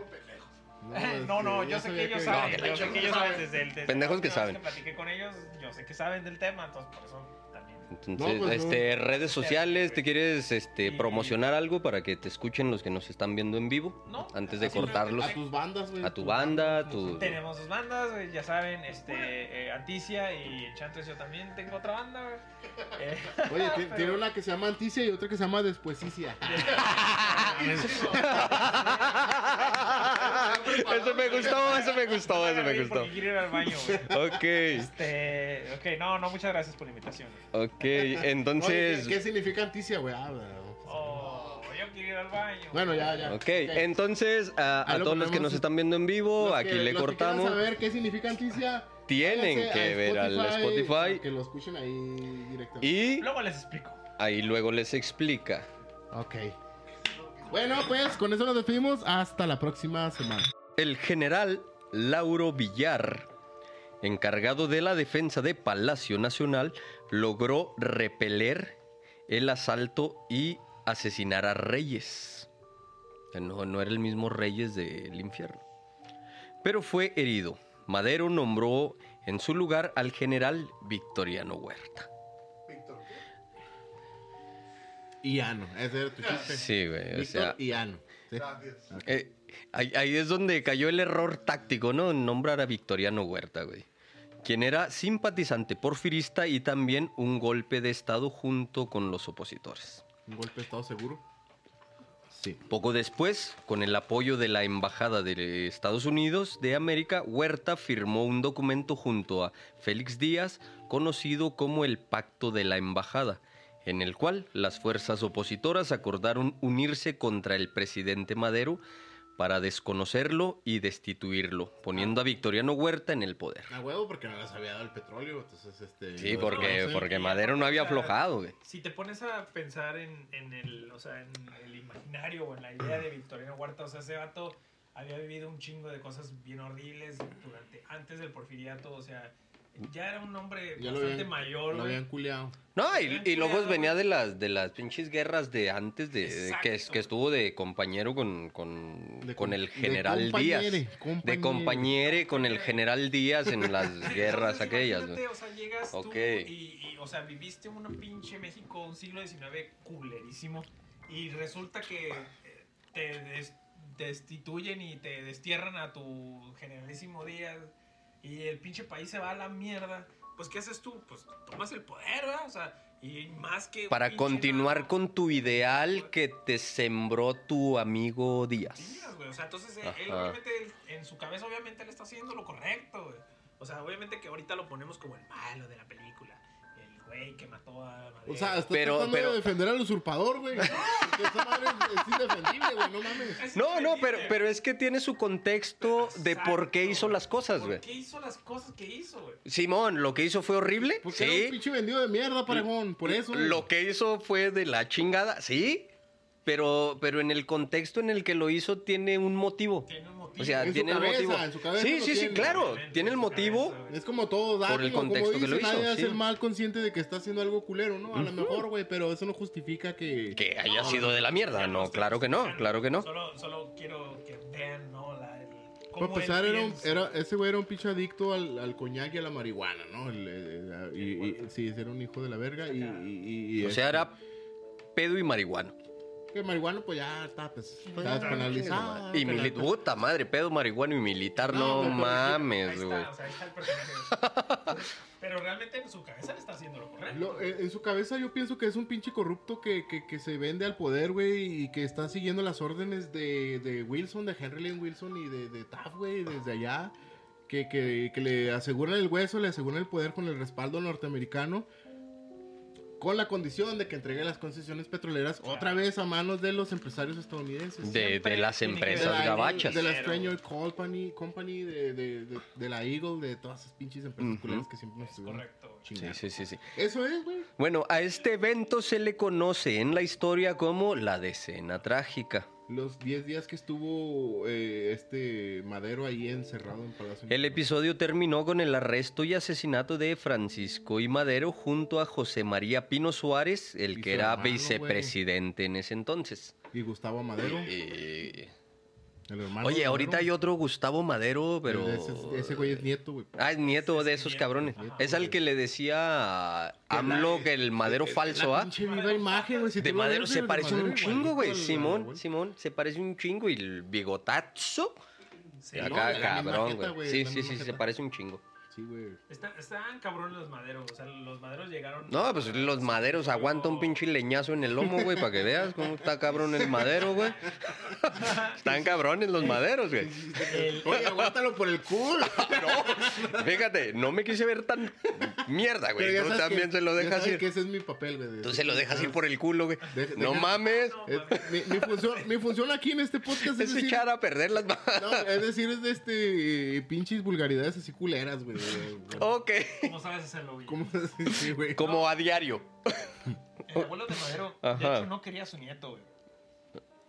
Speaker 4: No, no, yo
Speaker 1: ya
Speaker 4: sé
Speaker 1: sabía
Speaker 4: que ellos saben,
Speaker 2: No,
Speaker 4: yo sé que ellos saben desde el desde
Speaker 2: Pendejos
Speaker 4: la
Speaker 2: que
Speaker 4: última
Speaker 2: saben.
Speaker 4: vez Que platiqué con ellos, yo sé que saben del tema, entonces por eso también.
Speaker 2: Entonces,
Speaker 1: No, pues,
Speaker 2: este, redes sociales, ¿te quieres este,
Speaker 4: Y-
Speaker 2: promocionar algo para que te escuchen los que nos están viendo en vivo?
Speaker 4: No,
Speaker 2: Antes de
Speaker 4: así lo-
Speaker 2: cortarlos.
Speaker 1: A tus bandas, güey.
Speaker 2: A tu banda,
Speaker 1: tus-
Speaker 2: tu-
Speaker 4: Tenemos dos bandas, güey, ya saben, este, eh, Anticia y Chantres, yo también tengo otra banda. güey.
Speaker 1: Oye,
Speaker 4: Eh,
Speaker 1: ti- tiene una que se llama Anticia y otra que se llama Despuesicia.
Speaker 2: Eso me gustó, eso me gustó, eso me
Speaker 4: Porque
Speaker 2: gustó.
Speaker 4: Quiero ir al baño, güey.
Speaker 2: Ok,
Speaker 4: Este, ok, no, no, muchas gracias por la invitación. güey.
Speaker 2: ok,
Speaker 1: Oye,
Speaker 2: entonces...
Speaker 1: ¿Qué significa Anticia, güey? Ah, bueno.
Speaker 4: Oh, yo quiero ir al baño.
Speaker 1: Bueno, ya, ya.
Speaker 2: Ok, entonces a, a
Speaker 1: Ahí lo
Speaker 2: todos los que
Speaker 1: ponemos.
Speaker 2: nos están viendo en vivo,
Speaker 1: Los
Speaker 2: aquí
Speaker 1: que-
Speaker 2: le
Speaker 1: los que quieran
Speaker 2: cortamos.
Speaker 1: saber qué significa Anticia.
Speaker 2: Tienen
Speaker 1: váyanse
Speaker 2: que
Speaker 1: a
Speaker 2: ver al
Speaker 1: para Que
Speaker 2: Spotify
Speaker 1: lo escuchen ahí directamente.
Speaker 2: y
Speaker 4: Luego les explico.
Speaker 2: ahí luego les explica.
Speaker 1: Ok. Bueno, pues con eso nos despedimos. Hasta la próxima semana.
Speaker 2: El general Lauro Villar, encargado de la defensa de Palacio Nacional, logró repeler el asalto y asesinar a Reyes. O sea, No, no era el mismo Reyes del infierno. Pero fue herido. Madero nombró en su lugar al general Victoriano Huerta.
Speaker 3: Víctor.
Speaker 1: Y Ano. Ese era tu chiste.
Speaker 2: Sí, güey. O
Speaker 1: Víctor
Speaker 2: sea,
Speaker 1: y Ano. Sí.
Speaker 3: Gracias.
Speaker 2: eh, ahí, ahí es donde cayó el error táctico, ¿no? En nombrar a Victoriano Huerta, güey. Quien era simpatizante porfirista y también un golpe de Estado junto con los opositores.
Speaker 1: Un golpe de estado seguro. Sí.
Speaker 2: Poco después, con el apoyo de la Embajada de Estados Unidos de América, Huerta firmó un documento junto a Félix Díaz, conocido como el Pacto de la Embajada, en el cual las fuerzas opositoras acordaron unirse contra el presidente Madero para desconocerlo y destituirlo, poniendo a Victoriano Huerta en el poder.
Speaker 1: A huevo porque no les había dado el petróleo, entonces este...
Speaker 2: Sí,
Speaker 1: lo
Speaker 2: porque,
Speaker 1: desconocen.
Speaker 2: porque Madero no había aflojado, güey.
Speaker 4: Si te pones a pensar en, en el, o sea, en el imaginario o en la idea de Victoriano Huerta, o sea, ese vato había vivido un chingo de cosas bien horribles durante, antes del porfiriato, o sea, ya era un hombre
Speaker 1: Ya lo
Speaker 4: bastante
Speaker 1: habían-
Speaker 4: mayor,
Speaker 1: Lo
Speaker 4: güey.
Speaker 1: habían culeado.
Speaker 2: No, y, y luego venía de las de las pinches guerras de antes de, de que, es-
Speaker 4: Exacto.
Speaker 2: que estuvo de compañero con, con,
Speaker 1: De
Speaker 2: con
Speaker 1: com-
Speaker 2: el
Speaker 1: de
Speaker 2: general Díaz.
Speaker 1: compañere,
Speaker 2: De
Speaker 1: compañere.
Speaker 2: compañere con el general Díaz en las
Speaker 4: Sí,
Speaker 2: guerras
Speaker 4: entonces,
Speaker 2: aquellas.
Speaker 4: imagínate,
Speaker 2: ¿no?
Speaker 4: O sea, llegas tú
Speaker 2: Ok.
Speaker 4: y, y, o sea, viviste una pinche México, un siglo XIX culerísimo, y resulta que eh, te des- destituyen y te destierran a tu generalísimo Díaz, y el pinche país se va a la mierda. Pues, ¿qué haces tú? Pues, tomas el poder, ¿verdad? O sea, y más que... un
Speaker 2: Para
Speaker 4: pinche
Speaker 2: continuar
Speaker 4: nano,
Speaker 2: con tu ideal que te sembró tu amigo
Speaker 4: Díaz,
Speaker 2: Díaz.
Speaker 4: güey. O sea, entonces eh, él
Speaker 2: Ajá.
Speaker 4: obviamente él- en su cabeza obviamente él está haciendo lo correcto, güey. O sea, obviamente que ahorita lo ponemos como el malo de la película. El güey que mató a Madero.
Speaker 1: O sea, estás
Speaker 2: Pero-
Speaker 1: tratando
Speaker 2: pero-
Speaker 1: de defender al usurpador, güey. Porque esa madre es, es indefendible, güey, no mames.
Speaker 4: Es
Speaker 2: No, no,
Speaker 4: increíble.
Speaker 2: pero, pero es que tiene su contexto de por qué
Speaker 4: Exacto,
Speaker 2: hizo las cosas,
Speaker 4: ¿Por
Speaker 2: güey.
Speaker 4: qué hizo las cosas que hizo, güey?
Speaker 2: Simón, lo que hizo fue horrible.
Speaker 1: Porque era un
Speaker 2: Sí,
Speaker 1: pinche vendido de mierda, parejón, por eso. güey.
Speaker 2: Lo que hizo fue de la chingada, sí, pero, pero en el contexto en el que lo hizo tiene un motivo.
Speaker 4: Tiene un motivo.
Speaker 2: O sea,
Speaker 1: En su
Speaker 2: tiene el
Speaker 1: cabeza,
Speaker 2: motivo.
Speaker 1: en su cabeza
Speaker 2: sí,
Speaker 1: lo
Speaker 2: sí, sí,
Speaker 1: tiene.
Speaker 2: claro.
Speaker 4: Obviamente,
Speaker 2: Tiene el
Speaker 4: en su
Speaker 2: motivo.
Speaker 4: cabeza, güey.
Speaker 1: Es como todo, Dani,
Speaker 2: Por el
Speaker 1: como
Speaker 2: contexto que
Speaker 1: dice,
Speaker 2: lo hizo,
Speaker 1: Nadie hace
Speaker 2: sí.
Speaker 1: el mal consciente de que está haciendo algo culero, ¿no? A lo mejor, güey, pero eso no justifica que...
Speaker 2: Que haya sido de la mierda. No, claro que no, claro que no.
Speaker 4: Solo, solo quiero que vean, ¿no? La, el,
Speaker 1: Para
Speaker 4: cómo él
Speaker 1: empezar, era un-
Speaker 4: piensa.
Speaker 1: era- ese güey era un pinche adicto al, al coñac y a la marihuana, ¿no? El- el- el- y, y- sí, ese era un hijo de la verga y... y- y- y-
Speaker 2: O sea, era pedo y marihuano.
Speaker 1: Que marihuana, pues ya está, pues, está despenalizado.
Speaker 2: Y
Speaker 1: Penal-
Speaker 2: mili- puta madre, pedo, marihuano y militar.
Speaker 1: No,
Speaker 2: No,
Speaker 1: pero-
Speaker 4: Ahí
Speaker 2: mames,
Speaker 4: está,
Speaker 2: güey.
Speaker 4: o sea, ahí está el personaje. Pero realmente en su cabeza le está haciendo lo correcto.
Speaker 1: Lo- eh, en en su cabeza yo pienso que es un pinche corrupto que, que- que se vende al poder, güey, y que está siguiendo las órdenes de, de Wilson, de Henry Lane Wilson y de, de Taft, güey, desde allá. Que, que- que le aseguran el hueso, le aseguran el poder con el respaldo norteamericano. Con la condición de que entregue las concesiones petroleras otra vez a manos de los empresarios estadounidenses.
Speaker 2: De, de las
Speaker 1: de
Speaker 2: empresas
Speaker 1: la-
Speaker 2: gabachas.
Speaker 1: De la
Speaker 6: Pero-
Speaker 1: Stranger Company, Company de, de- de- de la Eagle, de todas esas pinches empresas
Speaker 2: Ujú.
Speaker 1: culeras que siempre nos
Speaker 4: Es
Speaker 1: estuvieron
Speaker 4: correcto. güey.
Speaker 2: Sí,
Speaker 1: chingando.
Speaker 2: sí, sí, sí.
Speaker 1: Eso es, güey.
Speaker 2: Bueno, a este evento se le conoce en la historia como la decena trágica.
Speaker 1: Los 10 días que estuvo eh, este Madero ahí encerrado en Palacio.
Speaker 2: El
Speaker 1: Nacional.
Speaker 2: episodio terminó con el arresto y asesinato de Francisco y Madero junto a José María Pino Suárez,
Speaker 1: Y
Speaker 2: el que
Speaker 1: su
Speaker 2: era
Speaker 1: hermano, "Ah, güey.
Speaker 2: vicepresidente en ese entonces.
Speaker 1: Y Gustavo Madero.
Speaker 2: Eh,
Speaker 1: el hermano
Speaker 2: oye,
Speaker 1: de
Speaker 2: ahorita hay
Speaker 1: Madero.
Speaker 2: otro Gustavo Madero, pero...
Speaker 1: Ese, ese güey es nieto, güey.
Speaker 2: Ah, es nieto
Speaker 4: Ese
Speaker 2: de
Speaker 4: es
Speaker 2: esos
Speaker 4: nieto.
Speaker 2: cabrones.
Speaker 1: Ajá,
Speaker 2: Es al
Speaker 1: güey.
Speaker 2: que le decía a
Speaker 1: Que
Speaker 2: AMLO
Speaker 1: la-
Speaker 2: que el madero falso,
Speaker 1: La
Speaker 2: ¿ah?
Speaker 1: pinche viva imagen, güey. si
Speaker 2: De
Speaker 1: tú lo ves,
Speaker 2: madero se
Speaker 1: güey,
Speaker 2: parece
Speaker 1: Madero
Speaker 2: un chingo,
Speaker 1: igualito
Speaker 2: güey.
Speaker 1: al-
Speaker 2: Simón,
Speaker 1: al-
Speaker 2: Simón, se parece un chingo. Y el bigotazo.
Speaker 4: Sí,
Speaker 1: no,
Speaker 2: acá,
Speaker 1: la misma
Speaker 2: cabrón,
Speaker 1: jeta,
Speaker 2: güey.
Speaker 1: güey,
Speaker 2: Sí,
Speaker 1: la
Speaker 2: sí,
Speaker 1: misma
Speaker 2: sí, se
Speaker 1: jeta.
Speaker 2: parece un chingo.
Speaker 1: Sí, güey.
Speaker 4: Está, estaban cabrones los maderos. O sea, los maderos llegaron.
Speaker 2: No, pues los maderos aguanta un pinche leñazo en el lomo, güey, para que veas cómo está cabrón el madero, güey. Están cabrones los maderos, güey.
Speaker 1: Oye, aguántalo por el culo.
Speaker 2: Ah, No, fíjate, no me quise ver tan mierda,
Speaker 1: Pero ya
Speaker 2: güey. Tú
Speaker 1: sabes
Speaker 2: también
Speaker 1: que-
Speaker 2: se lo
Speaker 1: ya
Speaker 2: dejas
Speaker 1: sabes que
Speaker 2: ir.
Speaker 1: ese es mi papel, güey. de-
Speaker 2: Tú se lo dejas ir por el culo, güey.
Speaker 1: Deja-
Speaker 2: No
Speaker 1: deja-
Speaker 2: mames.
Speaker 1: Eh, mi, mi función, mi función aquí en este podcast es,
Speaker 2: Es
Speaker 1: decir,
Speaker 2: echar a perder las ma-
Speaker 1: no, es decir, es de este eh, pinches vulgaridades así culeras, güey. de-
Speaker 2: Ok.
Speaker 4: ¿Cómo sabes hacerlo, güey?
Speaker 1: ¿Cómo se sí, güey?
Speaker 2: Como a diario.
Speaker 4: El abuelo de madero,
Speaker 2: Ajá.
Speaker 4: de hecho, no quería a su nieto, güey.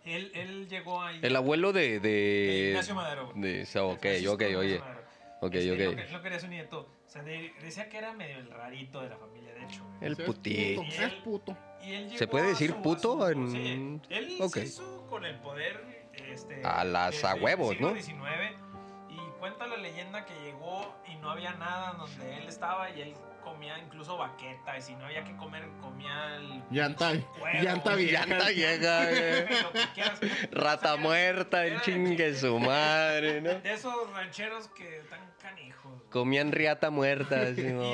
Speaker 4: Él, él llegó ahí.
Speaker 2: El abuelo de.
Speaker 4: de
Speaker 2: de...
Speaker 4: Ignacio Madero. güey.
Speaker 2: de esa- ok,
Speaker 4: Francisco
Speaker 2: ok,
Speaker 4: Ignacio
Speaker 2: oye.
Speaker 4: Madero.
Speaker 2: Ok,
Speaker 4: Este, no
Speaker 2: ok.
Speaker 4: que- No quería a su nieto. O sea, de- decía que era medio el rarito de la familia, de hecho. güey.
Speaker 2: El
Speaker 1: Seas
Speaker 2: putillo.
Speaker 1: puto, seas puto.
Speaker 4: Y él
Speaker 2: ¿Se
Speaker 4: llegó
Speaker 2: puede
Speaker 4: a
Speaker 2: decir
Speaker 4: su- a
Speaker 2: puto
Speaker 4: su-
Speaker 2: en-
Speaker 4: sí, él
Speaker 2: Ok.
Speaker 4: se hizo con el poder este,
Speaker 2: A las
Speaker 4: desde
Speaker 2: a
Speaker 4: el
Speaker 2: huevos,
Speaker 4: siglo
Speaker 2: ¿no?
Speaker 4: XIX, y cuenta la leyenda que llegó y no había nada donde él estaba y él comía incluso baqueta y si no había que comer comía el
Speaker 1: Llanta,
Speaker 4: Huevo,
Speaker 1: llanta
Speaker 2: Ya
Speaker 1: vieja.
Speaker 2: está llega, güey.
Speaker 4: lo que quieras.
Speaker 2: Rata muerta, el chingue su madre, ¿no?
Speaker 4: De esos rancheros que están canijos. güey.
Speaker 2: Comían riata muerta, así,
Speaker 4: y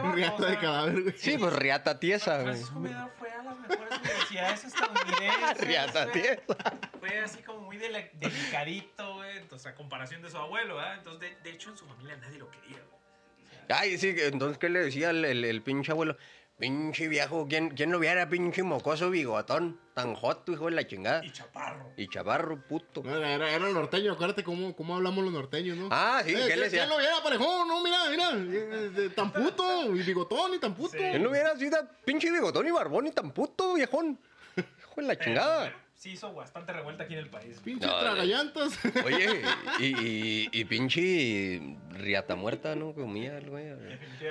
Speaker 2: ok.
Speaker 4: va-
Speaker 1: Riata de cadáver, güey.
Speaker 2: Sí, pues riata tiesa, güey.
Speaker 4: Francisco Medar fue a las mejores universidades estadounidenses.
Speaker 2: Riata
Speaker 4: güey.
Speaker 2: tiesa.
Speaker 4: Fue así como muy dele- delicadito, güey. Entonces, a comparación de su abuelo, ¿verdad? Entonces, de, de hecho, en su familia nadie lo quería, güey.
Speaker 2: Ay, sí, entonces, ¿qué le decía el, el- el pinche abuelo? Pinche viejo, ¿quién, ¿quién lo viera, pinche mocoso bigotón? Tan hot, hijo de la chingada.
Speaker 4: Y chaparro.
Speaker 2: Y chavarro, puto.
Speaker 4: Ah.
Speaker 1: No, Era, era, era norteño, acuérdate cómo, cómo hablamos los norteños, ¿no?
Speaker 2: Ah, sí,
Speaker 1: Eh,
Speaker 2: ¿qué
Speaker 1: ¿quién-
Speaker 2: le decía?
Speaker 1: quién lo viera parejón? No, mira, mira. eh, eh, Tan puto, y bigotón, y tan puto.
Speaker 4: Sí.
Speaker 2: ¿Quién lo viera así, tan pinche bigotón y barbón y tan puto, viejón? Hijo de la
Speaker 4: Pero,
Speaker 2: chingada.
Speaker 4: bueno, sí hizo bastante revuelta aquí en el país. güey.
Speaker 1: Pinche
Speaker 2: No,
Speaker 1: tragallantas.
Speaker 2: Oye, y, y, y pinche riata muerta, ¿no? Comía el güey.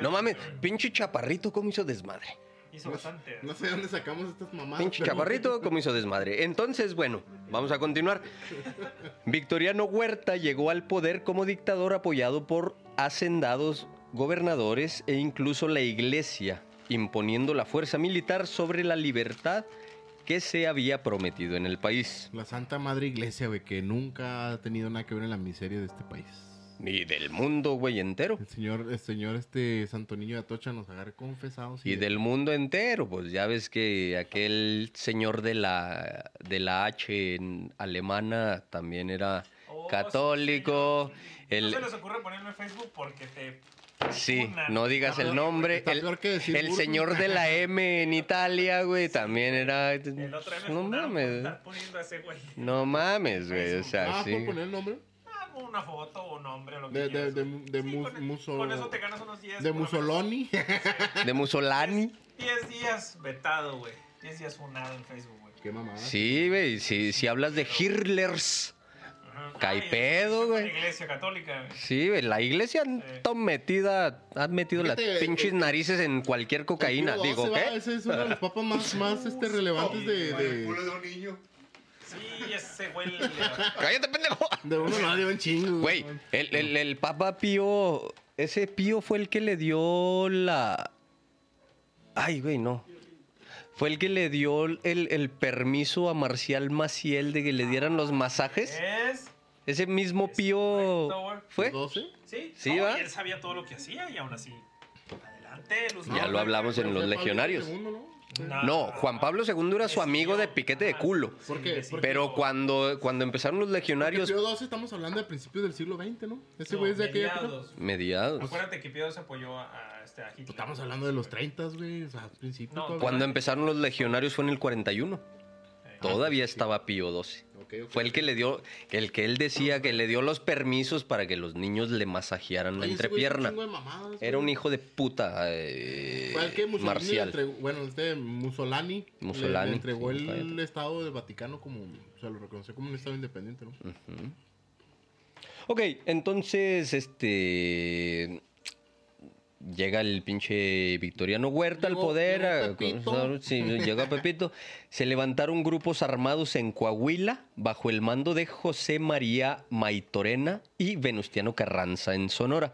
Speaker 2: No mames, pinche chaparrito, ¿cómo hizo desmadre?
Speaker 4: Hizo bastante.
Speaker 1: No sé de dónde sacamos estas mamadas.
Speaker 2: Pinche
Speaker 1: pero-
Speaker 2: chaparrito, ¿cómo hizo desmadre? Entonces, bueno, vamos a continuar. Victoriano Huerta llegó al poder como dictador apoyado por hacendados, gobernadores e incluso la iglesia, imponiendo la fuerza militar sobre la libertad que se había prometido en el país.
Speaker 1: La Santa Madre Iglesia, güey, que nunca ha tenido nada que ver en la miseria de este país.
Speaker 2: Ni del mundo, güey, entero.
Speaker 1: El señor, el señor este Santo Niño de Atocha nos agarre confesados.
Speaker 2: Y del mundo entero, pues ya ves que aquel señor de la, de la H en alemana también era
Speaker 4: Oh,
Speaker 2: católico.
Speaker 4: No
Speaker 2: El,
Speaker 4: se les ocurre ponerme en Facebook porque te.
Speaker 2: sí,
Speaker 4: una-
Speaker 2: no digas el nombre.
Speaker 1: Está
Speaker 2: El,
Speaker 1: peor que decir
Speaker 2: el
Speaker 1: burro.
Speaker 2: señor de la M en Italia, güey, también era...
Speaker 4: El otro día me
Speaker 2: No
Speaker 4: funaron por
Speaker 2: mames.
Speaker 4: estar poniendo a ese güey.
Speaker 2: No mames, güey. O
Speaker 4: Facebook.
Speaker 2: sea,
Speaker 1: Ah,
Speaker 2: sí.
Speaker 1: ¿puedo poner el nombre?
Speaker 4: Ah, una foto o nombre o lo que
Speaker 1: De, de,
Speaker 4: quieras.
Speaker 1: de,
Speaker 4: güey.
Speaker 1: de
Speaker 4: Sí,
Speaker 1: mus-
Speaker 4: con, el-
Speaker 1: muso-
Speaker 4: con eso te ganas unos 10.
Speaker 1: de Mussolini.
Speaker 2: De Mussolini.
Speaker 1: Ah,
Speaker 4: 10 días vetado, güey. 10 días funado en Facebook, güey.
Speaker 1: Qué mamada.
Speaker 2: Sí, güey. Si, si hablas de Hitler's,
Speaker 4: Ajá.
Speaker 2: Caipedo, güey.
Speaker 7: La iglesia católica. güey.
Speaker 2: Sí, güey, la iglesia han tan metida, han metido las
Speaker 1: Fíjate,
Speaker 2: pinches
Speaker 1: eh,
Speaker 2: narices en cualquier cocaína,
Speaker 1: Pío
Speaker 2: digo,
Speaker 1: XII, va,
Speaker 2: ¿qué?
Speaker 1: Ese es uno de los papas más, más este, relevantes de,
Speaker 3: Para el culo
Speaker 1: de,
Speaker 3: de un niño.
Speaker 7: Sí, ese güey. le-
Speaker 2: ¡Cállate, pendejo!
Speaker 1: de uno no, de un chingo.
Speaker 2: Güey, el, el- el Papa Pío, ese Pío fue el que le dio la... Ay, güey, no. Fue el que le dio el, el permiso a Marcial Maciel de que le dieran los masajes.
Speaker 7: Es.
Speaker 2: Ese mismo
Speaker 7: Es correcto, güey.
Speaker 2: Pío fue.
Speaker 1: ¿12?
Speaker 7: Sí,
Speaker 2: Sí,
Speaker 7: no,
Speaker 2: ¿va?
Speaker 7: y él sabía todo lo que hacía y aún así. Adelante, Luz.
Speaker 2: Ya lo hablamos en los legionarios. No, Juan Pablo II era su amigo de piquete de culo.
Speaker 1: ¿Por qué? Porque
Speaker 2: Pero cuando, cuando empezaron los legionarios
Speaker 1: Pío XII estamos hablando de principios del siglo XX, ¿no? Ese
Speaker 7: No,
Speaker 1: güey es de aquella época.
Speaker 7: mediados.
Speaker 2: mediados.
Speaker 7: Acuérdate que Pío se apoyó a, a este, a Hitler.
Speaker 1: Pues Estamos hablando de los 30, güey. O sea, al principio.
Speaker 7: No,
Speaker 1: todavía.
Speaker 2: Cuando empezaron los legionarios fue en el 41.
Speaker 1: Ah,
Speaker 2: Todavía estaba Pío XII.
Speaker 1: Ok, ok.
Speaker 2: Fue el que le dio, el que él decía que le dio los permisos para que los niños le masajearan la
Speaker 1: Oye, ese güey es un
Speaker 2: entrepierna.
Speaker 1: chingo de mamadas,
Speaker 2: Era
Speaker 1: güey.
Speaker 2: un hijo de puta eh,
Speaker 1: Fue al que Mussolini le
Speaker 2: marcial.
Speaker 1: entregó- bueno, este Mussolini, le-
Speaker 2: Mussolini,
Speaker 1: le entregó
Speaker 2: sí,
Speaker 1: el
Speaker 2: padre.
Speaker 1: Estado del Vaticano como, o sea, lo reconoció como un Estado independiente, ¿no?
Speaker 2: Ok, entonces este llega el pinche Victoriano Huerta al
Speaker 1: Llegó-
Speaker 2: poder,
Speaker 1: llegó
Speaker 2: a-
Speaker 1: Pepito.
Speaker 2: sí, llegó Pepito. Se levantaron grupos armados en Coahuila bajo el mando de José María Maitorena y Venustiano Carranza en Sonora.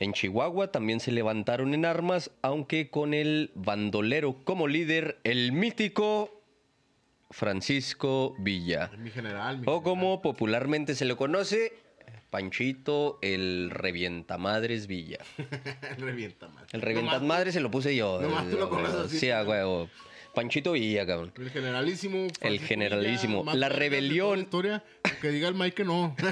Speaker 2: En Chihuahua también se levantaron en armas, aunque con el bandolero como líder, el mítico Francisco Villa.
Speaker 1: Pues, Mi general. mi
Speaker 2: O
Speaker 1: general.
Speaker 2: como popularmente se lo conoce, Panchito el Revientamadres Villa.
Speaker 1: revienta madre.
Speaker 2: El
Speaker 1: Nomás-
Speaker 2: Revientamadres se lo puse yo.
Speaker 1: nomás tú lo conoces así.
Speaker 2: Sí, a huevo. Panchito Villa, cabrón.
Speaker 1: El generalísimo. Francisco Villa,
Speaker 2: generalísimo.
Speaker 1: más
Speaker 2: La
Speaker 1: grande de toda
Speaker 2: rebelión.
Speaker 1: la historia, que diga el Mike que no.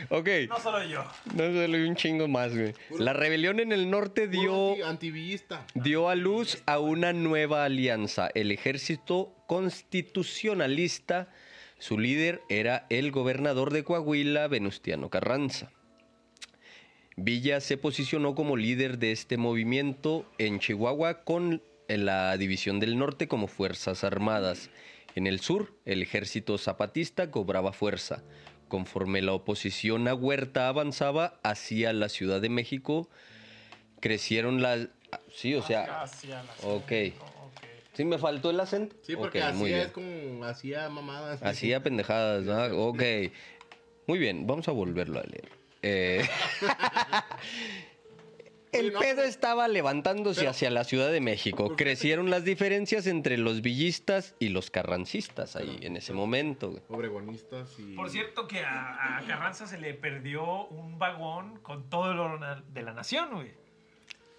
Speaker 2: Ok,
Speaker 7: No solo yo.
Speaker 2: no sale un chingo más, güey. La rebelión en el norte dio,
Speaker 1: Puro anti- Antivillista.
Speaker 2: dio a luz a una nueva alianza, el ejército constitucionalista. Su líder era el gobernador de Coahuila, Venustiano Carranza. Villa se posicionó como líder de este movimiento en Chihuahua con la División del Norte como Fuerzas Armadas. En el sur, el ejército zapatista cobraba fuerza. Conforme la oposición a Huerta avanzaba hacia la Ciudad de México, crecieron las... Sí, o sea...
Speaker 7: Hacia la-
Speaker 2: Ok.
Speaker 7: ok.
Speaker 2: ¿Sí me faltó el acento?
Speaker 1: Sí, porque
Speaker 2: Ok, muy
Speaker 1: hacía
Speaker 2: bien.
Speaker 1: es como hacía mamadas.
Speaker 2: Hacía pendejadas, ¿no? Ok. Muy bien, vamos a volverlo a leer. Eh, El
Speaker 1: Sí, no,
Speaker 2: pedo estaba levantándose
Speaker 1: pero-
Speaker 2: hacia la Ciudad de México. Crecieron las diferencias entre los villistas y los carrancistas ahí en ese momento. güey.
Speaker 1: Obregonistas y.
Speaker 7: Por cierto que a, a Carranza se le perdió un vagón con todo el oro na- de la nación, güey.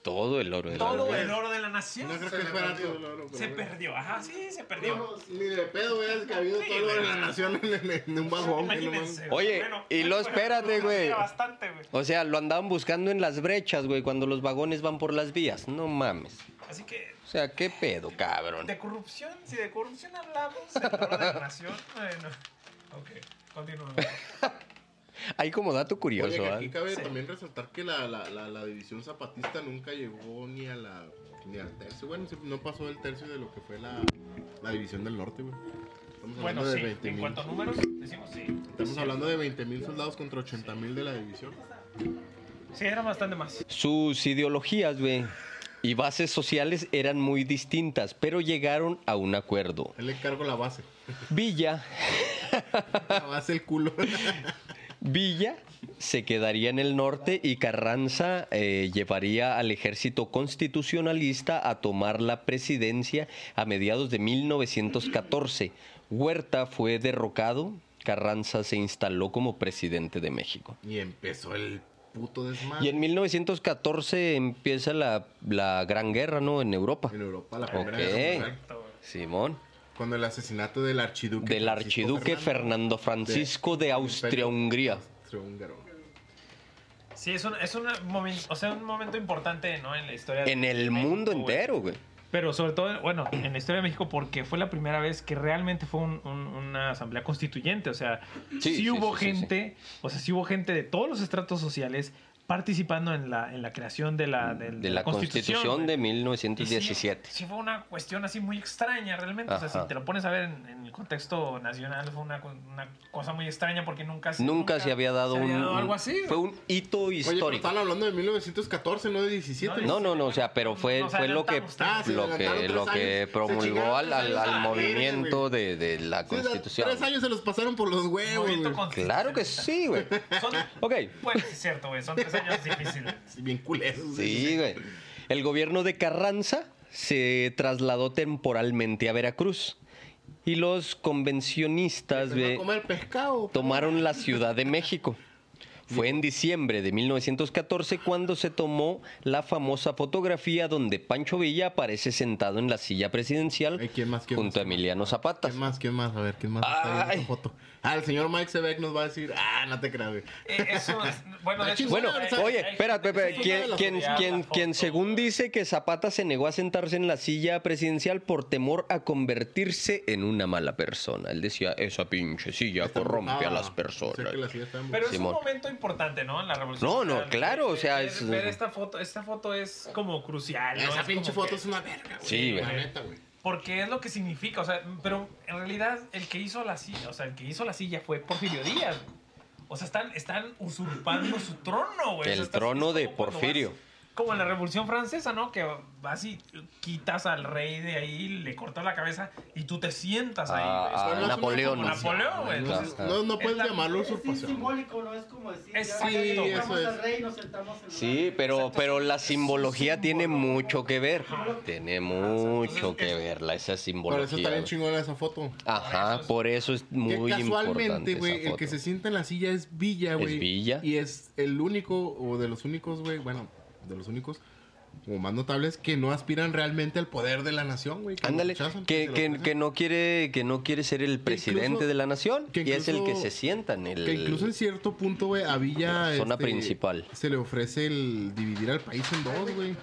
Speaker 2: Todo el oro de la
Speaker 7: Todo
Speaker 2: verga.
Speaker 7: el oro de la nación.
Speaker 1: No creo
Speaker 7: se
Speaker 1: que
Speaker 7: le
Speaker 1: fuera
Speaker 7: perdió.
Speaker 1: todo el oro, pero
Speaker 7: Se
Speaker 1: bueno.
Speaker 7: perdió, ajá, sí, se
Speaker 1: No,
Speaker 7: perdió.
Speaker 1: no, ni de pedo veas que ha habido
Speaker 7: Sí,
Speaker 1: todo lo de la
Speaker 7: ¿verdad?
Speaker 1: nación en, en- en un vagón. que no mames.
Speaker 7: Imagínense.
Speaker 2: Oye, y lo
Speaker 7: bueno,
Speaker 2: espérate,
Speaker 7: lo
Speaker 2: güey.
Speaker 7: perdió bastante, güey.
Speaker 2: O sea, lo andaban buscando en las brechas, güey, cuando los vagones van por las vías. No mames.
Speaker 7: Así que,
Speaker 2: O sea, qué pedo, cabrón.
Speaker 7: de corrupción, si de corrupción hablamos, el oro de la nación, bueno. Ok, continuamos.
Speaker 2: Hay como dato
Speaker 1: Oye,
Speaker 2: curioso,
Speaker 1: que
Speaker 2: ¿ah?
Speaker 1: aquí cabe
Speaker 7: Sí.
Speaker 1: también resaltar que la, la, la, la división zapatista nunca llegó ni a la ni al tercio. Bueno, sí, no pasó del tercio de lo que fue la, la división del norte, güey. Estamos hablando
Speaker 7: Bueno, sí,
Speaker 1: de 20
Speaker 7: en
Speaker 1: mil.
Speaker 7: cuanto a números, decimos sí.
Speaker 1: Estamos hablando de 20 mil soldados contra 80 mil de la división.
Speaker 7: Sí, era bastante más.
Speaker 2: Sus ideologías, güey, y bases sociales eran muy distintas, pero llegaron a un acuerdo.
Speaker 1: Él le cargo la base.
Speaker 2: Villa,
Speaker 1: La base el culo.
Speaker 2: Villa se quedaría en el norte y Carranza eh, llevaría al ejército constitucionalista a tomar la presidencia a mediados de 1914. Huerta fue derrocado, Carranza se instaló como presidente de México.
Speaker 1: y empezó el puto desmadre.
Speaker 2: Y en 1914 empieza la, la Gran Guerra, ¿no? En Europa.
Speaker 1: En Europa, la primera
Speaker 2: Ok.
Speaker 1: guerra mundial,
Speaker 2: Simón.
Speaker 1: Cuando el asesinato del archiduque.
Speaker 2: del
Speaker 1: Francisco
Speaker 2: archiduque Fernando Francisco de Austria-Hungría.
Speaker 1: Austrohúngaro.
Speaker 7: Sí, es un, es un momento, o sea, un momento importante, ¿no? En la historia.
Speaker 2: En
Speaker 7: de
Speaker 2: el
Speaker 7: México,
Speaker 2: mundo
Speaker 7: güey.
Speaker 2: entero, güey.
Speaker 7: Pero sobre todo, bueno, en la historia de México, porque fue la primera vez que realmente fue un- un- una asamblea constituyente. O sea,
Speaker 2: Sí,
Speaker 7: sí,
Speaker 2: sí,
Speaker 7: hubo
Speaker 2: sí, sí,
Speaker 7: gente, o sea, sí hubo gente de todos los estratos sociales
Speaker 4: participando en la, en la creación de la, Ah, de,
Speaker 2: de la Constitución de
Speaker 4: güey. Y sí-
Speaker 2: 1917.
Speaker 4: Sí, fue una cuestión así muy extraña realmente. O sea,
Speaker 2: Ajá.
Speaker 4: si te lo pones a ver en, en el contexto nacional, fue una, co- una cosa muy extraña porque nunca se,
Speaker 2: Nunca se había dado
Speaker 4: se
Speaker 2: un,
Speaker 4: algo así.
Speaker 2: fue un hito
Speaker 1: Oye, pero
Speaker 2: histórico.
Speaker 1: están hablando de 1914, no de 17.
Speaker 2: No, no, no, o sea, pero fue,
Speaker 4: Nos
Speaker 2: fue lo que
Speaker 4: adelantamos tres años.
Speaker 2: lo
Speaker 1: Ah, sí,
Speaker 2: que
Speaker 1: adelantaron
Speaker 2: lo
Speaker 1: tres
Speaker 2: que
Speaker 1: años. Se
Speaker 2: promulgó
Speaker 1: chingaron
Speaker 2: al,
Speaker 1: tres
Speaker 2: al-
Speaker 1: años
Speaker 2: al
Speaker 1: a la
Speaker 2: movimiento de, de la
Speaker 1: Sí, o sea,
Speaker 2: Constitución.
Speaker 1: tres años se los pasaron por los huevos.
Speaker 4: Movimiento
Speaker 1: güey.
Speaker 4: con-
Speaker 2: Claro que sí, güey.
Speaker 4: Son,
Speaker 2: Ok.
Speaker 4: bueno, sí es cierto, güey. Son tres años difíciles.
Speaker 1: Sí, Bien culeros.
Speaker 2: Sí, güey. El gobierno de Carranza se trasladó temporalmente a Veracruz y los convencionistas
Speaker 1: Empezó
Speaker 2: de-
Speaker 1: a pues, comer pescado.
Speaker 2: tomaron la Ciudad de México. Fue en diciembre de 1914 cuando se tomó la famosa fotografía donde Pancho Villa aparece sentado en la silla presidencial
Speaker 1: Ay, ¿quién más? ¿Quién
Speaker 2: junto a
Speaker 1: más?
Speaker 2: Emiliano Zapata.
Speaker 1: ¿Quién más? ¿Quién más? A ver, ¿quién más está ahí en
Speaker 2: Ay.
Speaker 1: esta foto? Ah, el señor Mike Sebeck nos va a decir, ah, no te creas, güey.
Speaker 7: Eh, eso es- bueno, de hecho,
Speaker 4: Pues
Speaker 2: Bueno,
Speaker 1: Bueno,
Speaker 7: hay-
Speaker 2: oye,
Speaker 7: hay
Speaker 2: espera,
Speaker 7: gente que
Speaker 2: Pepe,
Speaker 7: se
Speaker 2: quien,
Speaker 1: de las
Speaker 2: quien,
Speaker 7: fotos.
Speaker 2: quien-
Speaker 7: La foto,
Speaker 2: quien según
Speaker 7: güey.
Speaker 2: dice que Zapata se negó a sentarse en la silla presidencial por temor a convertirse en una mala persona. Él decía, esa pinche silla corrompe a
Speaker 1: Ah,
Speaker 2: las
Speaker 1: o sea
Speaker 2: personas.
Speaker 1: que la silla está en-
Speaker 7: Pero
Speaker 2: Simón.
Speaker 7: es un momento importante, ¿no? En la revolución.
Speaker 2: No, no,
Speaker 7: Claro,
Speaker 2: claro, o sea,
Speaker 7: ver,
Speaker 2: es-
Speaker 7: ver esta foto, esta foto es como crucial. ¿no?
Speaker 1: Esa
Speaker 7: Es
Speaker 1: pinche
Speaker 7: como
Speaker 1: foto
Speaker 7: que-
Speaker 1: es una verga, güey.
Speaker 2: Sí, güey.
Speaker 1: La neta, güey.
Speaker 7: Porque es lo que significa, o sea, pero en realidad el que hizo la silla, o sea, el que hizo la silla fue Porfirio Díaz. güey. O sea, están, están usurpando su trono, güey. O sea,
Speaker 2: El
Speaker 7: estás-
Speaker 2: trono
Speaker 7: es
Speaker 2: de
Speaker 7: como cuando
Speaker 2: Porfirio.
Speaker 7: vas- como en la Revolución Francesa, ¿no? Que vas y quitas al rey de ahí, le cortas la cabeza y tú te sientas ahí.
Speaker 2: Ah,
Speaker 7: güey.
Speaker 2: ah,
Speaker 1: Pero no es una
Speaker 2: Napoleón.
Speaker 1: usurpación,
Speaker 7: Napoleón, güey,
Speaker 1: No,
Speaker 2: entonces-
Speaker 1: no, no puedes
Speaker 7: Es la-
Speaker 1: llamarlo
Speaker 5: Es, es
Speaker 1: usurpación.
Speaker 5: simbólico, no es como decir.
Speaker 7: Es-
Speaker 5: ya,
Speaker 7: sí,
Speaker 5: ya
Speaker 1: eso
Speaker 5: compramos
Speaker 1: es.
Speaker 5: al rey y nos sentamos en
Speaker 2: Sí,
Speaker 5: una-
Speaker 2: pero,
Speaker 7: Exacto,
Speaker 2: pero
Speaker 7: es un-
Speaker 2: la
Speaker 7: es un
Speaker 2: simbología tiene
Speaker 7: símbolo.
Speaker 2: mucho que ver.
Speaker 7: Ajá.
Speaker 2: Tiene
Speaker 7: entonces,
Speaker 2: mucho que
Speaker 7: es-
Speaker 2: verla, esa
Speaker 1: Por eso
Speaker 2: simbología.
Speaker 1: está bien
Speaker 2: güey.
Speaker 1: chingona esa foto.
Speaker 2: Ajá, por eso es
Speaker 1: Que
Speaker 2: muy importante.
Speaker 1: casualmente,
Speaker 2: esa
Speaker 1: güey, el
Speaker 2: foto.
Speaker 1: que se sienta en la silla es Villa,
Speaker 2: Es
Speaker 1: güey.
Speaker 2: Villa.
Speaker 1: Y es el único, o de los únicos, güey, bueno, de los únicos, o más notables, que no aspiran realmente al poder de la nación, güey. que lo
Speaker 2: Ándale,
Speaker 1: rechazan,
Speaker 2: que,
Speaker 1: se lo
Speaker 2: que-
Speaker 1: rechazan.
Speaker 2: que no quiere, que no quiere ser el presidente
Speaker 1: incluso-
Speaker 2: de la nación
Speaker 1: que
Speaker 2: y es el que
Speaker 1: incluso-
Speaker 2: se sienta en el...
Speaker 1: Que incluso en cierto punto, güey, a Villa... este,
Speaker 2: Zona principal.
Speaker 1: Se le ofrece el dividir al país en dos, güey.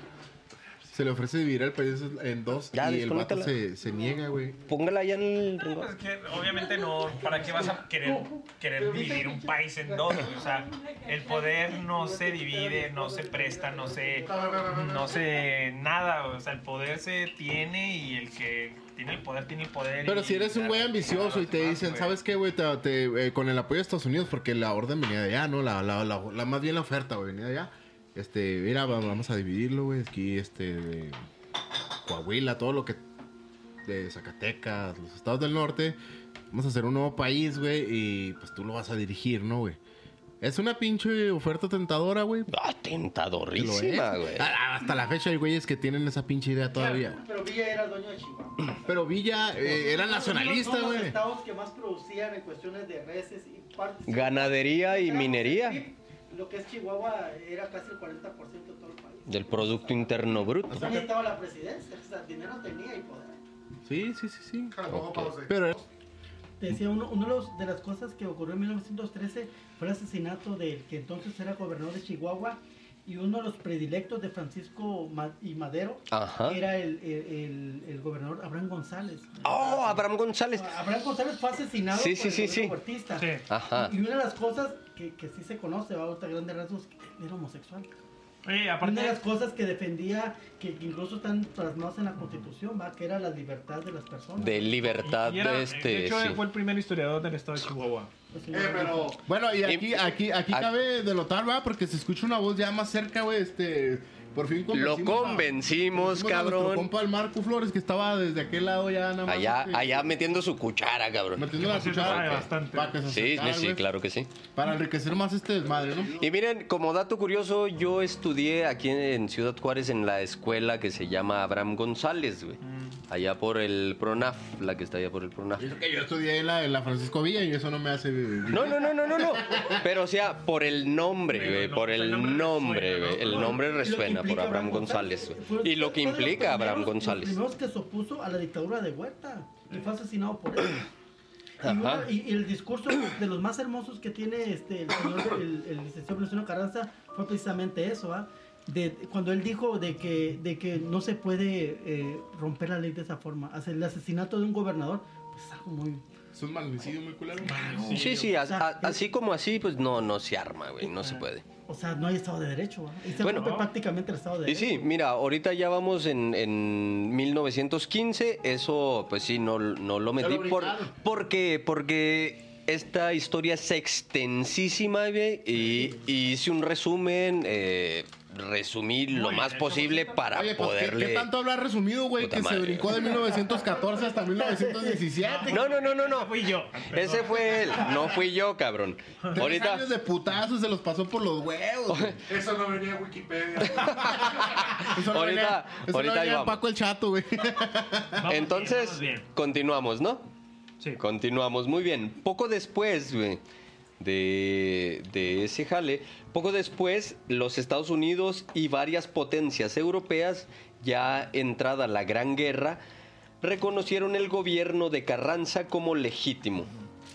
Speaker 1: Se le ofrece dividir al país en dos
Speaker 2: Ya,
Speaker 1: y el vato
Speaker 2: desconéctala.
Speaker 1: se, se niega, güey.
Speaker 2: Póngala allá en
Speaker 7: No, pues es
Speaker 2: el...
Speaker 7: que obviamente no, ¿para qué vas a querer, querer dividir un país en dos? güey? O sea, el poder no se divide, no se presta, no se, no se nada, o sea, el poder se tiene y el que tiene el poder tiene el poder.
Speaker 1: Pero
Speaker 7: y-
Speaker 1: si eres un güey ambicioso y te dicen, ¿sabes qué, güey? Te- te- eh, con el apoyo de Estados Unidos, porque la orden venía de allá, ¿no? La, la, la, la- más bien la oferta, güey, venía de allá. Este, mira, va- vamos a dividirlo, güey. Aquí, este, de Coahuila, todo lo que. de Zacatecas, los estados del norte. Vamos a hacer un nuevo país, güey, y pues tú lo vas a dirigir, ¿no, güey? Es una pinche oferta tentadora, güey.
Speaker 2: Ah,
Speaker 1: que lo es.
Speaker 2: tentadorísima, güey.
Speaker 1: Ah, Hasta la fecha hay güeyes que tienen esa pinche idea todavía.
Speaker 5: Pero Villa era dueño de Chihuahua.
Speaker 1: Pero Villa eh, era
Speaker 5: Uno- uno
Speaker 1: nacionalista,
Speaker 5: de los
Speaker 1: güey.
Speaker 5: estados que más producían en cuestiones de reses y partes.
Speaker 2: Ganadería y minería
Speaker 5: Sí, Lo que es Chihuahua era casi el 40% de todo el país.
Speaker 2: del Producto Interno Bruto.
Speaker 5: No necesitaba la presidencia, o sea, dinero tenía y poder.
Speaker 1: Sí, sí, sí, sí.
Speaker 3: Jalamojo, pausa.
Speaker 1: Pero
Speaker 5: Decía uno, una de, los- de las cosas que ocurrió en 1913 fue el asesinato del que entonces era gobernador de Chihuahua y uno de los predilectos de Francisco Ma- y Madero
Speaker 2: Ajá.
Speaker 5: era el, el- el- el gobernador Abraham González. Ah,
Speaker 2: Oh, Abraham González.
Speaker 5: Abraham González fue asesinado
Speaker 2: Sí,
Speaker 5: por
Speaker 2: sí,
Speaker 5: el
Speaker 2: sí,
Speaker 5: gobierno
Speaker 2: sí.
Speaker 5: huertista.
Speaker 7: Sí.
Speaker 2: Ajá.
Speaker 5: Y una de las cosas que, que sí se conoce, va a otra grande rasgos, que él era homosexual.
Speaker 7: Oye,
Speaker 5: Una de
Speaker 7: aparte,
Speaker 5: las cosas que defendía, que que incluso están plasmadas en la Constitución, va, que era la libertad de las personas.
Speaker 2: De libertad,
Speaker 7: y era- eh,
Speaker 2: de
Speaker 7: de
Speaker 2: este...
Speaker 7: hecho,
Speaker 2: sí.
Speaker 7: fue el primer historiador del estado de Chihuahua.
Speaker 5: Pues,
Speaker 3: Eh, pero.
Speaker 1: bueno,
Speaker 2: Em,
Speaker 1: y aquí, aquí, aquí
Speaker 2: Ac-
Speaker 1: cabe denotar, va, porque se escucha una voz ya más cerca, güey, este, por fin
Speaker 2: Lo
Speaker 1: a-
Speaker 2: convencimos,
Speaker 1: convencimos a nuestro
Speaker 2: cabrón.
Speaker 1: compa el Marco Flores que estaba desde aquel lado ya nada más.
Speaker 2: Allá,
Speaker 1: este,
Speaker 2: allá metiendo su cuchara, cabrón.
Speaker 1: metiendo la
Speaker 7: Por cierto, sabe
Speaker 1: cuchara
Speaker 7: bastante.
Speaker 1: para que se
Speaker 2: Sí,
Speaker 1: acercara,
Speaker 2: sí,
Speaker 1: güey,
Speaker 2: claro que sí.
Speaker 1: para enriquecer más este desmadre, ¿no?
Speaker 2: Y miren, como dato curioso, yo estudié aquí en, en Ciudad Juárez en la escuela que se llama Abraham González, güey.
Speaker 1: Mm.
Speaker 2: Allá por el PRONAF, la que está allá por el PRONAF.
Speaker 1: Y eso que yo estudié en la, en la Francisco Villa y eso no me hace vivir.
Speaker 2: No, no, no, no, no, no. Pero o sea, por el nombre,
Speaker 7: Pero
Speaker 2: güey,
Speaker 7: el
Speaker 2: por
Speaker 7: nombre-
Speaker 2: el
Speaker 7: el nombre
Speaker 2: nombre,
Speaker 7: resuena,
Speaker 2: güey.
Speaker 7: ¿no?
Speaker 2: El
Speaker 5: Bueno, y
Speaker 2: nombre
Speaker 5: lo que
Speaker 2: resuena por
Speaker 5: implica
Speaker 2: Abraham González,
Speaker 5: fue-
Speaker 2: güey. Y lo que
Speaker 5: fue de los
Speaker 2: implica Abraham
Speaker 5: primeros-
Speaker 2: González.
Speaker 5: Los primeros que se opuso a la dictadura de Huerta y fue asesinado por él. Y, uno-
Speaker 2: Ajá.
Speaker 5: y- y el discurso de los más hermosos que tiene este, el, señor, el, el licenciado Venustiano Carranza fue precisamente eso, ¿ah? De, cuando él dijo de que, de que no se puede eh, romper la ley de esa forma. Hacer el asesinato de un gobernador pues, es algo muy...
Speaker 1: Es un magnicidio muy culero.
Speaker 2: Sí, sí, a- a- así como así, pues no, no se arma, güey, no se puede.
Speaker 5: O sea, no hay Estado de Derecho. ¿va? Y se
Speaker 2: Bueno.
Speaker 5: rompe prácticamente el Estado de
Speaker 2: Y
Speaker 5: Derecho.
Speaker 2: sí, mira, ahorita ya vamos en, en 1915, eso pues sí, no, no lo metí
Speaker 1: lo
Speaker 2: por,
Speaker 1: brincaron.
Speaker 2: porque, porque esta historia es extensísima güey, y, y hice un resumen, eh, resumí lo
Speaker 4: Muy
Speaker 2: más
Speaker 4: bien,
Speaker 2: posible para
Speaker 1: Oye, pues, ¿qué-
Speaker 2: poderle...
Speaker 1: ¿qué, tanto habrá resumido, güey?
Speaker 2: Puta
Speaker 1: Que se
Speaker 2: madre.
Speaker 1: brincó de 1914 hasta 1917.
Speaker 2: No, no, no, no,
Speaker 7: Ah,
Speaker 2: no.
Speaker 4: Fui yo.
Speaker 2: Ese fue él, no fui yo, cabrón.
Speaker 1: Tres
Speaker 2: Ahorita...
Speaker 1: años de putazo se los pasó por los huevos. güey.
Speaker 3: Eso no venía en Wikipedia.
Speaker 1: Eso no
Speaker 2: Ahorita-
Speaker 1: venía- eso no
Speaker 2: ahorita
Speaker 1: venía
Speaker 2: ahí
Speaker 1: en
Speaker 2: vamos.
Speaker 1: Paco el Chato, güey.
Speaker 4: Vamos bien,
Speaker 2: Entonces,
Speaker 4: vamos bien.
Speaker 2: continuamos, ¿no?
Speaker 4: Sí.
Speaker 2: Continuamos, muy bien. Poco después güey, de, de ese jale, poco después los Estados Unidos y varias potencias europeas, ya entrada la Gran Guerra, reconocieron el gobierno de Carranza como legítimo.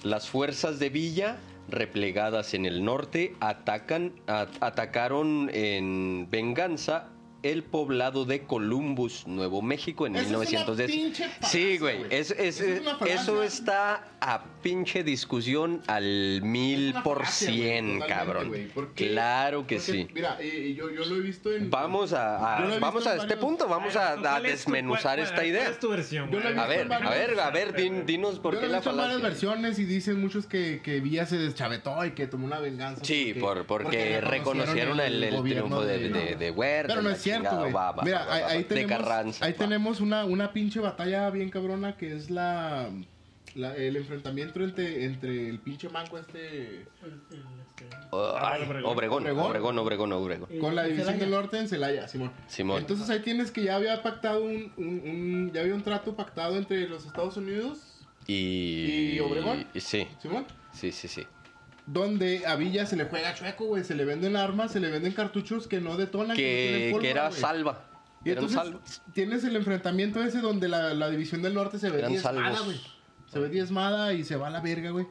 Speaker 2: Las fuerzas de Villa, replegadas en el norte, atacan, a- atacaron en venganza el poblado de Columbus, Nuevo México, en
Speaker 1: Eso es una
Speaker 2: 1910.
Speaker 1: pinche falacia,
Speaker 2: sí, güey,
Speaker 1: güey.
Speaker 2: es- es-
Speaker 1: Eso es una falacia.
Speaker 2: eso está a pinche discusión al mil
Speaker 1: Es una
Speaker 2: por
Speaker 1: falacia,
Speaker 2: cien,
Speaker 1: güey,
Speaker 2: cabrón.
Speaker 1: totalmente, güey. ¿Por qué?
Speaker 2: Claro que
Speaker 1: Porque,
Speaker 2: sí.
Speaker 1: Mira, eh, yo, yo lo he visto en.
Speaker 2: Vamos a, a-
Speaker 1: Yo lo he visto
Speaker 2: vamos a
Speaker 1: en
Speaker 2: este
Speaker 1: varios-
Speaker 2: punto, vamos a,
Speaker 4: ¿Tú
Speaker 2: a
Speaker 4: cuál es tu-
Speaker 2: desmenuzar
Speaker 4: cuál-
Speaker 2: esta
Speaker 4: cuál-
Speaker 2: idea.
Speaker 4: ¿Cuál es tu versión?
Speaker 1: Yo la
Speaker 4: güey?
Speaker 1: he
Speaker 2: A ver,
Speaker 1: visto en
Speaker 2: a ver, a ver, din- dinos por
Speaker 1: yo
Speaker 2: qué
Speaker 1: lo he
Speaker 2: la
Speaker 1: visto en varias
Speaker 2: falacia.
Speaker 1: versiones y dicen muchos que, que Villa se deschavetó y que tomó una venganza.
Speaker 2: Sí, por, porque, reconocieron el, el
Speaker 1: gobierno
Speaker 2: triunfo de, de, de, Huerta,
Speaker 1: Pero no
Speaker 2: la
Speaker 1: es cierto,
Speaker 2: chingada,
Speaker 1: güey.
Speaker 2: va, va,
Speaker 1: Mira,
Speaker 2: va, va,
Speaker 1: ahí,
Speaker 2: va,
Speaker 1: ahí
Speaker 2: de
Speaker 1: tenemos,
Speaker 2: Carranza,
Speaker 1: ahí
Speaker 2: va.
Speaker 1: tenemos una, una pinche batalla bien cabrona que es la, la- el enfrentamiento entre, entre el pinche manco este
Speaker 5: El- el, este,
Speaker 2: Ay, Obregón,
Speaker 1: Obregón.
Speaker 2: Obregón, Obregón, Obregón.
Speaker 5: Eh,
Speaker 1: con la
Speaker 5: en
Speaker 1: división
Speaker 5: Celaya.
Speaker 1: del norte en Celaya, Simón.
Speaker 2: Simón.
Speaker 1: Entonces ahí tienes que ya había pactado un, un- un- ya había un trato pactado entre los Estados Unidos,
Speaker 2: Y...
Speaker 1: ¿Y Obregón?
Speaker 2: y- sí,
Speaker 1: Simón,
Speaker 2: sí, sí, sí.
Speaker 1: donde a Villa se le juega chueco, güey, se le venden armas, se le venden cartuchos que no detonan, no tienen
Speaker 2: Que,
Speaker 1: pólvora,
Speaker 2: que era
Speaker 1: güey.
Speaker 2: salva.
Speaker 1: Y
Speaker 2: Eran
Speaker 1: entonces
Speaker 2: salvos.
Speaker 1: tienes el enfrentamiento ese donde la, la división del norte se ve
Speaker 2: Eran
Speaker 1: diezmada,
Speaker 2: salvos.
Speaker 1: güey. Se ve diezmada y se va a la verga, güey.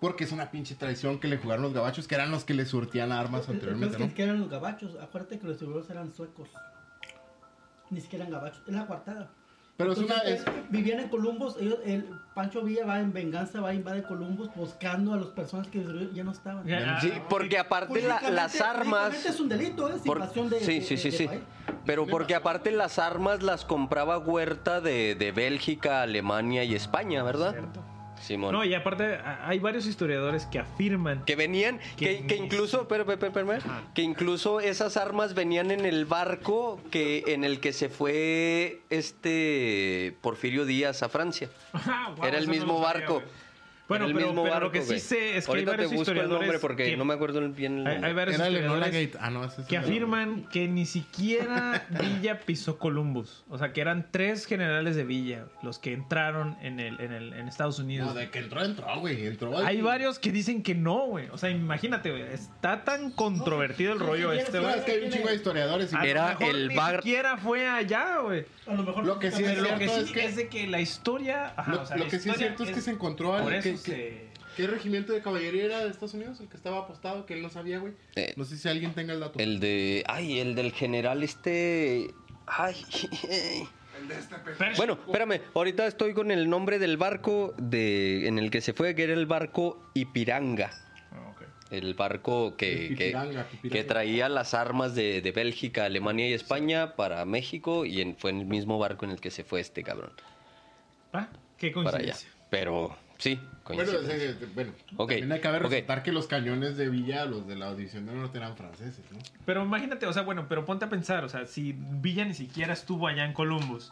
Speaker 1: Porque es una pinche traición que le jugaron los gabachos, que eran los que le surtían armas
Speaker 5: El- el peor es
Speaker 1: anteriormente,
Speaker 5: que ni
Speaker 1: ¿no?
Speaker 5: siquiera eran los gabachos. Acuérdate que los europeos eran suecos. Ni siquiera eran gabachos. Es la coartada.
Speaker 1: Pero es una...
Speaker 5: Entonces,
Speaker 1: es-
Speaker 5: eh, Vivían en Columbus. Ellos, el Pancho Villa va en venganza, va a invadir Columbus buscando a las personas que ya no estaban.
Speaker 4: Ya,
Speaker 2: Sí,
Speaker 4: ah,
Speaker 2: porque aparte la-
Speaker 5: Jurídicamente-
Speaker 2: las armas...
Speaker 5: jurídicamente Es un delito, es
Speaker 2: Por-
Speaker 5: invasión de.
Speaker 2: sí,
Speaker 5: de-
Speaker 2: sí, sí,
Speaker 5: de
Speaker 2: sí.
Speaker 5: país.
Speaker 4: ¿eh?
Speaker 2: Pero porque aparte las armas las compraba Huerta de, de Bélgica, Alemania y España, ¿verdad?
Speaker 4: Cierto.
Speaker 2: Simón.
Speaker 4: No, y aparte a- hay varios historiadores que afirman
Speaker 2: Que venían, que,
Speaker 4: Que
Speaker 2: que
Speaker 4: ni-
Speaker 2: incluso, pero, pero, pero, pero,
Speaker 4: Ajá.
Speaker 2: que incluso esas armas venían en el barco que en el que se fue este Porfirio Díaz a Francia.
Speaker 4: Ah, guau,
Speaker 2: Era el
Speaker 4: eso no
Speaker 2: mismo
Speaker 4: lo sabía,
Speaker 2: barco.
Speaker 4: güey. Bueno,
Speaker 2: Era el
Speaker 4: pero,
Speaker 2: mismo
Speaker 4: pero
Speaker 2: barco,
Speaker 4: lo que sí
Speaker 2: güey.
Speaker 4: sé es que
Speaker 2: Ahorita
Speaker 4: hay varios
Speaker 2: te busco el
Speaker 4: historiadores
Speaker 2: nombre porque
Speaker 4: que,
Speaker 2: no me acuerdo bien el
Speaker 4: hay, hay
Speaker 2: nombre.
Speaker 4: varios
Speaker 1: Era el Enola
Speaker 4: historiadores
Speaker 1: Gate. Ah, no, ese es
Speaker 4: que
Speaker 1: el-
Speaker 4: afirman que ni siquiera Villa pisó Columbus. O sea, que eran tres generales de Villa los que entraron en, el, en, el, en Estados
Speaker 1: No,
Speaker 4: Unidos.
Speaker 1: de que entró, entró, güey. Entró.
Speaker 4: Hay
Speaker 1: güey.
Speaker 4: varios que dicen que no, güey. O sea, imagínate, güey. Está tan controvertido el
Speaker 5: sí,
Speaker 4: rollo
Speaker 5: sí,
Speaker 4: este,
Speaker 1: No,
Speaker 4: güey. Ah,
Speaker 1: es que hay un chingo de historiadores. y-
Speaker 4: A lo
Speaker 2: Era
Speaker 4: mejor
Speaker 2: el
Speaker 4: ni
Speaker 2: bar-
Speaker 4: siquiera fue allá, güey.
Speaker 5: A lo mejor.
Speaker 1: Lo que sí es
Speaker 4: Pero lo que
Speaker 1: cierto
Speaker 4: sí
Speaker 1: es que-
Speaker 4: es de que la historia. ajá,
Speaker 1: Lo,
Speaker 4: o sea,
Speaker 1: lo que
Speaker 4: la
Speaker 1: sí es
Speaker 4: historia
Speaker 1: cierto es que se encontró al...
Speaker 4: Por eso
Speaker 1: que-
Speaker 4: se.
Speaker 1: que- ¿Qué regimiento de caballería era de Estados Unidos? El que estaba apostado, que él no sabía, güey.
Speaker 2: Eh,
Speaker 1: No sé si alguien tenga el dato.
Speaker 2: el de. Ay, el del general este. Ay.
Speaker 3: El de este pendejo.
Speaker 4: Pero-
Speaker 2: Bueno, espérame, ahorita estoy con el nombre del barco de en el que se fue, que era el barco Ipiranga.
Speaker 4: Ah, ok.
Speaker 2: El barco que,
Speaker 1: El
Speaker 2: que-
Speaker 1: Ipiranga,
Speaker 2: que
Speaker 1: Ipiranga.
Speaker 2: traía las armas de, de Bélgica, Alemania y España para México y en- fue en el mismo barco en el que se fue este cabrón
Speaker 4: Ah, qué
Speaker 2: para allá.
Speaker 4: coincidencia.
Speaker 2: Pero sí,
Speaker 1: Bueno,
Speaker 2: coincide.
Speaker 1: es- es- bueno
Speaker 2: Ok,
Speaker 1: también hay que haber
Speaker 2: Eh, ok.
Speaker 1: resaltar que los cañones de Villa, los de la división del norte, eran franceses, ¿no?
Speaker 4: Pero imagínate, o sea, bueno, pero ponte a pensar, o sea, si Villa ni siquiera estuvo allá en Columbus.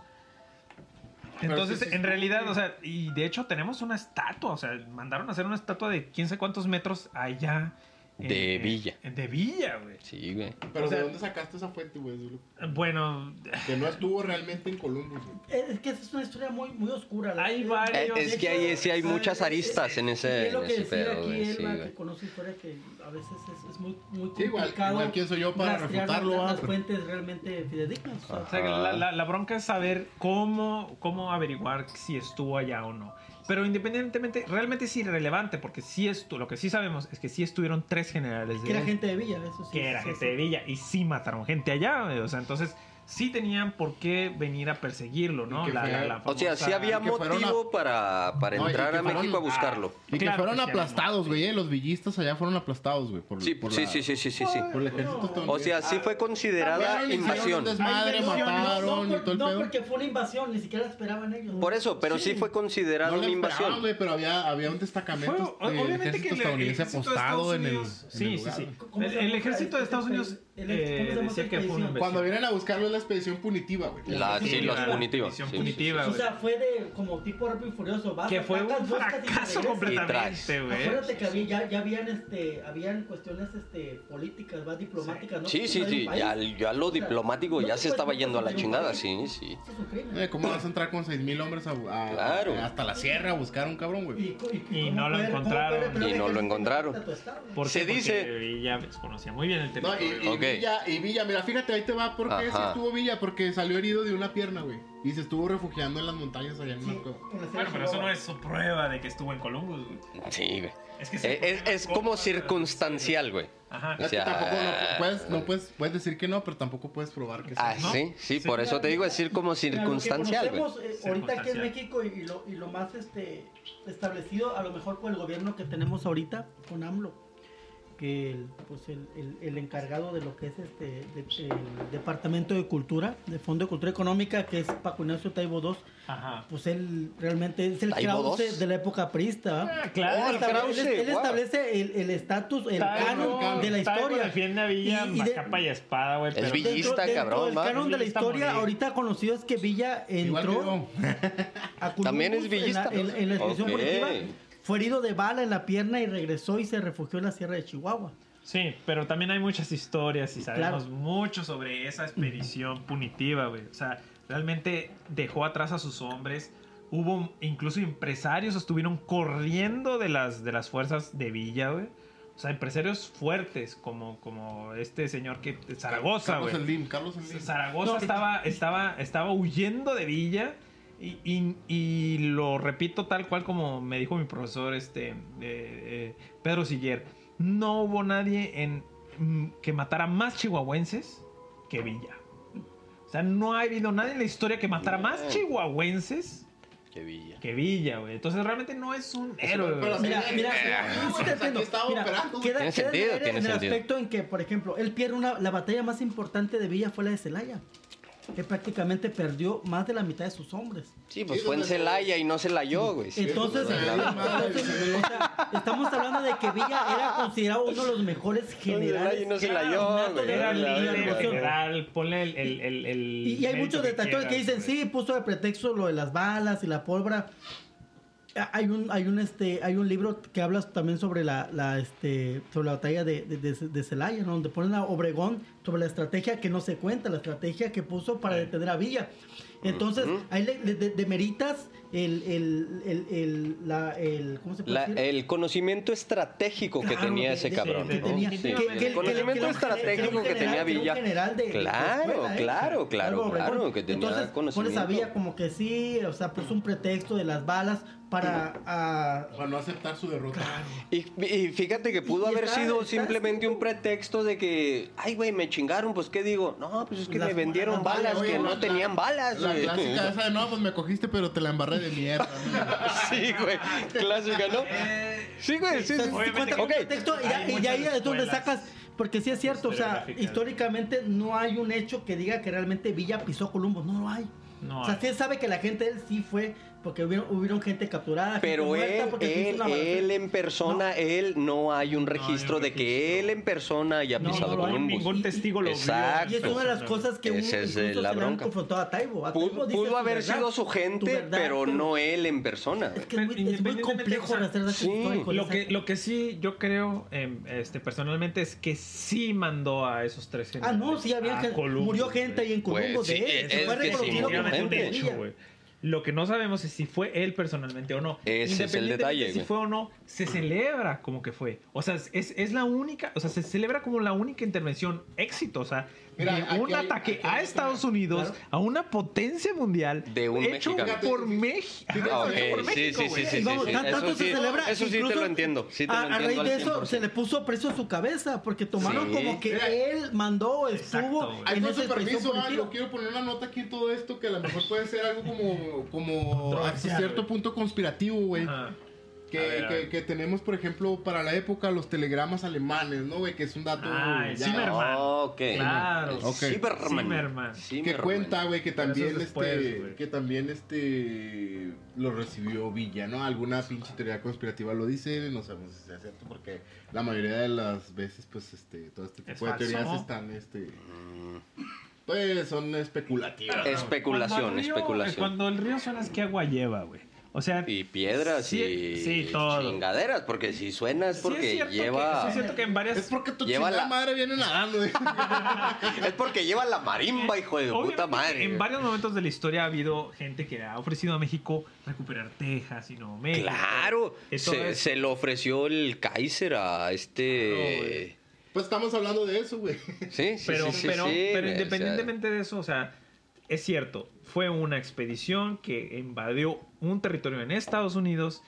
Speaker 1: Pero
Speaker 4: Entonces,
Speaker 1: sí, sí
Speaker 4: en
Speaker 1: estuvo,
Speaker 4: realidad,
Speaker 1: güey.
Speaker 4: o sea, y de hecho tenemos una estatua, o sea, mandaron a hacer una estatua de quién sabe cuántos metros allá.
Speaker 2: De Villa.
Speaker 4: De Villa, güey.
Speaker 2: Sí, güey.
Speaker 1: Pero
Speaker 4: O sea-
Speaker 1: ¿de dónde sacaste esa fuente, güey? Es lo-
Speaker 4: Bueno,
Speaker 1: Que no estuvo realmente en Columbus, güey.
Speaker 5: Es Eh, es que esa es una historia muy, muy oscura. la-
Speaker 4: Hay
Speaker 5: eh,
Speaker 4: varios-
Speaker 5: de eh,
Speaker 2: Eh, es que ahí sí hay muchas aristas en ese-
Speaker 5: y es lo
Speaker 2: en
Speaker 5: que
Speaker 2: ese
Speaker 5: decía
Speaker 2: pedo,
Speaker 5: aquí
Speaker 2: güey,
Speaker 5: Elba,
Speaker 2: sí,
Speaker 5: que
Speaker 2: güey.
Speaker 5: conoce historia que a veces es, es muy, muy
Speaker 1: Sí, igual,
Speaker 5: complicado
Speaker 1: igual quién soy yo para
Speaker 5: rastrear
Speaker 1: refutarlo,
Speaker 5: las-
Speaker 1: ah,
Speaker 5: las
Speaker 1: pero-
Speaker 5: fuentes realmente fidedignas. o sea,
Speaker 4: o sea,
Speaker 2: Ah.
Speaker 4: la, la- la bronca es saber cómo, cómo averiguar si estuvo allá o no. Pero independientemente, realmente es irrelevante, porque sí estu- lo que sí sabemos es que sí estuvieron tres generales de
Speaker 5: que era
Speaker 4: Villa.
Speaker 5: gente de Villa, eso sí.
Speaker 4: que era
Speaker 5: sí,
Speaker 4: gente
Speaker 5: sí.
Speaker 4: de Villa y sí mataron gente allá, güey. o sea, entonces sí tenían por qué venir a perseguirlo, ¿no?
Speaker 1: Y que fue-
Speaker 2: O sea, sí
Speaker 4: famosa-
Speaker 2: había
Speaker 1: y que fueron
Speaker 2: motivo para, para
Speaker 1: No, y
Speaker 2: entrar
Speaker 1: que
Speaker 2: a
Speaker 1: fueron-
Speaker 2: México a buscarlo.
Speaker 1: Y que
Speaker 4: Claro
Speaker 1: fueron
Speaker 4: que sí,
Speaker 1: aplastados, güey. eh, Los villistas allá fueron aplastados, güey. Por,
Speaker 2: Sí,
Speaker 1: por
Speaker 2: sí,
Speaker 1: la-
Speaker 2: sí, sí, sí, sí, sí.
Speaker 1: Por el ejército
Speaker 2: O sea, sí fue considerada
Speaker 1: Fueron, hicieron un
Speaker 2: invasión.
Speaker 1: Desmadre,
Speaker 5: Ay, no, no,
Speaker 1: Pues mataron
Speaker 5: no,
Speaker 1: y todo el
Speaker 5: no,
Speaker 1: pedo.
Speaker 5: porque fue una invasión, ni siquiera esperaban ellos.
Speaker 2: Por eso, pero sí fue considerada
Speaker 1: No
Speaker 2: una
Speaker 1: le
Speaker 2: invasión.
Speaker 1: esperaban, güey, pero había, había un
Speaker 4: Fue-
Speaker 1: destacamento
Speaker 4: o-
Speaker 1: del
Speaker 4: obviamente
Speaker 1: ejército
Speaker 4: que el- el
Speaker 1: estadounidense
Speaker 4: ejército de
Speaker 1: apostado
Speaker 4: Estados
Speaker 1: en el,
Speaker 4: Unidos-
Speaker 1: en
Speaker 4: sí,
Speaker 1: el
Speaker 4: sí,
Speaker 1: lugar,
Speaker 4: sí.
Speaker 1: güey.
Speaker 5: ¿Cómo se
Speaker 4: El-
Speaker 5: llama?
Speaker 4: el ejército de Estados Unidos,
Speaker 5: El- el- ¿cómo se
Speaker 4: eh,
Speaker 5: llama
Speaker 4: decía
Speaker 5: esa
Speaker 1: este
Speaker 4: que fue una
Speaker 5: expedición?
Speaker 4: invasión.
Speaker 1: Cuando vienen a buscarlo es la expedición punitiva, güey.
Speaker 2: La- sí,
Speaker 4: Sí,
Speaker 2: los
Speaker 4: la
Speaker 2: punitivos.
Speaker 4: visión
Speaker 2: Sí, sí,
Speaker 4: punitiva,
Speaker 5: O
Speaker 4: güey.
Speaker 5: sea, fue de como tipo rápido y furioso. vas,
Speaker 4: que fue
Speaker 5: atacas,
Speaker 4: un
Speaker 5: buscas y te
Speaker 4: fracaso
Speaker 5: regresas.
Speaker 4: completamente, güey.
Speaker 5: Acuérdate que había, ya, ya habían, este, habían cuestiones este, políticas, más diplomáticas, ¿no?
Speaker 2: Sí, sí,
Speaker 5: No hay
Speaker 2: sí.
Speaker 5: país.
Speaker 2: Ya, ya lo
Speaker 5: O sea,
Speaker 2: diplomático
Speaker 5: no
Speaker 2: ya
Speaker 5: te
Speaker 2: se estaba
Speaker 5: puedes
Speaker 2: yendo a la
Speaker 5: meter
Speaker 2: chingada,
Speaker 5: en un
Speaker 2: sí,
Speaker 5: país.
Speaker 2: sí.
Speaker 5: Eso es un crimen.
Speaker 1: Eh, ¿Cómo vas a entrar con 6.000 hombres a, a-
Speaker 2: Claro.
Speaker 1: a- hasta la sierra a buscar a un cabrón,
Speaker 5: Y,
Speaker 1: güey?
Speaker 4: Y
Speaker 5: cómo
Speaker 4: no lo
Speaker 5: puede- cómo
Speaker 4: encontraron.
Speaker 5: puede pelear
Speaker 2: Y
Speaker 5: el
Speaker 2: no lo
Speaker 5: ejército
Speaker 2: encontraron.
Speaker 5: contra tu estado, güey?
Speaker 4: ¿Por
Speaker 2: Se
Speaker 4: qué? Porque
Speaker 2: dice-
Speaker 4: ella pues, conocía muy bien el
Speaker 1: No, y,
Speaker 4: territorio.
Speaker 1: y
Speaker 2: Ok.
Speaker 1: Villa, y Villa, mira, fíjate, ahí te va porque sí
Speaker 2: Ajá.
Speaker 1: estuvo Villa, porque salió herido de una pierna, güey. Y se estuvo refugiando en las montañas allá en
Speaker 5: Sí,
Speaker 1: una cueva.
Speaker 5: en la Sierra
Speaker 7: Bueno, pero eso no
Speaker 5: Chihuahua.
Speaker 7: es su prueba de que estuvo en Columbus, güey.
Speaker 2: Sí, güey.
Speaker 7: Es que
Speaker 2: Eh, Es, es como circunstancial, güey.
Speaker 7: Ajá.
Speaker 2: O
Speaker 1: Es que
Speaker 2: sea,
Speaker 1: tampoco no puedes, no puedes, puedes decir que no, pero tampoco puedes probar que sí.
Speaker 2: Ah, sí, sí, por eso te digo, es ir como
Speaker 5: Mira, lo que
Speaker 2: circunstancial, güey.
Speaker 5: conocemos, eh, ahorita aquí en
Speaker 7: Circunstancial.
Speaker 5: México y, y lo, y lo más este, establecido, a lo mejor con el gobierno que tenemos ahorita, con AMLO, que el, pues el, el- el encargado de lo que es este de- el Departamento de Cultura, de Fondo de Cultura Económica, que es Paco Ignacio Taibo II,
Speaker 4: Ajá.
Speaker 5: pues él realmente es el
Speaker 2: ¿Taibo
Speaker 5: Krause
Speaker 2: II?
Speaker 5: de la época priista. ¿va?
Speaker 1: Ah,
Speaker 4: Ah, claro,
Speaker 5: él,
Speaker 2: el
Speaker 5: establece-
Speaker 2: Krause,
Speaker 5: él- él
Speaker 2: guau.
Speaker 5: establece el- el estatus, el,
Speaker 4: Taibo-
Speaker 5: canon de la
Speaker 4: Taibo
Speaker 5: historia.
Speaker 4: defiende a Villa
Speaker 5: Y- y de-
Speaker 4: a capa y espada, güey. pero-
Speaker 2: Villa- Villista, cabrón,
Speaker 5: El
Speaker 2: va.
Speaker 5: canon de la
Speaker 4: Villista
Speaker 5: historia
Speaker 4: morir.
Speaker 5: ahorita conocido es que Villa
Speaker 1: Igual que
Speaker 5: entró
Speaker 1: yo.
Speaker 5: a Columbus
Speaker 2: También es
Speaker 5: en la-
Speaker 2: villista.
Speaker 5: En la, en la expedición
Speaker 2: Ok.
Speaker 5: punitiva, fue herido de bala en la pierna y regresó y se refugió en la sierra de Chihuahua.
Speaker 4: Sí, pero también hay muchas historias y sabemos
Speaker 5: Claro.
Speaker 4: mucho sobre esa expedición punitiva, güey. O sea, realmente dejó atrás a sus hombres. Hubo incluso empresarios estuvieron corriendo de las, de las fuerzas de Villa, güey. O sea, empresarios fuertes como, como este señor que Zaragoza,
Speaker 1: Carlos
Speaker 4: güey.
Speaker 1: Slim, Carlos Slim.
Speaker 4: Zaragoza
Speaker 5: No.
Speaker 4: estaba, estaba, estaba huyendo de Villa. Y, y- y lo repito tal cual como me dijo mi profesor este, eh, eh, Pedro Siller. No hubo nadie en, mm, que matara más chihuahuenses que Villa. O sea, no ha habido nadie en la historia que matara más chihuahuenses
Speaker 2: Qué Villa.
Speaker 4: que Villa, güey. Entonces realmente no es un héroe,
Speaker 1: pero
Speaker 4: güey.
Speaker 1: sí.
Speaker 5: Mira, mira,
Speaker 1: Eh,
Speaker 5: mira, sí te
Speaker 1: aquí
Speaker 5: entiendo.
Speaker 1: estaba
Speaker 5: Mira,
Speaker 1: operando.
Speaker 5: queda-
Speaker 2: Tiene
Speaker 5: queda en el
Speaker 2: sentido,
Speaker 5: aire
Speaker 2: tiene
Speaker 5: en el
Speaker 2: sentido.
Speaker 5: aspecto en que, por ejemplo, él pierde una, la batalla más importante de Villa fue la de Celaya. Que prácticamente perdió más de la mitad de sus hombres.
Speaker 2: Sí, pues fue en Celaya y no se la halló, güey. sí.
Speaker 5: Entonces,
Speaker 1: Sí,
Speaker 5: entonces,
Speaker 1: madre.
Speaker 5: o sea, estamos hablando de que Villa era considerado uno de los mejores generales.
Speaker 2: y no se la
Speaker 5: nato
Speaker 2: halló,
Speaker 5: de
Speaker 2: güey.
Speaker 5: la
Speaker 4: Era
Speaker 5: Liga de
Speaker 4: líder
Speaker 5: Revolución.
Speaker 4: general, ponle el... el- el- el
Speaker 5: Y, y hay
Speaker 4: mérito
Speaker 5: muchos detractores que
Speaker 4: quieras,
Speaker 5: dicen,
Speaker 4: güey.
Speaker 5: sí, puso de pretexto lo de las balas y la pólvora. Ah, Hay un, hay un, este, hay un libro que habla también sobre la, la, este, sobre la batalla de, de, de- de Celaya, ¿no? donde ponen a Obregón sobre la estrategia que no se cuenta, la estrategia que puso para detener a Villa. Entonces,
Speaker 2: Ujú.
Speaker 5: ahí le, le- de- demeritas el, el, el, el- la, el, ¿cómo se puede
Speaker 2: La-
Speaker 5: decir?
Speaker 2: el conocimiento estratégico que
Speaker 5: Claro,
Speaker 2: tenía ese
Speaker 5: de-
Speaker 2: cabrón.
Speaker 5: de-
Speaker 2: ¿no?
Speaker 5: tenía-
Speaker 2: Sí, sí,
Speaker 5: que- que-
Speaker 2: el
Speaker 5: que- que-
Speaker 2: conocimiento
Speaker 5: que- que-
Speaker 2: estratégico que
Speaker 5: que-
Speaker 2: tenía
Speaker 5: que- que-
Speaker 2: Villa.
Speaker 5: que- general de- de
Speaker 2: Claro,
Speaker 5: escuela, ¿eh?
Speaker 2: claro, claro,
Speaker 5: Obregón.
Speaker 2: claro, que tenía
Speaker 5: Entonces,
Speaker 2: conocimiento.
Speaker 5: Por esa vía como que sí, o sea, puso un pretexto de las balas para... ah,
Speaker 1: Para no aceptar su derrota.
Speaker 2: Y, y fíjate que pudo
Speaker 5: Y
Speaker 2: haber
Speaker 5: está-
Speaker 2: sido
Speaker 5: está
Speaker 2: simplemente
Speaker 5: así.
Speaker 2: un pretexto de que, ay, güey, me chingaron, pues qué digo. No, pues es que
Speaker 5: Las-
Speaker 2: me vendieron
Speaker 5: las
Speaker 2: balas
Speaker 5: balas,
Speaker 2: que
Speaker 1: Oye,
Speaker 2: no
Speaker 1: la-
Speaker 2: tenían balas,
Speaker 1: La
Speaker 2: güey.
Speaker 1: clásica esa de no, pues me cogiste, pero te la embarré de mierda. ¿no?
Speaker 2: Sí, güey, clásica, ¿no?
Speaker 7: Eh,
Speaker 2: Sí, güey, sí, sí.
Speaker 5: Entonces, sí cuenta con
Speaker 2: Ok,
Speaker 5: pretexto y ya,
Speaker 4: Hay
Speaker 5: y ya ahí
Speaker 4: muchas
Speaker 5: es donde
Speaker 4: escuelas
Speaker 5: sacas, porque sí es cierto, o sea,
Speaker 4: historiográficas.
Speaker 5: históricamente no hay un hecho que diga que realmente Villa pisó a Columbo, no lo hay.
Speaker 4: No,
Speaker 5: o sea, sí sabe que la gente de él sí fue, porque hubieron, hubieron gente capturada, gente
Speaker 2: Pero
Speaker 5: muerta,
Speaker 2: él,
Speaker 5: porque se hizo
Speaker 2: él,
Speaker 5: una balacera.
Speaker 2: él en persona, él no hay un registro de que él en persona haya
Speaker 5: No,
Speaker 2: pisado
Speaker 5: no lo hay.
Speaker 2: Columbus.
Speaker 4: ningún testigo lo vio.
Speaker 2: Exacto.
Speaker 5: Y es una de las cosas
Speaker 2: Esa
Speaker 5: que uno
Speaker 2: es, eh,
Speaker 5: incluso
Speaker 2: la
Speaker 5: se le han
Speaker 2: bronca.
Speaker 5: confrontado a Taibo. A Taibo
Speaker 2: Pudo,
Speaker 5: dice
Speaker 2: pudo haber
Speaker 5: verdad,
Speaker 2: sido su gente,
Speaker 5: tu verdad,
Speaker 2: pero no él en persona.
Speaker 5: Es que es muy, es muy
Speaker 4: Independientemente,
Speaker 5: complejo
Speaker 4: o sea,
Speaker 5: hacer datos
Speaker 2: sí,
Speaker 5: históricos,
Speaker 4: Lo
Speaker 5: exacto.
Speaker 4: que, lo que sí yo creo eh, este, personalmente es que sí mandó a esos tres
Speaker 5: Ah,
Speaker 4: generales
Speaker 5: no, sí, había
Speaker 4: a
Speaker 5: gente-
Speaker 4: Columbus,
Speaker 5: murió
Speaker 4: güey.
Speaker 5: gente ahí en Colombo
Speaker 2: Pues, sí,
Speaker 5: de él.
Speaker 2: es
Speaker 5: Se fue
Speaker 2: que sí,
Speaker 5: reconocido como
Speaker 2: murió
Speaker 4: Definitivamente
Speaker 5: un
Speaker 2: gente.
Speaker 4: un
Speaker 5: de
Speaker 4: hecho,
Speaker 5: Villa.
Speaker 4: güey. Lo que no sabemos es si fue él personalmente o no.
Speaker 2: Ese es el
Speaker 4: Independientemente
Speaker 2: detalle,
Speaker 4: Si
Speaker 2: güey.
Speaker 4: fue o no, se celebra como que fue. O sea, es, es la única, o sea, se celebra como la única intervención exitosa
Speaker 1: Mira,
Speaker 4: de
Speaker 1: aquí
Speaker 4: un
Speaker 1: hay-
Speaker 4: ataque
Speaker 1: aquí hay
Speaker 4: a
Speaker 1: otro-
Speaker 4: Estados Unidos,
Speaker 5: Claro.
Speaker 4: a una potencia mundial,
Speaker 2: De un
Speaker 4: hecho
Speaker 2: mexicano.
Speaker 4: por México.
Speaker 2: Ah, ok,
Speaker 4: hecho por
Speaker 2: sí,
Speaker 4: México,
Speaker 2: sí, sí,
Speaker 4: güey.
Speaker 2: sí, sí,
Speaker 5: Vamos,
Speaker 2: sí.
Speaker 5: tan- tanto
Speaker 2: Eso
Speaker 5: se
Speaker 2: sí,
Speaker 5: celebra,
Speaker 2: eso sí te
Speaker 5: incluso
Speaker 2: lo entiendo. Sí te
Speaker 5: a,
Speaker 2: lo
Speaker 5: a raíz
Speaker 2: entiendo
Speaker 5: de
Speaker 2: al
Speaker 5: eso
Speaker 2: 100%.
Speaker 5: se le puso preso su cabeza porque tomaron
Speaker 2: Sí.
Speaker 5: como que
Speaker 1: Mira.
Speaker 5: él mandó, estuvo
Speaker 4: Exacto, güey.
Speaker 1: Ay,
Speaker 5: en
Speaker 1: con
Speaker 5: esa
Speaker 1: su
Speaker 5: expresión
Speaker 1: permiso, ah,
Speaker 5: punitiva.
Speaker 1: yo quiero poner una nota aquí en todo esto que a lo mejor puede ser algo como, como hasta
Speaker 8: Controversial,
Speaker 1: cierto
Speaker 8: güey.
Speaker 1: punto conspirativo, güey.
Speaker 8: Ajá.
Speaker 1: Que,
Speaker 8: A ver, a
Speaker 1: que-
Speaker 8: ver.
Speaker 1: que tenemos, por ejemplo, para la época los telegramas alemanes, ¿no, güey? Que es un dato
Speaker 8: Ah,
Speaker 4: Ay,
Speaker 1: ya-
Speaker 4: sí me- Superman.
Speaker 2: Ah, Ok.
Speaker 4: Claro.
Speaker 2: El
Speaker 1: Ok.
Speaker 2: Cyberman.
Speaker 4: Cyberman.
Speaker 1: que
Speaker 2: Cyberman.
Speaker 1: cuenta, güey, que también
Speaker 4: eso es después,
Speaker 1: este,
Speaker 4: güey.
Speaker 1: que también este lo recibió Villa, ¿no? Alguna pinche teoría conspirativa lo dice, no sabemos si sea cierto porque la mayoría de las veces pues este todo este tipo
Speaker 4: Es
Speaker 1: de
Speaker 4: falso,
Speaker 1: teorías
Speaker 4: ¿no?
Speaker 1: están este
Speaker 2: Mm.
Speaker 1: pues son especulativas. ¿no?
Speaker 2: Especulación,
Speaker 4: Cuando el río-
Speaker 2: especulación.
Speaker 4: Cuando el río suena es que agua lleva, güey. O sea,
Speaker 2: Y piedras
Speaker 4: Sí,
Speaker 2: y
Speaker 4: sí, todo.
Speaker 2: chingaderas, porque si suena es
Speaker 4: sí es
Speaker 2: porque
Speaker 4: cierto que- sí
Speaker 2: lleva.
Speaker 4: es cierto que en varias
Speaker 1: Es porque tu
Speaker 2: Lleva
Speaker 1: chingada
Speaker 2: la-
Speaker 1: madre viene nadando. güey.
Speaker 2: es porque lleva la marimba, hijo de
Speaker 4: Obviamente,
Speaker 2: puta madre.
Speaker 4: En varios momentos de la historia ha habido gente que ha ofrecido a México recuperar Texas y Nuevo México.
Speaker 2: Claro,
Speaker 4: Es todo
Speaker 2: se,
Speaker 4: eso.
Speaker 2: se lo ofreció el Kaiser a este.
Speaker 1: Pues estamos hablando de eso, güey.
Speaker 2: sí, sí,
Speaker 4: Pero,
Speaker 2: sí, sí,
Speaker 4: pero,
Speaker 2: sí, o
Speaker 4: pero
Speaker 2: sea,
Speaker 4: independientemente de eso, o sea, es cierto, fue una expedición que invadió un territorio en Estados Unidos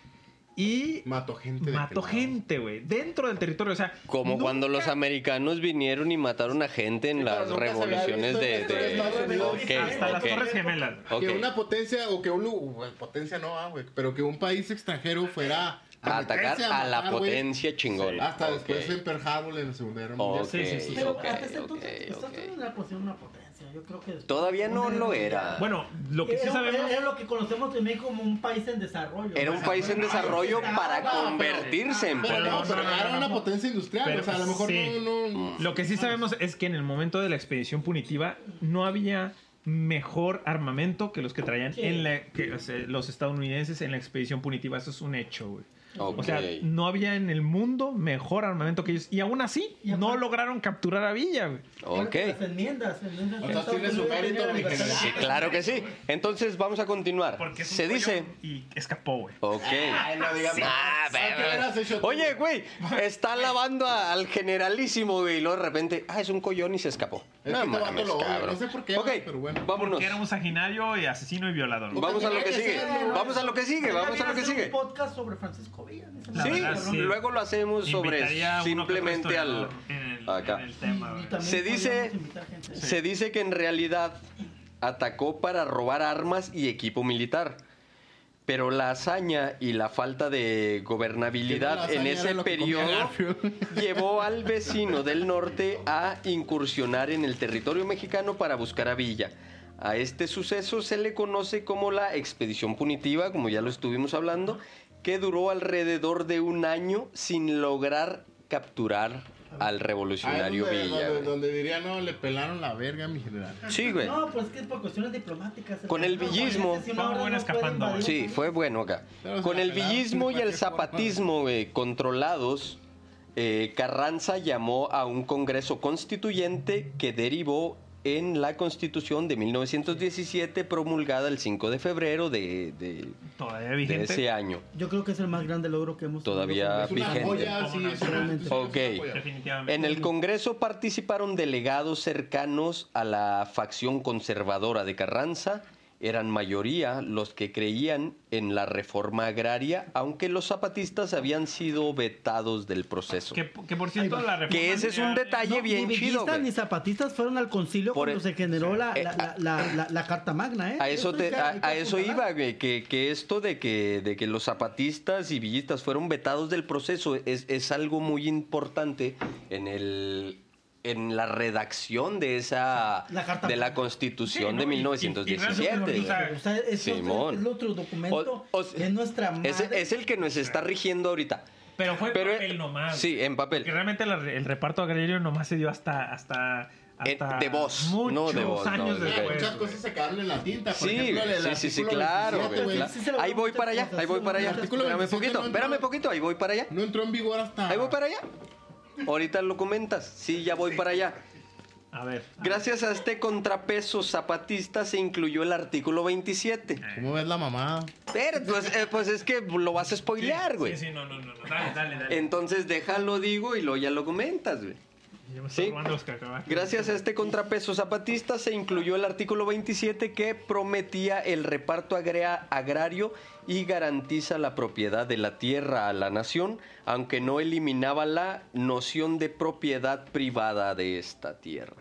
Speaker 4: y
Speaker 1: Mató gente. de
Speaker 4: mató
Speaker 1: aquel lado.
Speaker 4: gente, güey, dentro del territorio. O sea,
Speaker 2: Como
Speaker 4: nunca-
Speaker 2: cuando los americanos vinieron y mataron a gente en
Speaker 1: Sí, pero
Speaker 2: las
Speaker 1: nunca se había
Speaker 2: revoluciones
Speaker 1: visto en la
Speaker 2: de.
Speaker 1: historia de
Speaker 2: de-
Speaker 1: Estados Unidos.
Speaker 2: Ok,
Speaker 4: hasta las
Speaker 2: ok,
Speaker 4: Torres Gemelas.
Speaker 2: ok.
Speaker 1: Que una potencia, o que un lu- güey, potencia no, ah, güey, pero que un país extranjero fuera
Speaker 2: A atacar
Speaker 1: meterse,
Speaker 2: a la
Speaker 1: matar, güey,
Speaker 2: potencia chingona.
Speaker 1: Hasta
Speaker 2: Ok.
Speaker 1: después en Pearl Harbor en la Segunda Guerra Mundial.
Speaker 2: Ok,
Speaker 4: Sí, sí, sí.
Speaker 5: Pero
Speaker 2: ok,
Speaker 5: hasta ese entonces
Speaker 2: ok,
Speaker 5: Estados
Speaker 2: ok.
Speaker 5: Unidos era considerado una potencia. Yo creo que después-
Speaker 2: Todavía no lo era.
Speaker 4: Bueno, lo que sí
Speaker 5: Era-
Speaker 4: sabemos...
Speaker 5: era lo que conocemos en México como un país en desarrollo.
Speaker 2: Era
Speaker 5: ¿no?
Speaker 2: un país en
Speaker 5: Ay,
Speaker 2: desarrollo
Speaker 5: estaba-
Speaker 2: para
Speaker 5: pero-
Speaker 2: convertirse en
Speaker 1: Pero, no,
Speaker 2: potencia.
Speaker 1: pero
Speaker 4: no, no,
Speaker 1: era
Speaker 4: no,
Speaker 1: una
Speaker 4: no.
Speaker 1: potencia industrial,
Speaker 4: Pero
Speaker 1: o sea, a lo mejor
Speaker 4: sí.
Speaker 1: no, no.
Speaker 2: Mm.
Speaker 4: Lo que sí sabemos es que en el momento de la expedición punitiva no había mejor armamento que los que traían
Speaker 5: Sí.
Speaker 4: en la, que, o sea, los estadounidenses en la expedición punitiva. Eso es un hecho, güey.
Speaker 2: Ok.
Speaker 4: O sea, no había en el mundo mejor armamento que ellos. Y aún así,
Speaker 5: Y
Speaker 4: no
Speaker 5: aparte-
Speaker 4: lograron capturar a Villa, güey.
Speaker 2: Ok.
Speaker 5: Las enmiendas,
Speaker 1: O
Speaker 5: enmiendas que
Speaker 1: sea,
Speaker 5: Estados
Speaker 1: tiene su
Speaker 5: Unidos
Speaker 1: mérito,
Speaker 5: tenía la
Speaker 1: mi
Speaker 5: libertad.
Speaker 1: general.
Speaker 2: Sí, claro que sí. Entonces vamos a continuar.
Speaker 4: Porque es un
Speaker 2: Se
Speaker 4: pollo
Speaker 2: dice.
Speaker 4: Y escapó, güey.
Speaker 2: Ok.
Speaker 1: no digas
Speaker 2: Ah,
Speaker 1: nada.
Speaker 2: ve-
Speaker 1: ¿Qué hubieras hecho tú?
Speaker 2: Oye, güey, está lavando a- al generalísimo, güey, y luego de repente, ah, es un collón y se escapó.
Speaker 1: Es
Speaker 2: no
Speaker 1: que este vato
Speaker 2: mames,
Speaker 1: lo odia,
Speaker 2: cabrón.
Speaker 1: no sé por qué,
Speaker 2: Ok,
Speaker 1: pero bueno.
Speaker 2: vámonos.
Speaker 4: Porque era un saginario y asesino y violador.
Speaker 1: Porque
Speaker 2: Vamos a lo que
Speaker 1: tenía
Speaker 2: sigue.
Speaker 1: ser, ¿no?
Speaker 2: Vamos a lo que sigue,
Speaker 5: Debería
Speaker 2: vamos a lo que
Speaker 5: hacer un
Speaker 2: sigue.
Speaker 5: podcast sobre Francisco Villa. dice la
Speaker 4: La
Speaker 2: Sí,
Speaker 5: verdad,
Speaker 4: verdad,
Speaker 5: cabrón.
Speaker 4: sí.
Speaker 2: luego lo hacemos sobre
Speaker 4: Invitaría a uno que otro
Speaker 2: simplemente al
Speaker 4: historiador en el-
Speaker 2: acá.
Speaker 4: en el tema,
Speaker 5: Y
Speaker 4: güey.
Speaker 5: también
Speaker 2: Se dice-
Speaker 5: podríamos invitar gente.
Speaker 2: Se dice que en realidad atacó para robar armas y equipo militar. Pero la hazaña y la falta de
Speaker 1: La
Speaker 2: gobernabilidad
Speaker 1: hazaña
Speaker 2: en
Speaker 1: era
Speaker 2: ese
Speaker 1: lo que comía
Speaker 2: periodo
Speaker 1: Garfield.
Speaker 2: llevó al vecino del norte a incursionar en el territorio mexicano para buscar a Villa. A este suceso se le conoce como la expedición punitiva, como ya lo estuvimos hablando, que duró alrededor de un año sin lograr capturar al
Speaker 1: Ahí
Speaker 2: revolucionario
Speaker 1: es donde,
Speaker 2: Villa.
Speaker 1: donde-
Speaker 2: güey.
Speaker 1: donde diría, no, le pelaron la verga a mi general.
Speaker 2: Sí, güey.
Speaker 5: No, pues que es por cuestiones diplomáticas.
Speaker 2: Con el
Speaker 5: No,
Speaker 2: villismo.
Speaker 5: si
Speaker 4: Fue
Speaker 5: una hora
Speaker 4: buena
Speaker 5: no puede
Speaker 4: escapando,
Speaker 5: invadir
Speaker 2: Sí,
Speaker 5: un
Speaker 2: fue bueno acá.
Speaker 1: Pero se
Speaker 2: Con
Speaker 1: la
Speaker 2: el
Speaker 1: pelaron,
Speaker 2: villismo
Speaker 1: sí,
Speaker 2: y el
Speaker 1: cualquier forma.
Speaker 2: zapatismo güey, controlados, eh, Carranza llamó a un congreso constituyente que derivó en la constitución de 1917 promulgada el 5 de febrero de, de-
Speaker 4: Todavía
Speaker 2: de
Speaker 4: vigente.
Speaker 2: ese año.
Speaker 5: Yo creo que es el más grande logro que hemos
Speaker 2: Todavía
Speaker 1: Es una
Speaker 2: vigente.
Speaker 1: joya, sí, es una- es una
Speaker 2: Ok.
Speaker 1: joya.
Speaker 4: Definitivamente.
Speaker 2: En el Congreso participaron delegados cercanos a la facción conservadora de Carranza. Eran mayoría los que creían en la reforma agraria, aunque los zapatistas habían sido vetados del proceso.
Speaker 4: Que, que por cierto, la reforma
Speaker 2: Que ese es un
Speaker 4: agraria-
Speaker 2: detalle
Speaker 5: No,
Speaker 2: bien
Speaker 5: ni
Speaker 2: chido.
Speaker 5: villistas
Speaker 2: güey.
Speaker 5: ni zapatistas fueron al concilio
Speaker 2: Por
Speaker 5: cuando
Speaker 2: el-
Speaker 5: se generó la,
Speaker 2: Eh,
Speaker 5: la, la, la, la- la Carta Magna, ¿eh?
Speaker 2: A eso,
Speaker 5: hay
Speaker 2: te,
Speaker 5: que-
Speaker 2: a,
Speaker 5: hay que
Speaker 2: a eso
Speaker 5: apuntalar.
Speaker 2: iba, güey, que, que esto de que, de que los zapatistas y villistas fueron vetados del proceso es, es algo muy importante en el en la redacción de esa
Speaker 5: La Carta
Speaker 2: de la
Speaker 5: Magna.
Speaker 2: Constitución de
Speaker 4: Sí, ¿no? Y- y- y realmente lo
Speaker 2: 1917.
Speaker 4: dice,
Speaker 2: güey.
Speaker 5: O sea, es,
Speaker 2: Simón.
Speaker 5: otro, es otro documento,
Speaker 2: O- o sea,
Speaker 5: es nuestra madre.
Speaker 2: Es, es el que nos está rigiendo ahorita.
Speaker 4: Pero fue en
Speaker 2: Pero, eh,
Speaker 4: papel nomás.
Speaker 2: Sí, en papel.
Speaker 4: Porque realmente la- el reparto agrario nomás se dio hasta. hasta,
Speaker 2: Eh,
Speaker 4: hasta
Speaker 2: de voz,
Speaker 4: Muchos
Speaker 2: no de voz, no,
Speaker 4: años
Speaker 2: de
Speaker 4: después.
Speaker 2: voz.
Speaker 1: Muchas
Speaker 4: güey.
Speaker 1: cosas se quedaron en la tinta. Por
Speaker 2: Sí,
Speaker 1: ejemplo, el
Speaker 2: sí, sí, sí,
Speaker 1: artículo
Speaker 2: claro,
Speaker 1: 27,
Speaker 2: güey,
Speaker 5: güey,
Speaker 2: claro.
Speaker 5: sí se le
Speaker 2: Ahí
Speaker 5: dio
Speaker 2: voy
Speaker 5: muchas
Speaker 2: para allá,
Speaker 5: cosas,
Speaker 2: ahí voy
Speaker 5: sí,
Speaker 2: para allá.
Speaker 5: muchas
Speaker 1: cosas.
Speaker 2: Espérame poquito,
Speaker 1: No,
Speaker 2: espérame
Speaker 1: no.
Speaker 2: poquito, ahí voy para allá.
Speaker 1: No entró en vigor hasta.
Speaker 2: Ahí voy para allá. Ahorita lo comentas. Sí, ya voy para allá.
Speaker 4: A ver.
Speaker 2: Gracias a este contrapeso zapatista se incluyó el artículo 27.
Speaker 1: ¿Cómo ves la mamá?
Speaker 2: Pero pues, eh, pues es que lo vas a spoilear, güey.
Speaker 4: Sí, sí, no, no, no. no. Dale, dale, dale.
Speaker 2: Entonces déjalo digo y lo ya lo comentas, güey.
Speaker 9: Yo me estoy
Speaker 2: Sí.
Speaker 9: robando los cacahuates.
Speaker 2: Gracias a este contrapeso zapatista se incluyó el artículo 27 que prometía el reparto agrea- agrario y garantiza la propiedad de la tierra a la nación, aunque no eliminaba la noción de propiedad privada de esta tierra.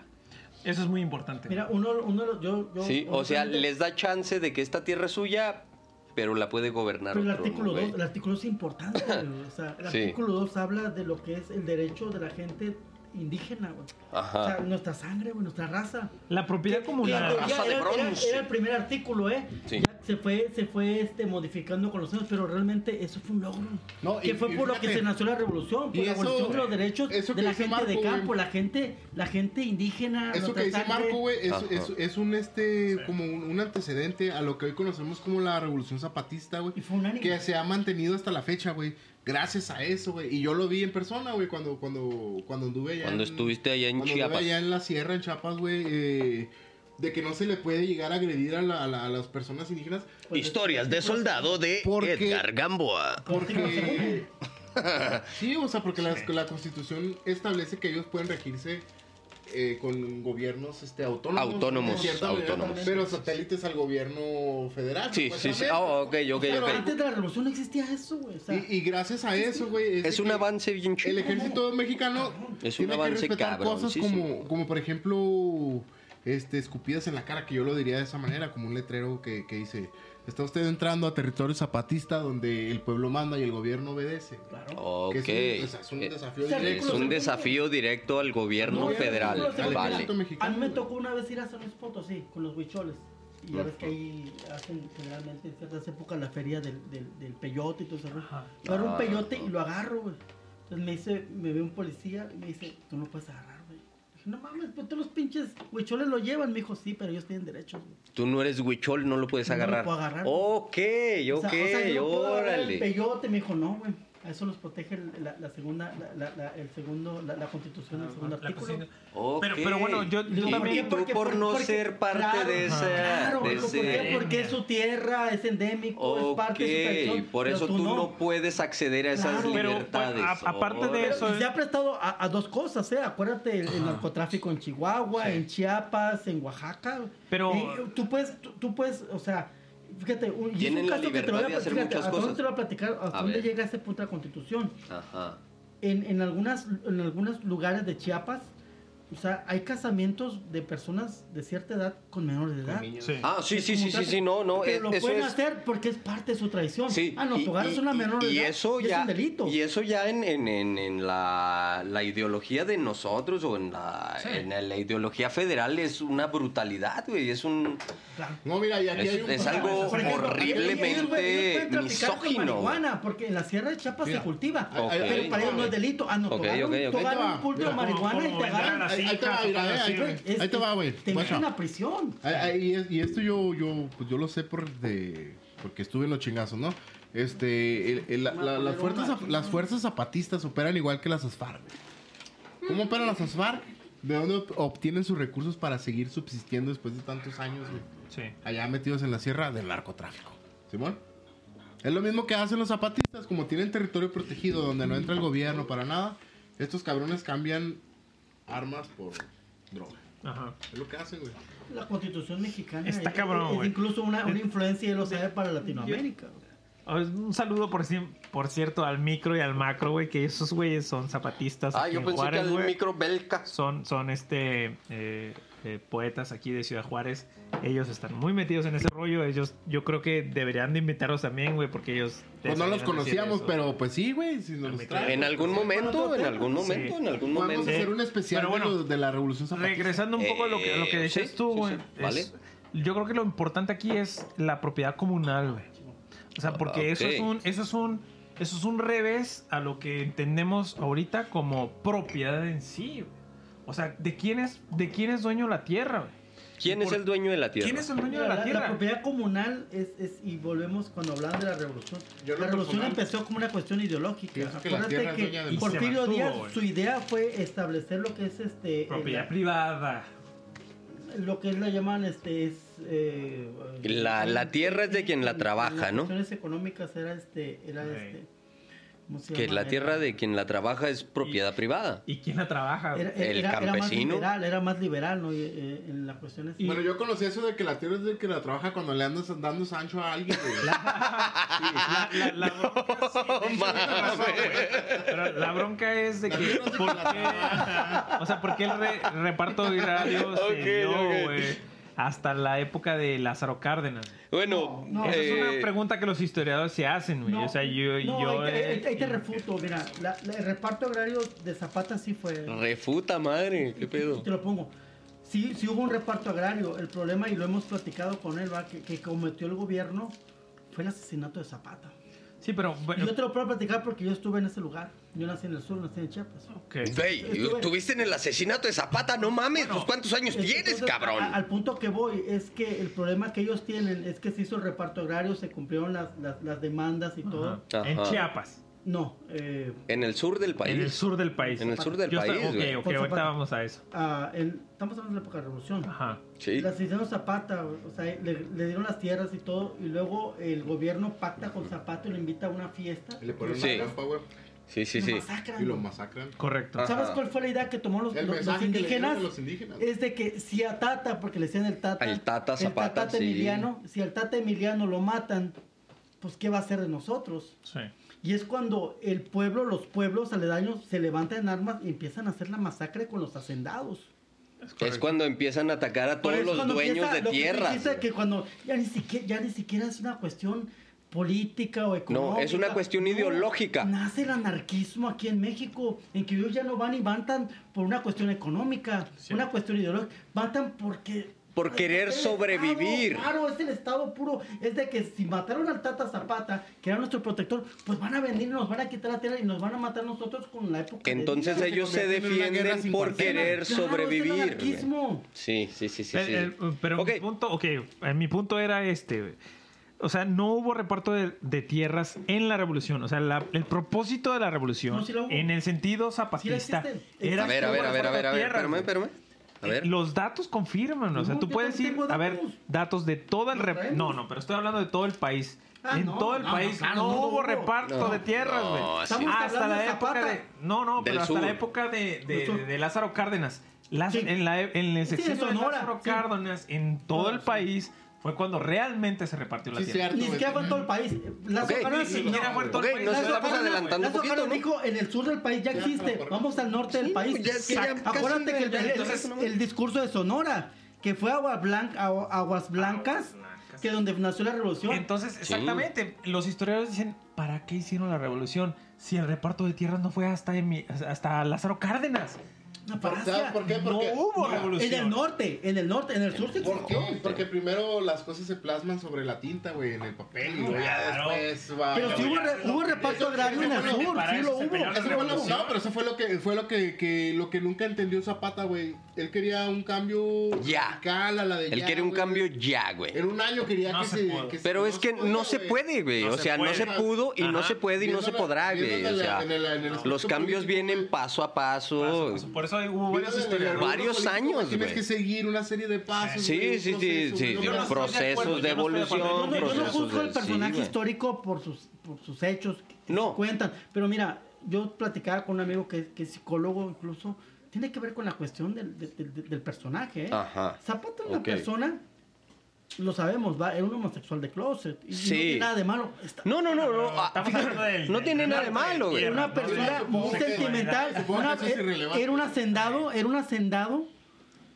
Speaker 9: Eso es muy importante.
Speaker 5: Mira, uno, uno, de los- yo, yo-
Speaker 2: Sí, o sea,
Speaker 5: honestamente,
Speaker 2: les da chance de que esta tierra es suya, pero la puede gobernar
Speaker 5: Pero el
Speaker 2: otro
Speaker 5: artículo
Speaker 2: güey.
Speaker 5: 2, el artículo es importante, güey, o sea, el
Speaker 2: Sí.
Speaker 5: artículo 2 habla de lo que es el derecho de la gente indígena, güey. O sea,
Speaker 2: Ajá.
Speaker 5: nuestra sangre, güey, nuestra raza.
Speaker 9: La propiedad
Speaker 5: Y
Speaker 9: comunal.
Speaker 5: esto
Speaker 2: raza
Speaker 5: ya
Speaker 2: de
Speaker 5: era, era-
Speaker 2: bronce.
Speaker 5: era el primer artículo, ¿eh?
Speaker 2: Sí.
Speaker 5: Ya se fue, se fue este, modificando con los años, pero realmente eso fue un logro.
Speaker 1: No, y-
Speaker 5: que fue
Speaker 1: y
Speaker 5: por lo
Speaker 1: fíjate,
Speaker 5: que se nació la revolución, por
Speaker 1: y
Speaker 5: la
Speaker 1: eso-
Speaker 5: abolición de los derechos
Speaker 1: eso
Speaker 5: de
Speaker 1: que
Speaker 5: la
Speaker 1: dice
Speaker 5: gente
Speaker 1: Marco,
Speaker 5: de
Speaker 1: güey.
Speaker 5: campo, la gente, la gente
Speaker 4: Ah,
Speaker 5: indígena.
Speaker 1: Eso
Speaker 5: nuestra
Speaker 1: que dice
Speaker 5: sangre.
Speaker 1: Marco, güey, es,
Speaker 2: Ajá.
Speaker 1: es- es un este, como un, un antecedente a lo que hoy conocemos como la Revolución Zapatista, güey.
Speaker 5: Y fue un
Speaker 1: Que se ha mantenido hasta la fecha, güey. Gracias a eso, güey. Y yo lo vi en persona, güey, cuando, cuando, cuando anduve allá.
Speaker 2: Cuando
Speaker 1: en-
Speaker 2: estuviste allá en
Speaker 1: cuando anduve
Speaker 2: Chiapas.
Speaker 1: allá en la sierra, en Chiapas, güey. eh, de que no se le puede llegar a agredir a, la- a la- a las personas indígenas.
Speaker 5: Pues,
Speaker 2: Historias de soldado de
Speaker 1: Porque-
Speaker 2: Edgar Gamboa.
Speaker 1: Porque. sí, o sea, porque la, la constitución establece que ellos pueden regirse eh, con gobiernos este, autónomos.
Speaker 2: Autónomos,
Speaker 1: de cierta manera,
Speaker 2: autónomos.
Speaker 1: Pero satélites al gobierno federal.
Speaker 2: Sí, sí, sí.
Speaker 1: supuestamente.
Speaker 2: Ah, ok, ok,
Speaker 5: Pero
Speaker 2: ok.
Speaker 5: antes de la revolución no existía eso, güey. O sea,
Speaker 1: Y, y gracias a eso, güey. de
Speaker 2: Es un
Speaker 1: que
Speaker 2: avance bien
Speaker 1: El
Speaker 2: chido.
Speaker 1: ejército mexicano
Speaker 2: Es un
Speaker 1: tiene que
Speaker 2: avance
Speaker 1: respetar cosas como,
Speaker 2: cabroncísimo.
Speaker 1: como, por ejemplo, este, escupidas en la cara, que yo lo diría de esa manera, como un letrero que, que dice: Está usted entrando a territorio zapatista donde el pueblo manda y el gobierno obedece.
Speaker 5: claro.
Speaker 2: Ok. Eh,
Speaker 1: Que es un- o sea, es un desafío
Speaker 2: Es
Speaker 1: directo.
Speaker 2: un desafío directo al gobierno
Speaker 5: No,
Speaker 2: federal.
Speaker 5: no, no, no,
Speaker 2: Vale.
Speaker 1: ejército
Speaker 5: A
Speaker 1: mexicano,
Speaker 5: mí me
Speaker 1: güey.
Speaker 5: tocó una vez ir a San Luis Potosí con los huicholes. Y ya ves que ahí hacen generalmente en ciertas épocas la feria del, del, del peyote y todo eso. ¿no? Yo agarro un
Speaker 2: Ah,
Speaker 5: peyote
Speaker 2: ajá.
Speaker 5: y lo agarro, güey. Entonces me dice, me ve un policía y me dice, tú no lo puedes agarrar, güey. Dije, No mames, pues todos los pinches huicholes lo llevan. Me dijo, sí, pero ellos tienen derechos, güey.
Speaker 2: Tú no eres huichol, no lo puedes
Speaker 5: No lo
Speaker 2: agarrar.
Speaker 5: puedo agarrar.
Speaker 2: Ok,
Speaker 5: O sea, o sea, yo
Speaker 2: ok,
Speaker 5: no puedo agarrar El
Speaker 2: órale.
Speaker 5: peyote me dijo, no, güey. A eso los protege la, la segunda, la, la, la- el segundo, la, la constitución, el segundo
Speaker 7: La
Speaker 5: artículo.
Speaker 7: cocina.
Speaker 2: Ok.
Speaker 9: Pero- pero bueno, yo- yo
Speaker 2: Y
Speaker 9: también-
Speaker 2: tú
Speaker 5: porque-
Speaker 2: por no
Speaker 5: porque-
Speaker 2: ser parte
Speaker 5: claro,
Speaker 2: de esa.
Speaker 5: Claro,
Speaker 2: de
Speaker 5: güey, ¿por qué?
Speaker 2: ese-
Speaker 5: Porque es su tierra, es endémico, es parte de su
Speaker 2: Ok,
Speaker 5: tradición,
Speaker 2: por
Speaker 5: pero
Speaker 2: eso tú no puedes acceder a esas
Speaker 5: Claro.
Speaker 9: Pero,
Speaker 2: libertades.
Speaker 9: bueno, a- aparte de
Speaker 2: Órale.
Speaker 9: eso-
Speaker 5: Y se ha prestado a, a dos cosas, ¿eh? Acuérdate, el, el narcotráfico en Chihuahua, en Chiapas, en Oaxaca.
Speaker 9: Pero-
Speaker 5: Y eh, tú puedes, tú, tú puedes, o sea, fíjate, un, y es
Speaker 2: Tienen
Speaker 5: un
Speaker 2: la
Speaker 5: caso que te lo
Speaker 2: libertad
Speaker 5: voy a,
Speaker 2: de hacer
Speaker 5: fíjate,
Speaker 2: muchas
Speaker 5: ¿a dónde
Speaker 2: cosas?
Speaker 5: te lo voy a platicar, hasta
Speaker 2: A
Speaker 5: dónde
Speaker 2: ver.
Speaker 5: llega ese punto de la constitución.
Speaker 2: Ajá.
Speaker 5: en, en, algunas, en algunos lugares de Chiapas, o sea, hay casamientos de personas de cierta edad con menores de edad.
Speaker 9: Sí.
Speaker 2: Ah, sí,
Speaker 5: Es
Speaker 2: sí,
Speaker 5: como
Speaker 2: sí, sí,
Speaker 5: tal,
Speaker 2: sí, no, no. eh,
Speaker 5: Pero lo
Speaker 2: eso
Speaker 5: pueden
Speaker 2: es-
Speaker 5: hacer porque es parte de su tradición.
Speaker 2: Sí.
Speaker 5: Ah, no,
Speaker 2: y-
Speaker 5: tu hogar
Speaker 2: y-
Speaker 5: es una menor de
Speaker 2: y
Speaker 5: edad,
Speaker 2: eso
Speaker 5: y
Speaker 2: ya,
Speaker 5: es un delito.
Speaker 2: Y eso ya en, en- en- en la, la ideología de nosotros o en la, en la ideología federal es una brutalidad, güey. Es un.
Speaker 5: Claro.
Speaker 1: No, mira, y aquí
Speaker 2: Es-
Speaker 1: hay un.
Speaker 2: es algo
Speaker 5: Por ejemplo, ellos, güey, ellos
Speaker 2: horriblemente
Speaker 5: pueden traficar con
Speaker 2: misógino. güey.
Speaker 5: marihuana, porque en la Sierra de Chiapas
Speaker 1: Mira.
Speaker 5: se cultiva.
Speaker 1: Ahí- ahí-
Speaker 2: Ok.
Speaker 5: Pero para ellos no es delito. Ah, no,
Speaker 2: Ok,
Speaker 5: tu
Speaker 2: ok,
Speaker 5: hogar
Speaker 2: ok.
Speaker 5: un, tu hogar
Speaker 1: Ahí te
Speaker 5: un
Speaker 1: va.
Speaker 5: culto de
Speaker 1: Mira,
Speaker 5: marihuana y
Speaker 9: como
Speaker 5: te
Speaker 9: vendrán
Speaker 5: agarran.
Speaker 9: las
Speaker 1: Ahí- ahí te va,
Speaker 9: hijas,
Speaker 1: mira,
Speaker 9: cosas
Speaker 1: eh,
Speaker 9: así,
Speaker 1: ahí te-
Speaker 9: güey.
Speaker 5: Es-
Speaker 1: te va, güey.
Speaker 5: Te meten
Speaker 1: Guacha.
Speaker 5: a prisión.
Speaker 1: Ay, ay, y, es- y esto yo, yo, pues yo lo sé por de, porque estuve en los chingazos, ¿no? Este, el- el- la- la- las, fuerzas, zap- las fuerzas zapatistas operan igual que las ASFAR. güey. ¿Cómo operan las ASFAR? ¿De dónde ob- obtienen sus recursos para seguir subsistiendo después de tantos años, güey?
Speaker 9: Sí.
Speaker 1: Allá metidos en la sierra del narcotráfico. ¿Simón? Es lo mismo que hacen los zapatistas, como tienen territorio protegido donde no entra el gobierno para nada. Estos cabrones cambian armas por droga.
Speaker 9: Ajá.
Speaker 1: Es lo que hacen, güey.
Speaker 5: La constitución mexicana
Speaker 9: Está
Speaker 5: es-
Speaker 9: cabrón,
Speaker 5: es
Speaker 9: güey.
Speaker 5: incluso una, una influencia y lo sabe para Latinoamérica. güey.
Speaker 9: Ah, Un saludo, por, cien- por cierto, al micro y al macro, güey, que esos güeyes son zapatistas.
Speaker 2: Ah,
Speaker 9: aquí
Speaker 2: yo
Speaker 9: en
Speaker 2: pensé
Speaker 9: Juárez,
Speaker 2: que al
Speaker 9: güey.
Speaker 2: micro belka.
Speaker 9: Son, son este eh, eh, poetas aquí de Ciudad Juárez. Ellos están muy metidos en ese rollo. Ellos, yo creo que deberían de invitarlos también, güey, porque ellos.
Speaker 1: Pues no los
Speaker 9: deberían decir
Speaker 1: conocíamos,
Speaker 9: eso.
Speaker 1: pero pues sí, güey. Si nos los traen,
Speaker 2: En algún momento, en algún momento,
Speaker 9: Sí.
Speaker 2: en algún
Speaker 1: Podemos
Speaker 2: momento.
Speaker 1: hacer un especial
Speaker 9: Pero bueno,
Speaker 1: de, lo- de la Revolución Zapatista.
Speaker 9: Regresando un poco a lo que, a lo que
Speaker 2: Eh,
Speaker 9: decías
Speaker 2: sí,
Speaker 9: tú,
Speaker 2: sí,
Speaker 9: güey.
Speaker 2: sí,
Speaker 9: es-
Speaker 2: vale.
Speaker 9: Yo creo que lo importante aquí es la propiedad comunal, güey. O sea, porque eso
Speaker 2: Ah, Ok.
Speaker 9: es un, eso es un, eso es un revés a lo que entendemos ahorita como propiedad en sí, güey. O sea, ¿de quién es, de quién es dueño la tierra, güey?
Speaker 2: ¿Quién es
Speaker 9: Por-
Speaker 2: el dueño de la tierra?
Speaker 9: ¿Quién es el dueño
Speaker 5: Mira,
Speaker 9: de
Speaker 5: la,
Speaker 9: la
Speaker 5: la
Speaker 9: tierra?
Speaker 5: propiedad comunal es, es- y volvemos cuando hablamos de la revolución.
Speaker 1: Yo lo
Speaker 5: la revolución
Speaker 1: personal-
Speaker 5: empezó como una cuestión ideológica.
Speaker 1: Pienso que la
Speaker 5: Acuérdate
Speaker 1: tierra es
Speaker 5: que
Speaker 1: dueña del
Speaker 9: mundo. Y se
Speaker 5: Porfirio
Speaker 9: mantuvo,
Speaker 5: Díaz,
Speaker 9: güey.
Speaker 1: eh.
Speaker 5: su idea fue establecer lo que es este
Speaker 9: Propiedad
Speaker 5: la-
Speaker 9: privada.
Speaker 5: lo que es la llaman este es eh,
Speaker 2: La- la tierra es de quien la trabaja,
Speaker 5: las
Speaker 2: ¿no?
Speaker 5: cuestiones económicas era este era
Speaker 9: Ok.
Speaker 5: este ¿cómo se
Speaker 2: Que
Speaker 5: llama?
Speaker 2: la tierra de quien la trabaja es propiedad privada.
Speaker 4: ¿Y quién la trabaja?
Speaker 5: Era-
Speaker 4: güey?
Speaker 5: era-
Speaker 2: el
Speaker 5: era- era más
Speaker 2: campesino.
Speaker 5: liberal, era más liberal, ¿no? Y, eh, en las cuestiones.
Speaker 1: Bueno, yo conocí eso de que la tierra es del que la trabaja cuando le andas dando Sancho a alguien. güey.
Speaker 4: La, la- la bronca, sí, de hecho,
Speaker 2: mames.
Speaker 4: tienes razón, güey. Pero la bronca es de que. ¿Por qué? O sea, ¿por qué el re- reparto agrario se
Speaker 2: Ok,
Speaker 4: dio,
Speaker 2: ok.
Speaker 4: güey, Hasta la época de Lázaro Cárdenas.
Speaker 2: Bueno,
Speaker 5: No, no,
Speaker 4: Esa es
Speaker 2: eh,
Speaker 4: una pregunta que los historiadores se hacen, güey.
Speaker 5: No,
Speaker 4: o sea, yo.
Speaker 5: no,
Speaker 4: yo
Speaker 5: ahí, te- ahí-
Speaker 4: eh,
Speaker 5: ahí te refuto, mira, la- la- el reparto agrario de Zapata sí fue.
Speaker 2: refuta madre, qué pedo.
Speaker 5: Te lo pongo. Sí, sí hubo un reparto agrario. El problema, y lo hemos platicado con él, ¿va? Que, que cometió el gobierno fue el asesinato de Zapata.
Speaker 4: Sí, pero.
Speaker 5: Y
Speaker 4: Bueno,
Speaker 5: yo te lo puedo platicar porque yo estuve en ese lugar. Yo nací en el sur, nací en Chiapas.
Speaker 4: ok.
Speaker 2: Güey, tuviste en el asesinato de Zapata, no mames, pues cuántos años tienes,
Speaker 5: Entonces,
Speaker 2: cabrón.
Speaker 5: a- al punto que voy es que el problema que ellos tienen es que se hizo el reparto agrario, se cumplieron las, las, las demandas y todo.
Speaker 4: Ajá. En
Speaker 2: Ajá.
Speaker 4: Chiapas.
Speaker 5: No, eh,
Speaker 2: En el sur del país.
Speaker 4: En el sur del país.
Speaker 2: En el sur del
Speaker 4: Yo estoy-
Speaker 2: país, güey.
Speaker 4: Ok, ok,
Speaker 5: Con
Speaker 4: ahorita
Speaker 5: Zapata.
Speaker 4: vamos a eso.
Speaker 5: ah, el- estamos hablando de la época de la revolución.
Speaker 4: Ajá.
Speaker 2: Sí.
Speaker 5: El asesinato Zapata, o sea, le, le dieron las tierras y todo, y luego el gobierno pacta con Zapata y le invita a una fiesta.
Speaker 1: Y le ponen
Speaker 2: Sí.
Speaker 1: una trampa, güey,
Speaker 2: Sí, sí,
Speaker 5: Lo
Speaker 2: sí.
Speaker 5: masacran.
Speaker 1: y lo masacran.
Speaker 4: Correcto.
Speaker 2: Ah.
Speaker 5: ¿Sabes
Speaker 2: Ajá.
Speaker 5: cuál fue la idea que tomó los,
Speaker 1: El
Speaker 5: los- los
Speaker 1: mensaje que le dieron
Speaker 5: indígenas?
Speaker 1: de los indígenas.
Speaker 5: Es de que si a Tata, porque le decían el Tata,
Speaker 2: Al Tata Zapata,
Speaker 5: Tata
Speaker 2: sí.
Speaker 5: Emiliano, si al Tata Emiliano lo matan, pues ¿qué va a hacer de nosotros?
Speaker 4: Sí.
Speaker 5: Y es cuando el pueblo, los pueblos aledaños se levantan en armas y empiezan a hacer la masacre con los hacendados.
Speaker 2: Es cuando empiezan a atacar a
Speaker 5: Por
Speaker 2: todos
Speaker 5: eso
Speaker 2: los
Speaker 5: cuando
Speaker 2: dueños
Speaker 5: empieza
Speaker 2: de
Speaker 5: lo que
Speaker 2: tierras.
Speaker 5: dijiste que cuando ya ni siquiera ya ni siquiera es una cuestión política o económica.
Speaker 2: es una cuestión ideológica.
Speaker 5: Nace el anarquismo aquí en México, en que ellos ya no van y van tan por una cuestión económica, una cuestión ideológica, van tan porque
Speaker 2: Por
Speaker 5: Ay,
Speaker 2: querer
Speaker 5: es el
Speaker 2: sobrevivir.
Speaker 5: Estado, claro, es el Estado puro. Es de que si mataron al Tata Zapata, que era nuestro protector, pues van a venir, nos van a tar la tierra y nos van a matar nosotros con la época. de
Speaker 2: Entonces
Speaker 5: Díaz.
Speaker 2: ellos se
Speaker 1: convirtió en una guerra
Speaker 2: defienden
Speaker 1: sin
Speaker 2: por
Speaker 1: cuartel.
Speaker 2: querer
Speaker 5: Claro, es el
Speaker 2: sobrevivir. güey.
Speaker 5: anarquismo.
Speaker 2: Sí, sí, sí, sí.
Speaker 4: El-
Speaker 2: sí.
Speaker 4: el- Eh, pero
Speaker 2: Ok,
Speaker 4: mi punto, ok, eh, mi punto era este. güey. O sea, no hubo reparto de, de tierras en la revolución. O sea, la- el propósito de la revolución,
Speaker 5: No, sí la hubo.
Speaker 4: en el sentido zapatista,
Speaker 5: Sí la existe.
Speaker 4: era
Speaker 2: A ver, a ver, a ver, a ver, a ver,
Speaker 4: tierras,
Speaker 2: espérame,
Speaker 4: güey.
Speaker 2: espérame. A ver.
Speaker 4: Eh, Los datos confirman, o sea,
Speaker 5: No,
Speaker 4: tú
Speaker 5: yo
Speaker 4: puedes
Speaker 5: también
Speaker 4: ir
Speaker 5: tengo
Speaker 4: a ver
Speaker 5: datos.
Speaker 4: datos de todo el
Speaker 5: Los
Speaker 4: rep-
Speaker 5: traemos.
Speaker 4: No, no, pero estoy hablando de todo el país.
Speaker 5: Ah,
Speaker 4: en
Speaker 5: no,
Speaker 4: todo el
Speaker 5: no,
Speaker 4: país
Speaker 5: claro,
Speaker 4: no,
Speaker 5: no lo
Speaker 4: hubo
Speaker 5: hubo.
Speaker 4: reparto
Speaker 2: No,
Speaker 4: de tierras, güey.
Speaker 2: no, sí.
Speaker 5: Estamos
Speaker 4: hasta
Speaker 5: hablando
Speaker 4: la
Speaker 5: de
Speaker 4: época
Speaker 5: Zapata.
Speaker 4: de no, no,
Speaker 2: Del
Speaker 4: pero hasta
Speaker 2: sur.
Speaker 4: la época de, de-
Speaker 5: Del sur.
Speaker 4: de Lázaro Cárdenas. Las-
Speaker 5: Sí.
Speaker 4: en, la- en el
Speaker 5: Sí, de
Speaker 4: sexenio de
Speaker 5: Sonora,
Speaker 4: Lázaro
Speaker 5: sí.
Speaker 4: Cárdenas en todo el
Speaker 5: Sí.
Speaker 4: país fue cuando realmente se repartió la
Speaker 1: Sí,
Speaker 4: tierra.
Speaker 1: cierto.
Speaker 5: Ni siquiera fue en todo el país. Las
Speaker 2: Ok,
Speaker 5: Ocanas-
Speaker 4: ni siquiera
Speaker 5: no,
Speaker 4: fue en todo el
Speaker 2: Ok,
Speaker 4: país.
Speaker 2: nos
Speaker 5: Las
Speaker 2: estamos
Speaker 5: Ocanas-
Speaker 2: adelantando un
Speaker 5: Las Ocanas
Speaker 2: poquito, ¿no?
Speaker 5: dijo, en el sur del país ya existe. Vamos al norte del país.
Speaker 2: ya es que ya
Speaker 5: Ac-
Speaker 2: casi-
Speaker 5: Acuérdate que el,
Speaker 2: ya,
Speaker 5: el-
Speaker 2: entonces, no.
Speaker 5: el discurso de Sonora, que fue Agua Blanca, Agua- Aguas Blancas, que donde nació la revolución.
Speaker 4: Entonces, exactamente, los historiadores dicen, ¿para qué hicieron la revolución si el reparto de tierras no fue hasta, Emi- hasta Lázaro Cárdenas?
Speaker 5: Una
Speaker 1: ¿Por,
Speaker 5: falacia.
Speaker 1: sabes por qué?
Speaker 4: No
Speaker 1: Porque,
Speaker 4: hubo
Speaker 1: Mira,
Speaker 4: revolución.
Speaker 5: En el norte, en el norte, en el sur se
Speaker 1: ¿Por qué? Porque primero las cosas se plasman sobre la tinta, güey, en el papel y luego
Speaker 4: Claro.
Speaker 1: ya después va.
Speaker 5: Pero sí hubo, re- hubo reparto agrario en el sur, sí lo
Speaker 1: Eso fue lo-
Speaker 5: hubo.
Speaker 1: no, pero eso fue lo que fue lo que, que- lo que nunca entendió Zapata, güey. Él quería un cambio
Speaker 2: Ya.
Speaker 1: radical a la de
Speaker 2: Él
Speaker 1: ya,
Speaker 2: quiere un
Speaker 1: güey.
Speaker 2: cambio ya, güey.
Speaker 1: En un año quería
Speaker 4: No
Speaker 1: que,
Speaker 4: se
Speaker 1: se,
Speaker 4: pudo.
Speaker 1: que se-
Speaker 2: Pero es que no se puede, güey.
Speaker 4: No
Speaker 2: O
Speaker 4: se
Speaker 2: sea, no
Speaker 4: puede.
Speaker 2: se pudo y no
Speaker 4: Ajá.
Speaker 2: se puede y no se
Speaker 1: Viéndolo-
Speaker 2: podrá, güey. O
Speaker 1: viéndolo
Speaker 2: sea,
Speaker 1: en el- en el aspecto
Speaker 2: los cambios
Speaker 1: político,
Speaker 2: vienen
Speaker 1: güey.
Speaker 2: paso a paso.
Speaker 4: Por eso hay-
Speaker 1: Viéndolo
Speaker 4: hubo varios
Speaker 1: en el
Speaker 4: historiadores.
Speaker 1: arreglo
Speaker 2: Varios
Speaker 1: político,
Speaker 2: años,
Speaker 1: Tienes
Speaker 2: güey.
Speaker 1: que seguir una serie de pasos.
Speaker 2: Sí,
Speaker 1: güey, un
Speaker 2: sí, sí,
Speaker 1: proceso, güey,
Speaker 2: sí.
Speaker 4: Yo
Speaker 1: una-
Speaker 4: no estoy de acuerdo,
Speaker 2: Procesos de
Speaker 4: yo no estoy de acuerdo.
Speaker 2: evolución,
Speaker 5: Yo no- Yo no
Speaker 2: procesos
Speaker 5: juzgo al
Speaker 2: de...
Speaker 5: personaje
Speaker 2: sí, güey.
Speaker 5: histórico por sus, por sus hechos que
Speaker 2: No.
Speaker 5: se cuentan. Pero mira, yo platicaba con un amigo que, es- que es psicólogo incluso. Tiene que ver con la cuestión del, del- del- del personaje. ¿eh?
Speaker 2: Ajá.
Speaker 5: Zapata es una
Speaker 2: Ok.
Speaker 5: persona, lo sabemos, va, era un homosexual de closet. Y
Speaker 2: Sí.
Speaker 5: no tiene nada de malo. Está-
Speaker 2: No, no, no, no.
Speaker 4: Pero
Speaker 2: ah,
Speaker 4: estamos hablando del-
Speaker 2: no tiene
Speaker 4: del
Speaker 2: nada de
Speaker 4: reparto
Speaker 2: malo, güey.
Speaker 4: tierras,
Speaker 5: Era una
Speaker 4: ¿no?
Speaker 5: persona
Speaker 4: Supongo
Speaker 5: muy
Speaker 4: que-
Speaker 5: sentimental.
Speaker 1: supongo que
Speaker 5: una-
Speaker 1: eso es irrelevante.
Speaker 5: era un hacendado, era un hacendado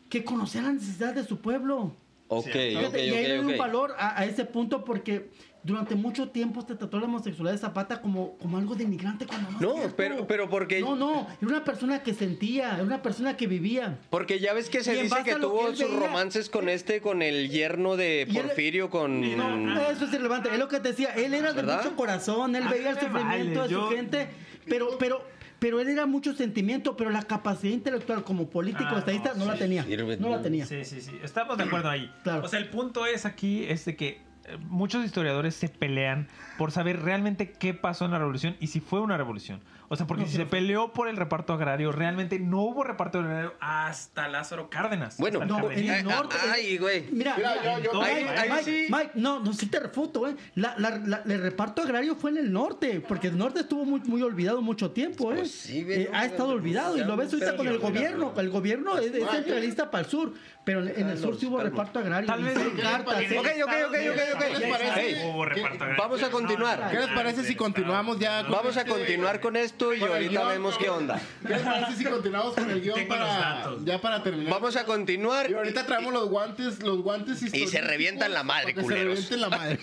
Speaker 5: que conocía la necesidad de su pueblo.
Speaker 2: Ok, ok,
Speaker 5: Fíjate, y ahí le doy un
Speaker 2: ok, ok.
Speaker 5: valor a, a ese punto porque durante mucho tiempo se trató la homosexualidad de Zapata como, como algo denigrante cuando es
Speaker 2: No,
Speaker 5: cierto.
Speaker 2: pero- pero porque-
Speaker 5: No, no, era una persona que sentía, era una persona que vivía.
Speaker 2: Porque ya ves que se
Speaker 5: Y en
Speaker 2: dice
Speaker 5: base
Speaker 2: que
Speaker 5: a lo
Speaker 2: tuvo
Speaker 5: que él
Speaker 2: sus
Speaker 5: veía- eh,
Speaker 2: romances con este, con el yerno de
Speaker 5: Y él-
Speaker 2: Porfirio, con...
Speaker 5: No, eso es irrelevante. Es lo que te decía. Él era de
Speaker 2: Mm. ¿Verdad?
Speaker 5: mucho corazón. Él
Speaker 4: A
Speaker 5: veía
Speaker 4: mí
Speaker 5: el
Speaker 4: me
Speaker 5: sufrimiento
Speaker 4: vale,
Speaker 5: de
Speaker 4: yo-
Speaker 5: su gente. Pero, pero, pero él era mucho sentimiento. Pero la capacidad intelectual como político
Speaker 4: Ah, no,
Speaker 5: estadista no, la
Speaker 4: sí,
Speaker 5: tenía.
Speaker 2: sirve.
Speaker 5: No la tenía.
Speaker 4: Sí, sí, sí. Estamos de acuerdo ahí.
Speaker 5: Claro.
Speaker 4: O sea, el punto es aquí, es de que
Speaker 9: eh, muchos historiadores se pelean por saber realmente qué pasó en la revolución y si fue una revolución. O sea, porque
Speaker 5: No,
Speaker 9: si
Speaker 5: sí
Speaker 9: se
Speaker 5: lo fue.
Speaker 9: peleó por el reparto agrario, realmente no hubo reparto agrario hasta Lázaro Cárdenas.
Speaker 2: Bueno,
Speaker 9: Hasta el
Speaker 5: No,
Speaker 9: Jardín.
Speaker 5: en el norte.
Speaker 2: Ay, güey.
Speaker 5: Mira,
Speaker 1: Mira,
Speaker 5: mira,
Speaker 1: yo- yo-
Speaker 5: Mike,
Speaker 2: ahí- ahí
Speaker 5: Mike,
Speaker 2: sí.
Speaker 5: Mike, no, no sí te refuto, eh. La, la- la- el reparto agrario fue en el norte, porque el norte estuvo muy, muy olvidado mucho tiempo, eh.
Speaker 2: Pues sí, güey,
Speaker 5: Eh,
Speaker 2: no,
Speaker 5: ha
Speaker 2: güey,
Speaker 5: estado
Speaker 2: pero
Speaker 5: olvidado y lo ves ahorita
Speaker 2: pero
Speaker 5: con
Speaker 2: yo- pues
Speaker 5: el gobierno. El gobierno es, es
Speaker 1: Ah,
Speaker 5: centralista para el sur, pero en,
Speaker 2: Ah,
Speaker 5: en el sur sí hubo
Speaker 2: Calma,
Speaker 5: reparto agrario.
Speaker 9: Tal
Speaker 5: y
Speaker 9: vez-
Speaker 5: sí hay
Speaker 9: ¿Qué les
Speaker 5: cartas,
Speaker 9: parece?
Speaker 5: ¿eh?
Speaker 2: Ok, ok, ok, ok, ok.
Speaker 1: ¿Qué les parece?
Speaker 2: Ey,
Speaker 9: Hubo reparto agrario.
Speaker 2: vamos a continuar.
Speaker 1: ¿Qué les parece si continuamos ya? con
Speaker 2: Vamos a
Speaker 1: este-
Speaker 5: eh,
Speaker 2: continuar con esto y
Speaker 1: con el
Speaker 2: ahorita
Speaker 1: guión,
Speaker 2: vemos qué
Speaker 1: cabrón?
Speaker 2: onda.
Speaker 1: ¿Qué les parece si continuamos con el guión
Speaker 7: Tengo los
Speaker 1: para,
Speaker 7: datos.
Speaker 1: ya para terminar?
Speaker 2: Vamos a continuar.
Speaker 1: y ahorita traemos los guantes, los guantes
Speaker 2: se
Speaker 1: historiísticos
Speaker 2: revientan la madre,
Speaker 1: para que
Speaker 2: culeros.
Speaker 1: Se revienten la madre.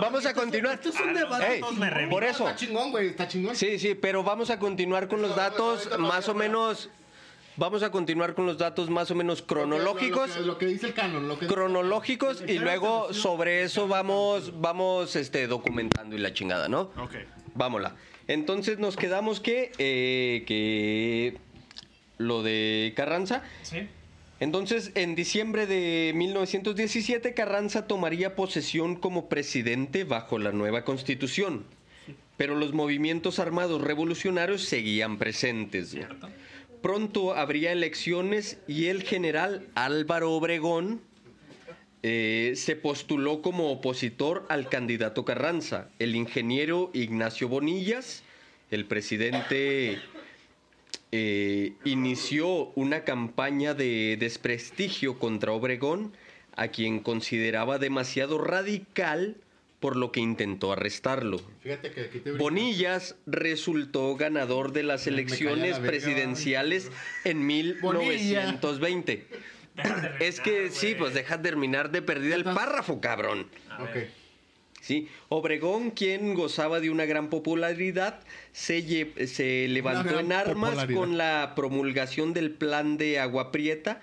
Speaker 2: Vamos a continuar. Ah,
Speaker 5: Esto este es un debate.
Speaker 2: Ey,
Speaker 5: chingón.
Speaker 2: por eso.
Speaker 1: Está chingón, güey, está chingón.
Speaker 2: Sí, sí, pero vamos a continuar con los datos más o menos. Vamos a continuar con los datos más o menos cronológicos.
Speaker 1: Lo que, lo que dice el canon, lo que
Speaker 2: Cronológicos y luego sobre eso vamos, vamos este, documentando y la chingada, ¿no?
Speaker 7: Ok.
Speaker 2: Vámonos. Entonces nos quedamos que, eh, que lo de Carranza.
Speaker 7: Sí.
Speaker 2: Entonces, en diciembre de 1917, Carranza tomaría posesión como presidente bajo la nueva constitución. Pero los movimientos armados revolucionarios seguían presentes. güey. Pronto habría elecciones y el general Álvaro Obregón eh, se postuló como opositor al candidato Carranza, el ingeniero Ignacio Bonillas, el presidente eh, inició una campaña de desprestigio contra Obregón, a quien consideraba demasiado radical, por lo que intentó arrestarlo.
Speaker 1: Fíjate que aquí te brinco.
Speaker 2: Bonillas resultó ganador de las
Speaker 1: Me calla la
Speaker 2: elecciones
Speaker 1: verga.
Speaker 2: presidenciales en 1920. Es que sí, pues deja terminar de perder el
Speaker 1: Entonces-
Speaker 2: párrafo, cabrón.
Speaker 1: Ok.
Speaker 2: Sí, Obregón, quien gozaba de una gran popularidad, se, lle- se levantó
Speaker 1: gran
Speaker 2: en armas
Speaker 1: popularidad.
Speaker 2: con la promulgación del plan de Agua Prieta.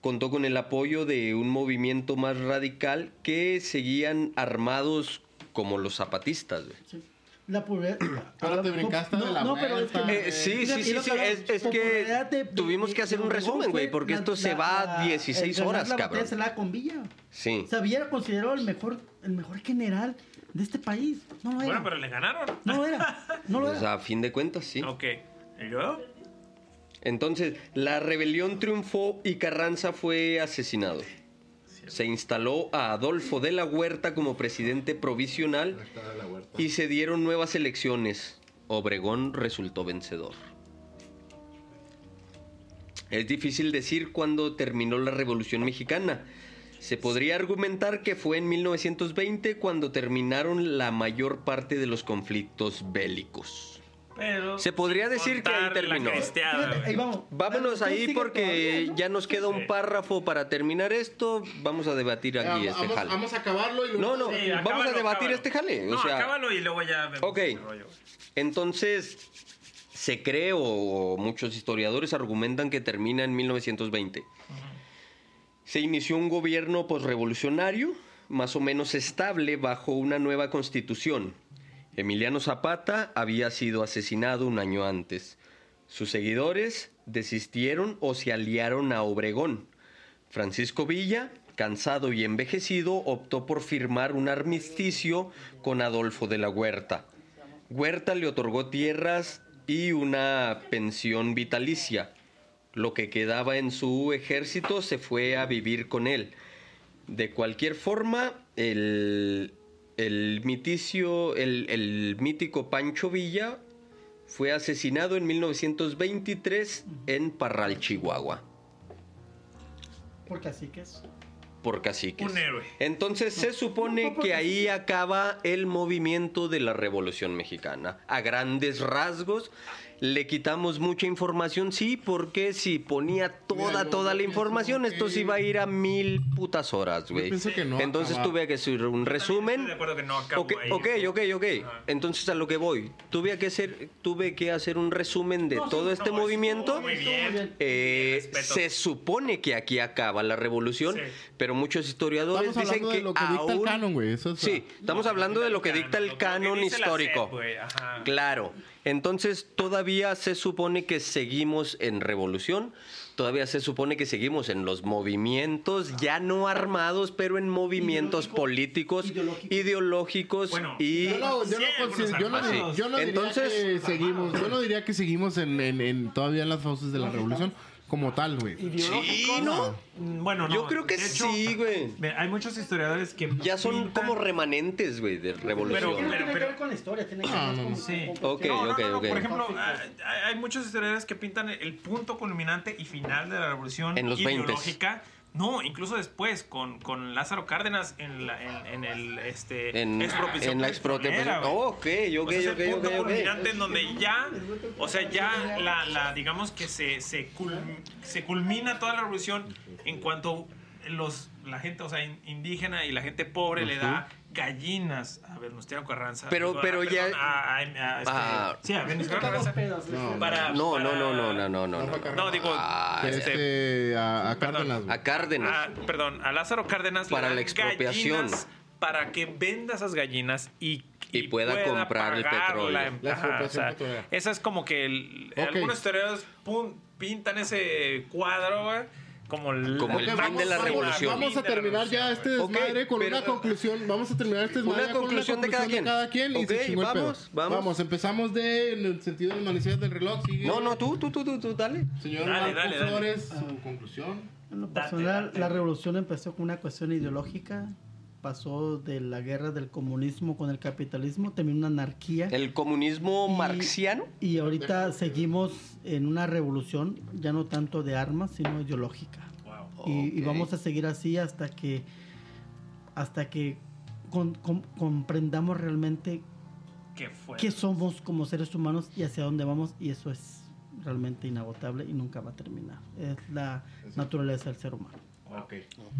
Speaker 2: Contó con el apoyo de un movimiento más radical que seguían armados como los zapatistas. güey.
Speaker 5: Sí. La pobre-
Speaker 1: Ahora te brincaste
Speaker 5: no,
Speaker 1: de la
Speaker 5: no, pero es que
Speaker 1: vuelta.
Speaker 2: Eh, sí, sí, sí, sí, es- es que
Speaker 5: popularidad
Speaker 2: tuvimos que hacer un
Speaker 5: de Obregón
Speaker 2: resumen, güey,
Speaker 5: fue
Speaker 2: porque esto se va a 16
Speaker 5: el ganar
Speaker 2: horas,
Speaker 5: la
Speaker 2: cabrón.
Speaker 5: batalla se la da con Villa.
Speaker 2: Sí.
Speaker 5: O sea, Villa era considerado el mejor, el mejor general de este país. No lo era.
Speaker 7: Bueno, pero le ganaron.
Speaker 5: No lo era. No lo
Speaker 2: Pues,
Speaker 5: era.
Speaker 2: a fin de cuentas, sí.
Speaker 7: Ok. ¿Y luego?
Speaker 2: Entonces, la rebelión triunfó y Carranza fue asesinado. Se instaló a Adolfo de la Huerta como presidente provisional
Speaker 1: Está de la huerta.
Speaker 2: y se dieron nuevas elecciones. Obregón resultó vencedor. Es difícil decir cuándo terminó la Revolución Mexicana. Se podría argumentar que fue en 1920 cuando terminaron la mayor parte de los conflictos bélicos.
Speaker 7: Pero.
Speaker 2: Se podría decir que ahí
Speaker 7: Contar la
Speaker 2: terminó.
Speaker 7: cristeada,
Speaker 5: Fíjate,
Speaker 7: güey.
Speaker 5: ahí vamos.
Speaker 2: Vámonos
Speaker 5: Tú
Speaker 2: ahí
Speaker 5: sigue
Speaker 2: porque
Speaker 5: todavía, ¿no?
Speaker 2: ya nos queda un
Speaker 7: Sí.
Speaker 2: párrafo para terminar esto. Vamos a debatir aquí
Speaker 1: Ya,
Speaker 2: este
Speaker 1: vamos,
Speaker 2: jale.
Speaker 1: vamos a acabarlo y
Speaker 2: No,
Speaker 1: luego-
Speaker 2: no,
Speaker 7: Sí,
Speaker 2: vamos a
Speaker 7: acábalo,
Speaker 2: debatir
Speaker 7: acábalo.
Speaker 2: este jale.
Speaker 7: No,
Speaker 2: o sea,
Speaker 7: acábalo y luego ya vemos
Speaker 2: Ok.
Speaker 7: ese rollo, güey.
Speaker 2: entonces se cree o, o muchos historiadores argumentan que termina en 1920. Se inició un gobierno posrevolucionario, más o menos estable, bajo una nueva constitución. Emiliano Zapata había sido asesinado un año antes. Sus seguidores desistieron o se aliaron a Obregón. Francisco Villa, cansado y envejecido, optó por firmar un armisticio con Adolfo de la Huerta. Huerta le otorgó tierras y una pensión vitalicia. Lo que quedaba en su ejército se fue a vivir con él. De cualquier forma, el, el miticio, el, el mítico Pancho Villa fue asesinado en 1923 en Parral, Chihuahua,
Speaker 5: Porque así que es.
Speaker 2: por caciques.
Speaker 7: Un héroe.
Speaker 2: Entonces se supone que ahí acaba el movimiento de la Revolución Mexicana. A grandes rasgos le quitamos mucha información, sí, porque si ponía
Speaker 1: Mira,
Speaker 2: toda,
Speaker 1: yo-
Speaker 2: toda
Speaker 1: yo
Speaker 2: la
Speaker 1: pienso
Speaker 2: información,
Speaker 1: que-
Speaker 2: esto sí iba a ir a mil putas horas,
Speaker 1: Yo
Speaker 2: güey.
Speaker 1: pienso que no
Speaker 2: Entonces
Speaker 1: acaba.
Speaker 2: tuve que hacer un
Speaker 7: Estoy
Speaker 2: resumen.
Speaker 7: De acuerdo que no acabo
Speaker 2: Ok,
Speaker 7: ahí.
Speaker 2: ok, ok, ok.
Speaker 7: Ajá.
Speaker 2: Entonces a lo que voy, tuve que hacer, tuve que hacer un resumen de todo este
Speaker 7: estuvo
Speaker 2: movimiento.
Speaker 7: Muy bien.
Speaker 2: Eh,
Speaker 7: Respeto.
Speaker 2: se supone que aquí acaba la revolución,
Speaker 7: Sí.
Speaker 2: pero pero muchos historiadores
Speaker 1: Estamos hablando
Speaker 2: dicen que,
Speaker 1: de lo que dicta el
Speaker 2: aún-
Speaker 1: canon, güey. Eso es-
Speaker 2: Sí, estamos hablando de lo que dicta el canon histórico. Claro. Entonces, todavía se supone que seguimos en revolución, todavía se supone que seguimos en los movimientos, ya no armados, pero en movimientos
Speaker 5: Ideológico-
Speaker 2: políticos,
Speaker 5: ideológico.
Speaker 2: ideológicos
Speaker 4: Bueno,
Speaker 2: y...
Speaker 1: Yo no, yo no,
Speaker 4: Siempre
Speaker 1: considero-
Speaker 4: nos
Speaker 1: yo no
Speaker 4: armamos.
Speaker 1: diría- yo no diría
Speaker 2: Entonces-
Speaker 1: que seguimos, yo no diría que seguimos en, en- en todavía en las fauces de la revolución como tal, güey.
Speaker 2: Sí, ¿no?
Speaker 10: Mm, Bueno, no.
Speaker 2: Yo creo que
Speaker 10: de hecho,
Speaker 2: sí, güey.
Speaker 10: ve, Hay muchos historiadores que.
Speaker 2: Ya son
Speaker 10: pintan-
Speaker 2: como remanentes, güey, de revolución.
Speaker 5: Pero, tiene que
Speaker 4: pero-
Speaker 5: ver con la historia, tiene que
Speaker 1: Ah,
Speaker 5: ver
Speaker 1: no,
Speaker 5: con...
Speaker 1: no.
Speaker 10: Sí.
Speaker 5: con-
Speaker 2: Ok,
Speaker 5: con-
Speaker 4: No, no,
Speaker 2: ok,
Speaker 4: no, no,
Speaker 2: ok.
Speaker 4: Por ejemplo, hay, hay muchos historiadores que pintan el punto culminante y final de la revolución
Speaker 2: En los 20s.
Speaker 4: ideológica. No, incluso después, con, con Lázaro Cárdenas en la, en, en el, este,
Speaker 2: En,
Speaker 4: expropiación
Speaker 2: en la
Speaker 4: prisionera,
Speaker 2: expropiación.
Speaker 4: güey.
Speaker 2: Oh, ok, ok,
Speaker 4: O sea, Pues es el
Speaker 2: ok, ok,
Speaker 4: punto
Speaker 2: ok.
Speaker 4: culminante en donde ya, o sea, ya la, la- digamos que se, se, cul- se culmina toda la revolución en cuanto los, la gente, o sea, in- indígena y la gente pobre le da gallinas a Venustiano Carranza.
Speaker 2: Pero-
Speaker 4: digo,
Speaker 2: pero
Speaker 4: ah,
Speaker 2: ya-
Speaker 4: perdón, a, a- a- este-
Speaker 2: Ah.
Speaker 4: sí, a Venustiano
Speaker 5: Está dos
Speaker 4: Carranza.
Speaker 5: pedos,
Speaker 1: No,
Speaker 5: este,
Speaker 4: Para,
Speaker 2: No, no,
Speaker 4: para-
Speaker 2: no, no, no, no,
Speaker 1: No,
Speaker 2: no. no.
Speaker 4: No, digo,
Speaker 2: Ah,
Speaker 1: Que
Speaker 4: este,
Speaker 1: este, a, a
Speaker 4: perdón.
Speaker 1: Cárdenas, güey.
Speaker 2: A Cárdenas.
Speaker 4: Ah, perdón, a Lázaro Cárdenas
Speaker 2: Para
Speaker 4: le dan
Speaker 2: la expropiación.
Speaker 4: gallinas Para que venda esas gallinas y,
Speaker 2: Y pueda comprar el
Speaker 4: pagar
Speaker 2: petróleo.
Speaker 4: la em-
Speaker 1: La
Speaker 4: ajá,
Speaker 1: expropiación
Speaker 4: o sea,
Speaker 1: petrolera.
Speaker 4: esa es como que el-
Speaker 1: Ok.
Speaker 4: algunos historiadores pun- pintan ese cuadro, güey, Como el,
Speaker 2: Como el
Speaker 1: Ok,
Speaker 2: fin de la revolución.
Speaker 1: Vamos a
Speaker 4: Fin de la
Speaker 1: terminar ya
Speaker 4: revolución,
Speaker 1: este
Speaker 2: güey.
Speaker 1: desmadre
Speaker 2: Ok,
Speaker 1: con
Speaker 2: pero-
Speaker 1: una conclusión. Vamos a terminar este desmadre
Speaker 2: Una
Speaker 1: con
Speaker 2: conclusión de cada quien.
Speaker 1: y se
Speaker 2: Ok,
Speaker 1: chingó el
Speaker 2: vamos,
Speaker 1: pedo.
Speaker 2: vamos.
Speaker 1: empezamos de, en el sentido de las manecillas del reloj. Sigue.
Speaker 2: No, Ah. no, tú, tú, tú, tú, tú, dale.
Speaker 1: Señor
Speaker 4: Dale,
Speaker 1: Marco
Speaker 4: dale, dale.
Speaker 1: Flores, su conclusión.
Speaker 5: En lo
Speaker 4: Date,
Speaker 5: personal,
Speaker 4: date.
Speaker 5: la revolución empezó con una cuestión ideológica, pasó de la guerra del comunismo con el capitalismo, terminó una anarquía.
Speaker 2: El comunismo
Speaker 5: Y-
Speaker 2: marxiano.
Speaker 5: Y ahorita seguimos en una revolución, ya no tanto de armas, sino ideológica. Y, y
Speaker 2: Ok.
Speaker 5: vamos a seguir así hasta que, hasta que con- com- comprendamos realmente
Speaker 4: que fue.
Speaker 5: qué somos como seres humanos y hacia dónde vamos. Y eso es realmente inagotable y nunca va a terminar. Es la naturaleza del ser humano.
Speaker 1: Ok.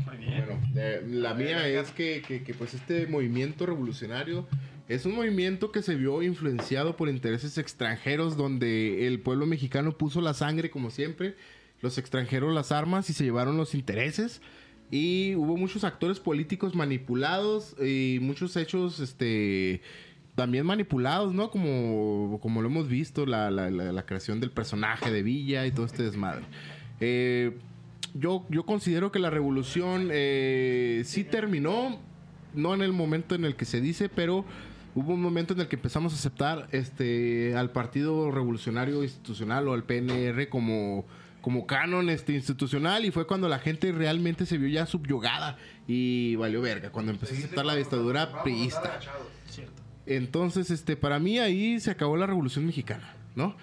Speaker 4: Muy bien.
Speaker 1: Bueno, de- la mía es que, que- que, pues este movimiento revolucionario es un movimiento que se vio influenciado por intereses extranjeros donde el pueblo mexicano puso la sangre como siempre, los extranjeros las armas y se llevaron los intereses y hubo muchos actores políticos manipulados y muchos hechos este también manipulados, ¿no? Como, como lo hemos visto, la, la- la- la creación del personaje de Villa y todo este desmadre. Eh, yo, yo considero que la revolución eh, sí terminó, no en el momento en el que se dice, pero hubo un momento en el que empezamos a aceptar este, al Partido Revolucionario Institucional o al PNR como, como canon este, institucional y fue cuando la gente realmente se vio ya subyugada y valió verga, cuando empezó a aceptar la dictadura priista. Entonces, este, para mí ahí se acabó la revolución mexicana, ¿no?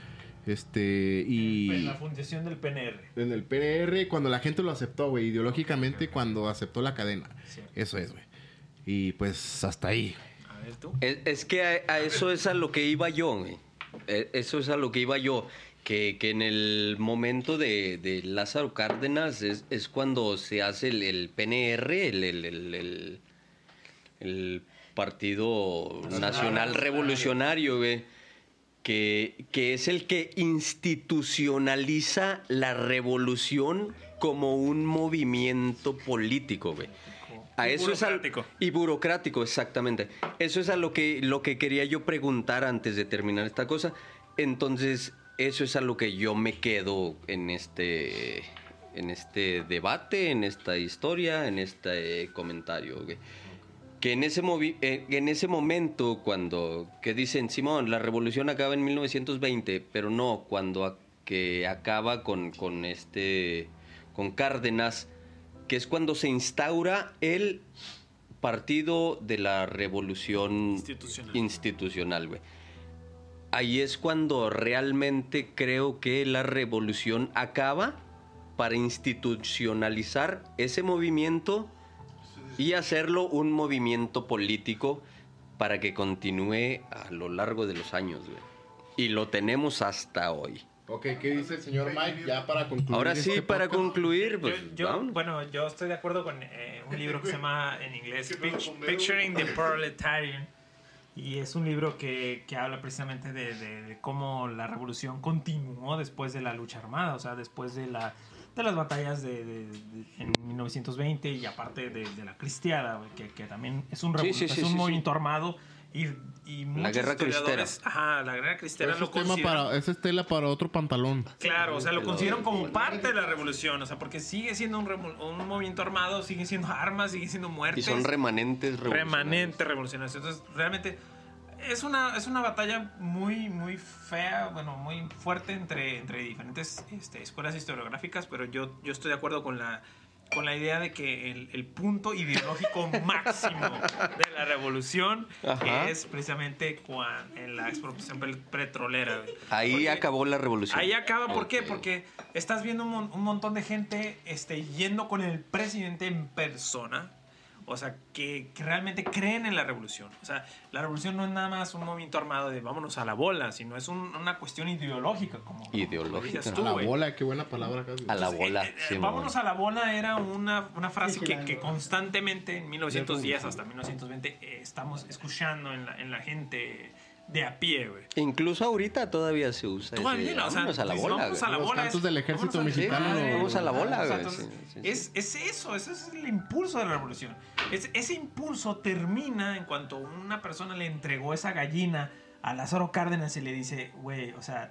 Speaker 1: Este, y...
Speaker 10: En Pues, la fundación del PNR.
Speaker 1: En el PNR, cuando la gente lo aceptó, güey. Ideológicamente, cuando aceptó la cadena.
Speaker 4: Cierto.
Speaker 1: Eso es, güey. Y pues hasta ahí.
Speaker 4: A ver tú.
Speaker 2: Es, es que a, a eso es a lo que iba yo, güey. Eh, Eso es a lo que iba yo. Que, que en el momento de, de Lázaro Cárdenas es, es cuando se hace el, el PNR, el, el- el- el- el Partido Nacional Revolucionario, güey. Que, que es el que institucionaliza la revolución como un movimiento político, güey. A
Speaker 4: Y
Speaker 2: eso es al-
Speaker 4: burocrático.
Speaker 2: y burocrático, exactamente. Eso es a lo que, lo que quería yo preguntar antes de terminar esta cosa. Entonces, eso es a lo que yo me quedo en este, en este debate, en esta historia, en este eh, comentario. güey. Que en ese, movi- eh, en ese momento, cuando que dicen, Simón, la revolución acaba en 1920, pero no, cuando a- que acaba con, con este, con Cárdenas, que es cuando se instaura el partido de la revolución
Speaker 4: Institucional.
Speaker 2: institucional, güey. Ahí es cuando realmente creo que la revolución acaba para institucionalizar ese movimiento y hacerlo un movimiento político para que continúe a lo largo de los años, güey. Y lo tenemos hasta hoy.
Speaker 1: Ok, ¿qué dice el señor Mike? Ya para concluir.
Speaker 2: Ahora sí,
Speaker 1: este
Speaker 2: para
Speaker 1: podcast.
Speaker 2: concluir,
Speaker 4: Yo-
Speaker 2: pues
Speaker 4: yo-
Speaker 2: vamos.
Speaker 4: bueno, yo estoy de acuerdo con eh, un libro que se llama en inglés
Speaker 3: ¿Qué pedo
Speaker 4: Pict-
Speaker 3: con Vero?
Speaker 4: Picturing the Proletarian. Y es un libro que, que habla precisamente de, de- de cómo la revolución continuó después de la lucha armada, o sea, después de la, de las batallas de, de- de- en 1920 y aparte de, de la cristiada, güey, que, que también es un,
Speaker 2: Sí, sí,
Speaker 4: revol-
Speaker 2: sí,
Speaker 4: es un
Speaker 2: sí, sí.
Speaker 4: movimiento armado y, y muchos
Speaker 2: guerra
Speaker 4: historiadores-
Speaker 2: cristera.
Speaker 4: Ajá, la guerra cristera
Speaker 1: Esa
Speaker 4: Este lo
Speaker 1: es, tema
Speaker 4: consideran-
Speaker 1: para, esa es tela para otro pantalón.
Speaker 4: Claro, o sea, lo
Speaker 2: Lo-
Speaker 4: consideran como parte de la revolución, o sea, porque sigue siendo un, revol- un movimiento armado, siguen siendo armas, siguen siendo
Speaker 2: Y
Speaker 4: muertes.
Speaker 2: son remanentes revolucionarios.
Speaker 4: remanentes revolucionarios. Entonces, realmente es una, es una batalla muy, muy fea, bueno, muy fuerte entre, entre diferentes este, escuelas historiográficas, pero yo, yo estoy de acuerdo con la con la idea de que el, el punto ideológico máximo de la revolución
Speaker 2: Ajá.
Speaker 4: es precisamente cuan- en la expropiación pel- petrolera. güey.
Speaker 2: Ahí
Speaker 4: Porque-
Speaker 2: acabó la revolución.
Speaker 4: Ahí acaba, ¿por qué?
Speaker 2: Ok.
Speaker 4: Porque estás viendo un, mon- un montón de gente este, yendo con el presidente en persona. O sea, que, que realmente creen en la revolución. O sea, la revolución no es nada más un movimiento armado de vámonos a la bola, sino es un- una cuestión ideológica. Como,
Speaker 2: Ideológica.
Speaker 4: como decías
Speaker 1: A
Speaker 4: tú,
Speaker 1: la
Speaker 4: güey.
Speaker 1: bola, qué buena palabra casi.
Speaker 2: A la
Speaker 4: Entonces,
Speaker 2: bola.
Speaker 4: eh, eh,
Speaker 2: Simón.
Speaker 4: vámonos a la bola era una, una frase
Speaker 5: Sí, sí,
Speaker 4: que,
Speaker 5: la-
Speaker 4: que constantemente en 1910 hasta 1920 eh, estamos escuchando en la, en la gente de a pie, güey.
Speaker 2: Incluso ahorita todavía se usa.
Speaker 4: Todavía,
Speaker 2: ese,
Speaker 4: o sea,
Speaker 2: vámonos a la
Speaker 4: dices,
Speaker 2: bola.
Speaker 4: vámonos
Speaker 2: güey.
Speaker 4: a la
Speaker 1: Los
Speaker 4: bola.
Speaker 1: cantos
Speaker 4: es-
Speaker 1: del ejército
Speaker 4: vámonos a la-
Speaker 1: mexicano,
Speaker 4: Ajá,
Speaker 1: lo-
Speaker 4: güey,
Speaker 2: Vamos a la bola,
Speaker 4: o sea,
Speaker 2: güey,
Speaker 4: entonces,
Speaker 2: sí, sí, sí.
Speaker 4: Es, es eso, ese es el impulso de la revolución. Es- ese impulso termina en cuanto una persona le entregó esa gallina a Lázaro Cárdenas y le dice, güey, o sea,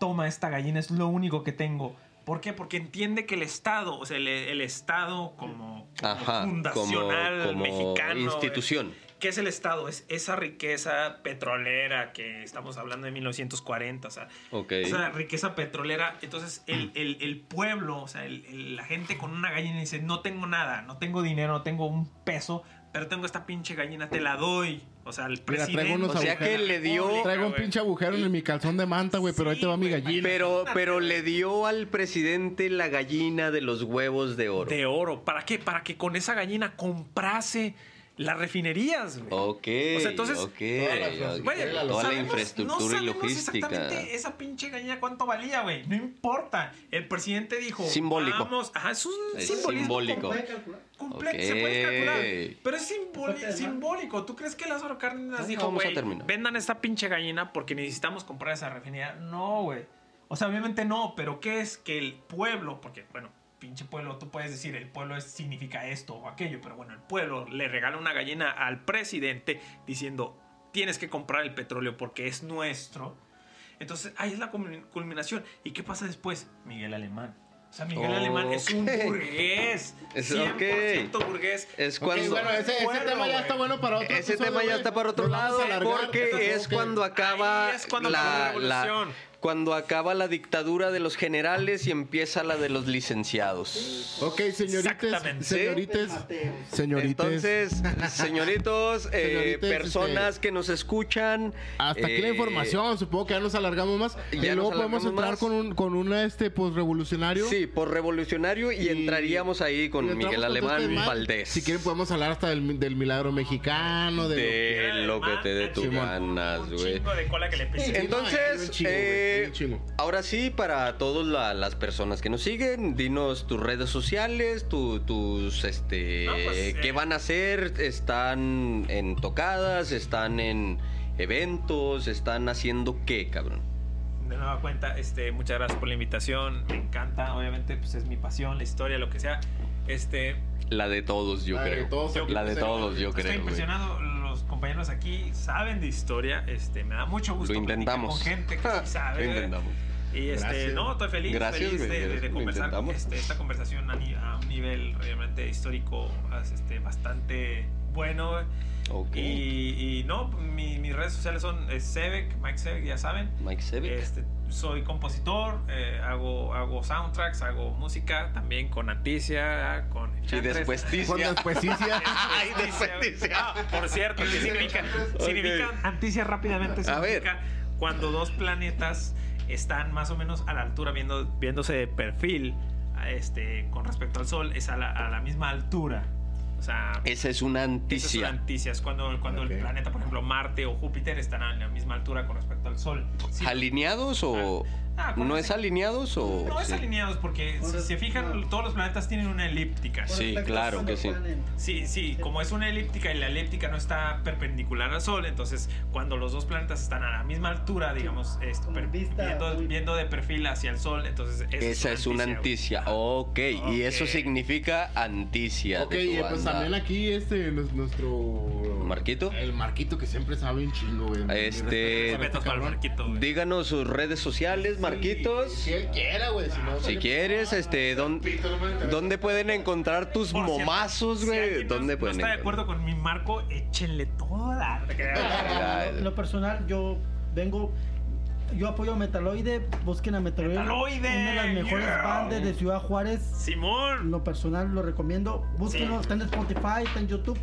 Speaker 4: toma esta gallina, es lo único que tengo. ¿Por qué? Porque entiende que el Estado, o sea, el, el Estado como, como
Speaker 2: Ajá, como,
Speaker 4: fundacional
Speaker 2: como
Speaker 4: mexicano. eh,
Speaker 2: institución.
Speaker 4: ¿Qué es el Estado? Es esa riqueza petrolera que estamos hablando de 1940, o sea,
Speaker 2: Ok.
Speaker 4: esa riqueza petrolera. Entonces, el, el- el pueblo, o sea, el- el- la gente con una gallina dice: No tengo nada, no tengo dinero, no tengo un peso, pero tengo esta pinche gallina, te la doy. O sea, el
Speaker 1: traigo
Speaker 4: presidente.
Speaker 1: unos
Speaker 2: o sea que
Speaker 1: agujeros.
Speaker 2: le dio.
Speaker 1: Traigo un pinche agujero en mi calzón de manta, güey, pero ahí te va mi gallina.
Speaker 2: Pero, pero le dio al presidente la gallina de los huevos de oro.
Speaker 4: de oro. ¿Para qué? Para que con esa gallina comprase las refinerías, güey.
Speaker 2: Ok.
Speaker 4: O sea, entonces-
Speaker 2: ok,
Speaker 1: Toda la-
Speaker 2: ok.
Speaker 4: Vaya,
Speaker 2: toda la
Speaker 4: sabemos- no
Speaker 2: infraestructura y
Speaker 4: sabemos
Speaker 2: logística.
Speaker 4: Exactamente esa pinche gallina cuánto valía, güey. No importa. El presidente dijo.
Speaker 2: Simbólico.
Speaker 4: Vamos, ajá, es un
Speaker 2: Es
Speaker 4: simbolismo
Speaker 2: simbólico.
Speaker 4: comple- comple- Se puede calcular.
Speaker 2: Ok.
Speaker 4: Pero es simboli-
Speaker 5: Fuerte, ¿no?
Speaker 4: simbólico. ¿Tú crees que Lázaro Cárdenas
Speaker 2: No,
Speaker 4: dijo,
Speaker 2: vamos a
Speaker 4: güey,
Speaker 2: terminar.
Speaker 4: vendan esta pinche gallina porque necesitamos comprar esa refinería? No, güey. O sea, obviamente no, pero ¿qué es que el pueblo? Porque, bueno, pinche pueblo, tú puedes decir el pueblo es- significa esto o aquello, pero bueno, el pueblo le regala una gallina al presidente diciendo tienes que comprar el petróleo porque es nuestro. Entonces ahí es la culmin- culminación. ¿Y qué pasa después? Miguel Alemán. O sea, Miguel Alemán es un
Speaker 2: Ok.
Speaker 4: burgués.
Speaker 2: Es-
Speaker 4: 100%
Speaker 2: ok.
Speaker 4: burgués.
Speaker 2: Es
Speaker 1: Ok,
Speaker 2: cuando.
Speaker 1: bueno, ese, ese
Speaker 4: Pueblo,
Speaker 1: tema ya
Speaker 4: güey.
Speaker 1: está bueno para otro
Speaker 2: Ese
Speaker 1: episodio,
Speaker 2: tema ya
Speaker 1: güey.
Speaker 2: está para otro
Speaker 1: Nos vamos
Speaker 2: lado
Speaker 1: a alargar, entonces,
Speaker 2: porque es
Speaker 1: ok.
Speaker 2: cuando acaba
Speaker 4: Ahí es cuando
Speaker 2: la,
Speaker 4: acaba la revolución.
Speaker 2: la- cuando acaba la dictadura de los generales y empieza la de los licenciados.
Speaker 1: Ok, señorites,
Speaker 4: Exactamente.
Speaker 1: señorites, señorites.
Speaker 2: Entonces, señoritos, eh,
Speaker 1: Señorites, este,
Speaker 2: personas que nos escuchan,
Speaker 1: hasta aquí la
Speaker 2: eh,
Speaker 1: información, supongo que ya nos alargamos más.
Speaker 2: ya
Speaker 1: y luego
Speaker 2: nos
Speaker 1: podemos
Speaker 2: alargamos
Speaker 1: entrar
Speaker 2: más.
Speaker 1: con un, con una este postrevolucionario.
Speaker 2: Sí, por revolucionario y,
Speaker 1: Y-
Speaker 2: entraríamos ahí
Speaker 1: Y
Speaker 2: con
Speaker 1: entramos
Speaker 2: Miguel
Speaker 1: todo
Speaker 2: Alemán
Speaker 1: este tema.
Speaker 2: Valdés.
Speaker 1: Si quieren podemos hablar hasta del, del milagro mexicano, de,
Speaker 2: de
Speaker 4: Miguel
Speaker 2: Eh, lo que
Speaker 4: Alemán,
Speaker 2: te dé tu
Speaker 4: Simón.
Speaker 2: ganas,
Speaker 4: Un
Speaker 2: güey. Eh,
Speaker 4: chingo de cola que le pise.
Speaker 1: Sí, no, hay
Speaker 2: Entonces,
Speaker 1: un chingo, güey,
Speaker 2: eh,
Speaker 1: hay un chingo.
Speaker 2: ahora sí, para todas la- las personas que nos siguen, dinos tus redes sociales, tu- tus, este,
Speaker 4: No, pues,
Speaker 2: qué
Speaker 4: eh,
Speaker 2: van a hacer, están en tocadas, están en eventos, están haciendo qué, cabrón.
Speaker 4: De nueva cuenta, este, muchas gracias por la invitación. Me encanta, obviamente, pues es mi pasión, la historia, lo que sea. Este,
Speaker 2: La de todos, yo
Speaker 1: La de
Speaker 2: creo.
Speaker 1: todos aquí pues,
Speaker 2: la de
Speaker 1: presentes.
Speaker 2: todos, yo
Speaker 4: estoy
Speaker 2: creo. güey.
Speaker 4: impresionado. Los compañeros aquí saben de historia. Este, me da mucho gusto
Speaker 2: Lo
Speaker 4: platicar
Speaker 2: intentamos.
Speaker 4: con gente que sí sabe.
Speaker 2: Lo intentamos.
Speaker 4: Y este,
Speaker 1: Gracias.
Speaker 4: no, estoy feliz,
Speaker 2: Gracias,
Speaker 4: feliz
Speaker 2: güey,
Speaker 4: de- de, de
Speaker 2: gracias, lo
Speaker 4: conversar
Speaker 2: intentamos.
Speaker 4: este, esta conversación a, ni- a un nivel realmente histórico, este, bastante bueno.
Speaker 2: Ok.
Speaker 4: Y, y no, mi- mis redes sociales son eh, Sebek, Mike Sebek, ya saben.
Speaker 2: Mike Sevic.
Speaker 4: Este, soy compositor, eh, hago, hago soundtracks, hago música también con Anticia, con
Speaker 2: y
Speaker 4: Enchantress.
Speaker 2: después Ticia.
Speaker 1: Cuando después sí, sí, ya.
Speaker 4: Ay, Ah, por cierto, ¿qué significa? Significa Anticia rápidamente
Speaker 2: A ver.
Speaker 4: significa cuando dos planetas están más o menos a la altura viendo, viéndose de perfil a este, con respecto al Sol, es a la, a la misma altura. O sea,
Speaker 2: Esa es una
Speaker 4: esas son
Speaker 2: anticia.
Speaker 4: anticias, cuando, cuando
Speaker 1: Ok.
Speaker 4: el planeta, por ejemplo, Marte o Júpiter están a la misma altura con respecto al Sol. Sí,
Speaker 2: ¿Alineados o,
Speaker 9: Ah,
Speaker 2: ¿No
Speaker 9: conoce-
Speaker 2: es alineados o...?
Speaker 9: No es
Speaker 2: sí?
Speaker 9: alineados porque
Speaker 5: Por
Speaker 9: si
Speaker 5: el-
Speaker 9: se fijan, todos los planetas tienen una elíptica.
Speaker 2: Sí, claro que sí.
Speaker 9: Sí, sí, como es una elíptica y la elíptica no está perpendicular al Sol, entonces cuando los dos planetas están a la misma altura, digamos, esto,
Speaker 5: Como
Speaker 9: per-
Speaker 5: vista
Speaker 9: viendo,
Speaker 5: muy-
Speaker 9: viendo de perfil hacia el Sol, entonces
Speaker 2: Esa es una anticia. Ok, y eso
Speaker 9: Ok.
Speaker 2: significa anticia.
Speaker 1: Ok,
Speaker 2: de tu
Speaker 1: eh, pues
Speaker 2: banda.
Speaker 1: también aquí este, nos- nuestro...
Speaker 2: ¿Marquito?
Speaker 1: El Marquito que siempre sabe un chingo, güey.
Speaker 2: Este-
Speaker 1: Respeto para
Speaker 9: Respetos para el
Speaker 1: cabrón.
Speaker 9: marquito, güey.
Speaker 2: Díganos sus redes sociales, Marquitos.
Speaker 1: Si él quiera, güey, si no...
Speaker 2: Si
Speaker 1: no-
Speaker 2: quieres, este, ¿dón-
Speaker 3: Pito, no me interesa.
Speaker 2: ¿dónde pueden encontrar tus
Speaker 9: Por cierto,
Speaker 2: momazos,
Speaker 9: si
Speaker 2: Pues, güey?
Speaker 9: alguien no-
Speaker 2: ¿Dónde
Speaker 9: no
Speaker 2: pueden
Speaker 9: está de
Speaker 2: encontrar?
Speaker 9: acuerdo con mi marco, échenle toda. No te creas.
Speaker 2: Ah,
Speaker 5: En lo personal, yo vengo. Yo apoyo a Metaloide. Busquen a Metaloide.
Speaker 9: Metaloide,
Speaker 5: Una de las mejores
Speaker 9: yeah.
Speaker 5: bandas de Ciudad Juárez. En
Speaker 9: Simón.
Speaker 5: lo personal, lo recomiendo. Búsquenlo.
Speaker 9: Sí.
Speaker 5: Está en Spotify, está en YouTube.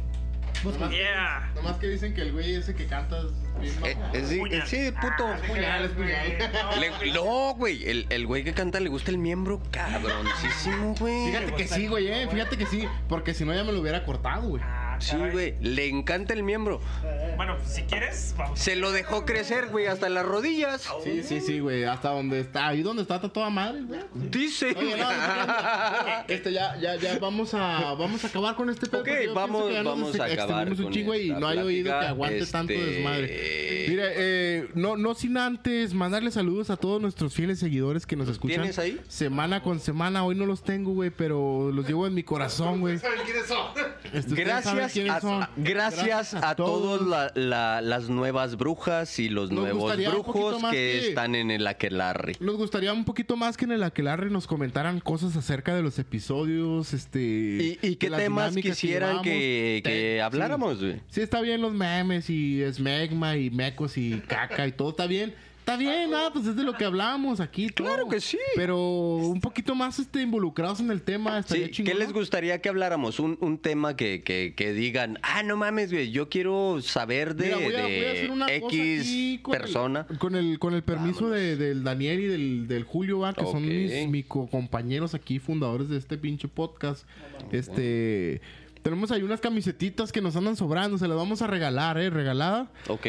Speaker 5: Búsquenlo.
Speaker 9: Yeah.
Speaker 1: Nomás que dicen que el güey ese que cantas...
Speaker 2: Eh, eh, sí, eh, sí,
Speaker 9: Ah,
Speaker 2: puto.
Speaker 1: Es puñal, es puñal.
Speaker 2: Le- no, güey, el, el güey que canta le gusta el miembro cabroncísimo, güey.
Speaker 1: Fíjate que sí, güey, eh. Fíjate que sí. Porque si no ya me lo hubiera cortado, güey.
Speaker 9: Ah,
Speaker 2: Sí,
Speaker 9: caray.
Speaker 2: güey, le encanta el miembro.
Speaker 9: Bueno, pues, si quieres, vamos.
Speaker 2: Se lo dejó crecer, güey, hasta las rodillas.
Speaker 1: Sí, sí, sí, güey. Hasta donde está. Ahí donde está, está toda madre, güey.
Speaker 2: Dice.
Speaker 1: Oye, no, no, este ya, ya, ya vamos a, vamos a acabar con este pedo.
Speaker 2: Ok,
Speaker 1: porque yo
Speaker 2: vamos-
Speaker 1: pienso que ya nos
Speaker 2: vamos a
Speaker 1: ex-
Speaker 2: acabar
Speaker 1: extendimos
Speaker 2: con
Speaker 1: un chingo y
Speaker 2: esta
Speaker 1: no hay oído que
Speaker 2: plática.
Speaker 1: aguante tanto
Speaker 2: Este-
Speaker 1: desmadre. Mire, eh, no, no sin antes mandarle saludos a todos nuestros fieles seguidores que nos escuchan
Speaker 2: tienes ahí?
Speaker 1: semana con semana. Hoy no los tengo, güey, pero los llevo en mi corazón, güey.
Speaker 3: ¿Saben quiénes son?
Speaker 1: Este, ustedes saben
Speaker 2: Gracias
Speaker 1: quiénes son.
Speaker 2: a, gracias a todas las nuevas brujas y los
Speaker 1: Nos
Speaker 2: nuevos
Speaker 1: gustaría un
Speaker 2: brujos
Speaker 1: poquito
Speaker 2: que,
Speaker 1: más que-
Speaker 2: están en el aquelarre.
Speaker 1: Nos gustaría un poquito más que en el aquelarre nos comentaran cosas acerca de los episodios, este...
Speaker 2: ¿Y, y
Speaker 1: de
Speaker 2: qué
Speaker 1: las
Speaker 2: temas
Speaker 1: dinámicas
Speaker 2: quisieran
Speaker 1: llevamos.
Speaker 2: que, que
Speaker 1: Te- sí.
Speaker 2: habláramos, güey?
Speaker 1: Sí, está bien los memes y esmegma y mecos y caca y todo, está bien. Está bien, nada, pues es de lo que hablamos aquí. todo.
Speaker 2: Claro que sí.
Speaker 1: Pero un poquito más este, involucrados en el tema, estaría
Speaker 2: Sí,
Speaker 1: chingón,
Speaker 2: ¿Qué les
Speaker 1: ¿no?
Speaker 2: gustaría que habláramos? Un, un tema que, que- que digan, ah, no mames, güey, yo quiero saber de,
Speaker 1: Mira, voy a- voy a hacer una
Speaker 2: de
Speaker 1: cosa aquí
Speaker 2: X
Speaker 1: con el-
Speaker 2: persona.
Speaker 1: con el, con el permiso de-
Speaker 2: Vámonos.
Speaker 1: del Daniel y del, del Julio, va, que
Speaker 2: Ok.
Speaker 1: son mis, mis co- compañeros aquí, fundadores de este pinche podcast. Este. Tenemos ahí unas camisetitas que nos andan sobrando, se las vamos a regalar, ¿eh? Regalada
Speaker 2: ¿Ok?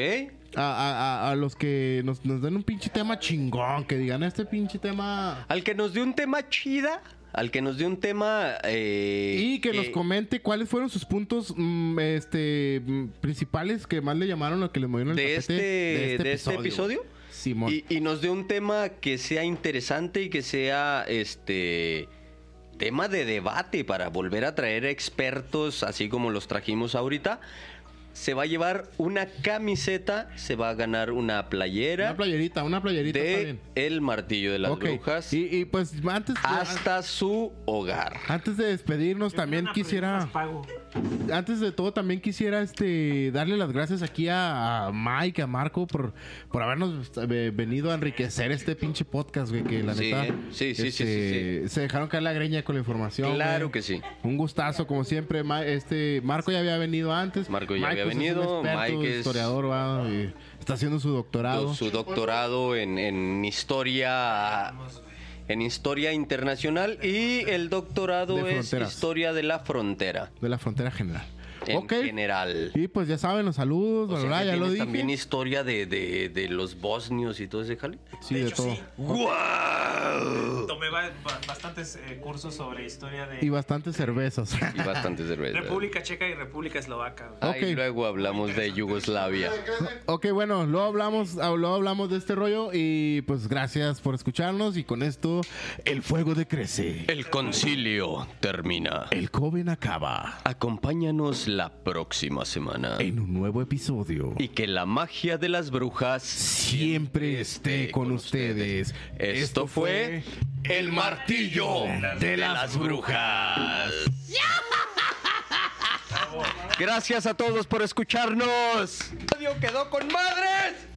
Speaker 1: a, a- a- a los que nos, nos den un pinche tema chingón, que digan este pinche tema.
Speaker 2: Al que nos dé un tema chida, al que nos dé un tema... eh,
Speaker 1: Y que nos comente cuáles fueron sus puntos mm, este, mm, principales que más le llamaron o que le movieron el
Speaker 2: de este,
Speaker 1: tapete
Speaker 2: de este episodio.
Speaker 1: güey. Simón.
Speaker 2: Y, y nos dé un tema que sea interesante y que sea este tema de debate para volver a traer expertos así como los trajimos ahorita. Se va a llevar una camiseta, se va a ganar una playera,
Speaker 1: Una playerita, una playerita está
Speaker 2: de
Speaker 1: bien.
Speaker 2: El Martillo de las
Speaker 1: Ok,
Speaker 2: Brujas
Speaker 1: Y, y, pues antes,
Speaker 2: hasta su hogar.
Speaker 1: antes de despedirnos, Pues también
Speaker 9: Una
Speaker 1: quisiera,
Speaker 9: pregunta, pago.
Speaker 1: antes de todo, también quisiera este darle las gracias aquí a, a Mike, a Marco, por, por habernos eh, venido a enriquecer este pinche podcast, güey, que la
Speaker 2: Sí,
Speaker 1: neta.
Speaker 2: eh. Sí, sí, sí,
Speaker 1: este,
Speaker 2: sí,
Speaker 1: Se dejaron caer la greña con la información.
Speaker 2: Claro
Speaker 1: güey.
Speaker 2: que sí.
Speaker 1: Un gustazo, como siempre. Ma- este Marco ya había venido antes.
Speaker 2: Marco ya
Speaker 1: pues,
Speaker 2: había
Speaker 1: es un
Speaker 2: venido,
Speaker 1: experto,
Speaker 2: Mike es-
Speaker 1: historiador, va, y está haciendo su doctorado.
Speaker 2: Su doctorado en, en historia en historia internacional y el doctorado
Speaker 1: De
Speaker 2: es
Speaker 1: fronteras.
Speaker 2: historia de la frontera.
Speaker 1: De la frontera general.
Speaker 2: en
Speaker 1: ok.
Speaker 2: general.
Speaker 1: Y pues ya saben, los saludos,
Speaker 2: O
Speaker 1: bla,
Speaker 2: sea,
Speaker 1: bla,
Speaker 2: que
Speaker 1: ya lo
Speaker 2: tienes
Speaker 1: dije.
Speaker 2: también historia de, de- de los bosnios y todo ese jale.
Speaker 1: Sí, de, todo.
Speaker 2: ¡Guau!
Speaker 9: Tomé ba- ba- bastantes eh, cursos sobre historia de
Speaker 1: Y bastantes cervezas.
Speaker 2: Y bastante cerveza.
Speaker 9: República Checa y República Eslovaca. güey.
Speaker 2: Ah, y
Speaker 1: Ok.
Speaker 2: luego hablamos de Yugoslavia.
Speaker 1: ok, bueno, luego hablamos, ah, luego hablamos de este rollo y pues gracias por escucharnos y con esto el fuego decrece.
Speaker 2: El concilio termina.
Speaker 1: El joven acaba
Speaker 2: Acompáñanos la próxima semana.
Speaker 1: en un nuevo episodio.
Speaker 2: Y que la magia de las brujas.
Speaker 1: siempre esté con ustedes.
Speaker 2: Esto fue El Martillo de las Brujas. Gracias a todos por escucharnos. El audio quedó con madres.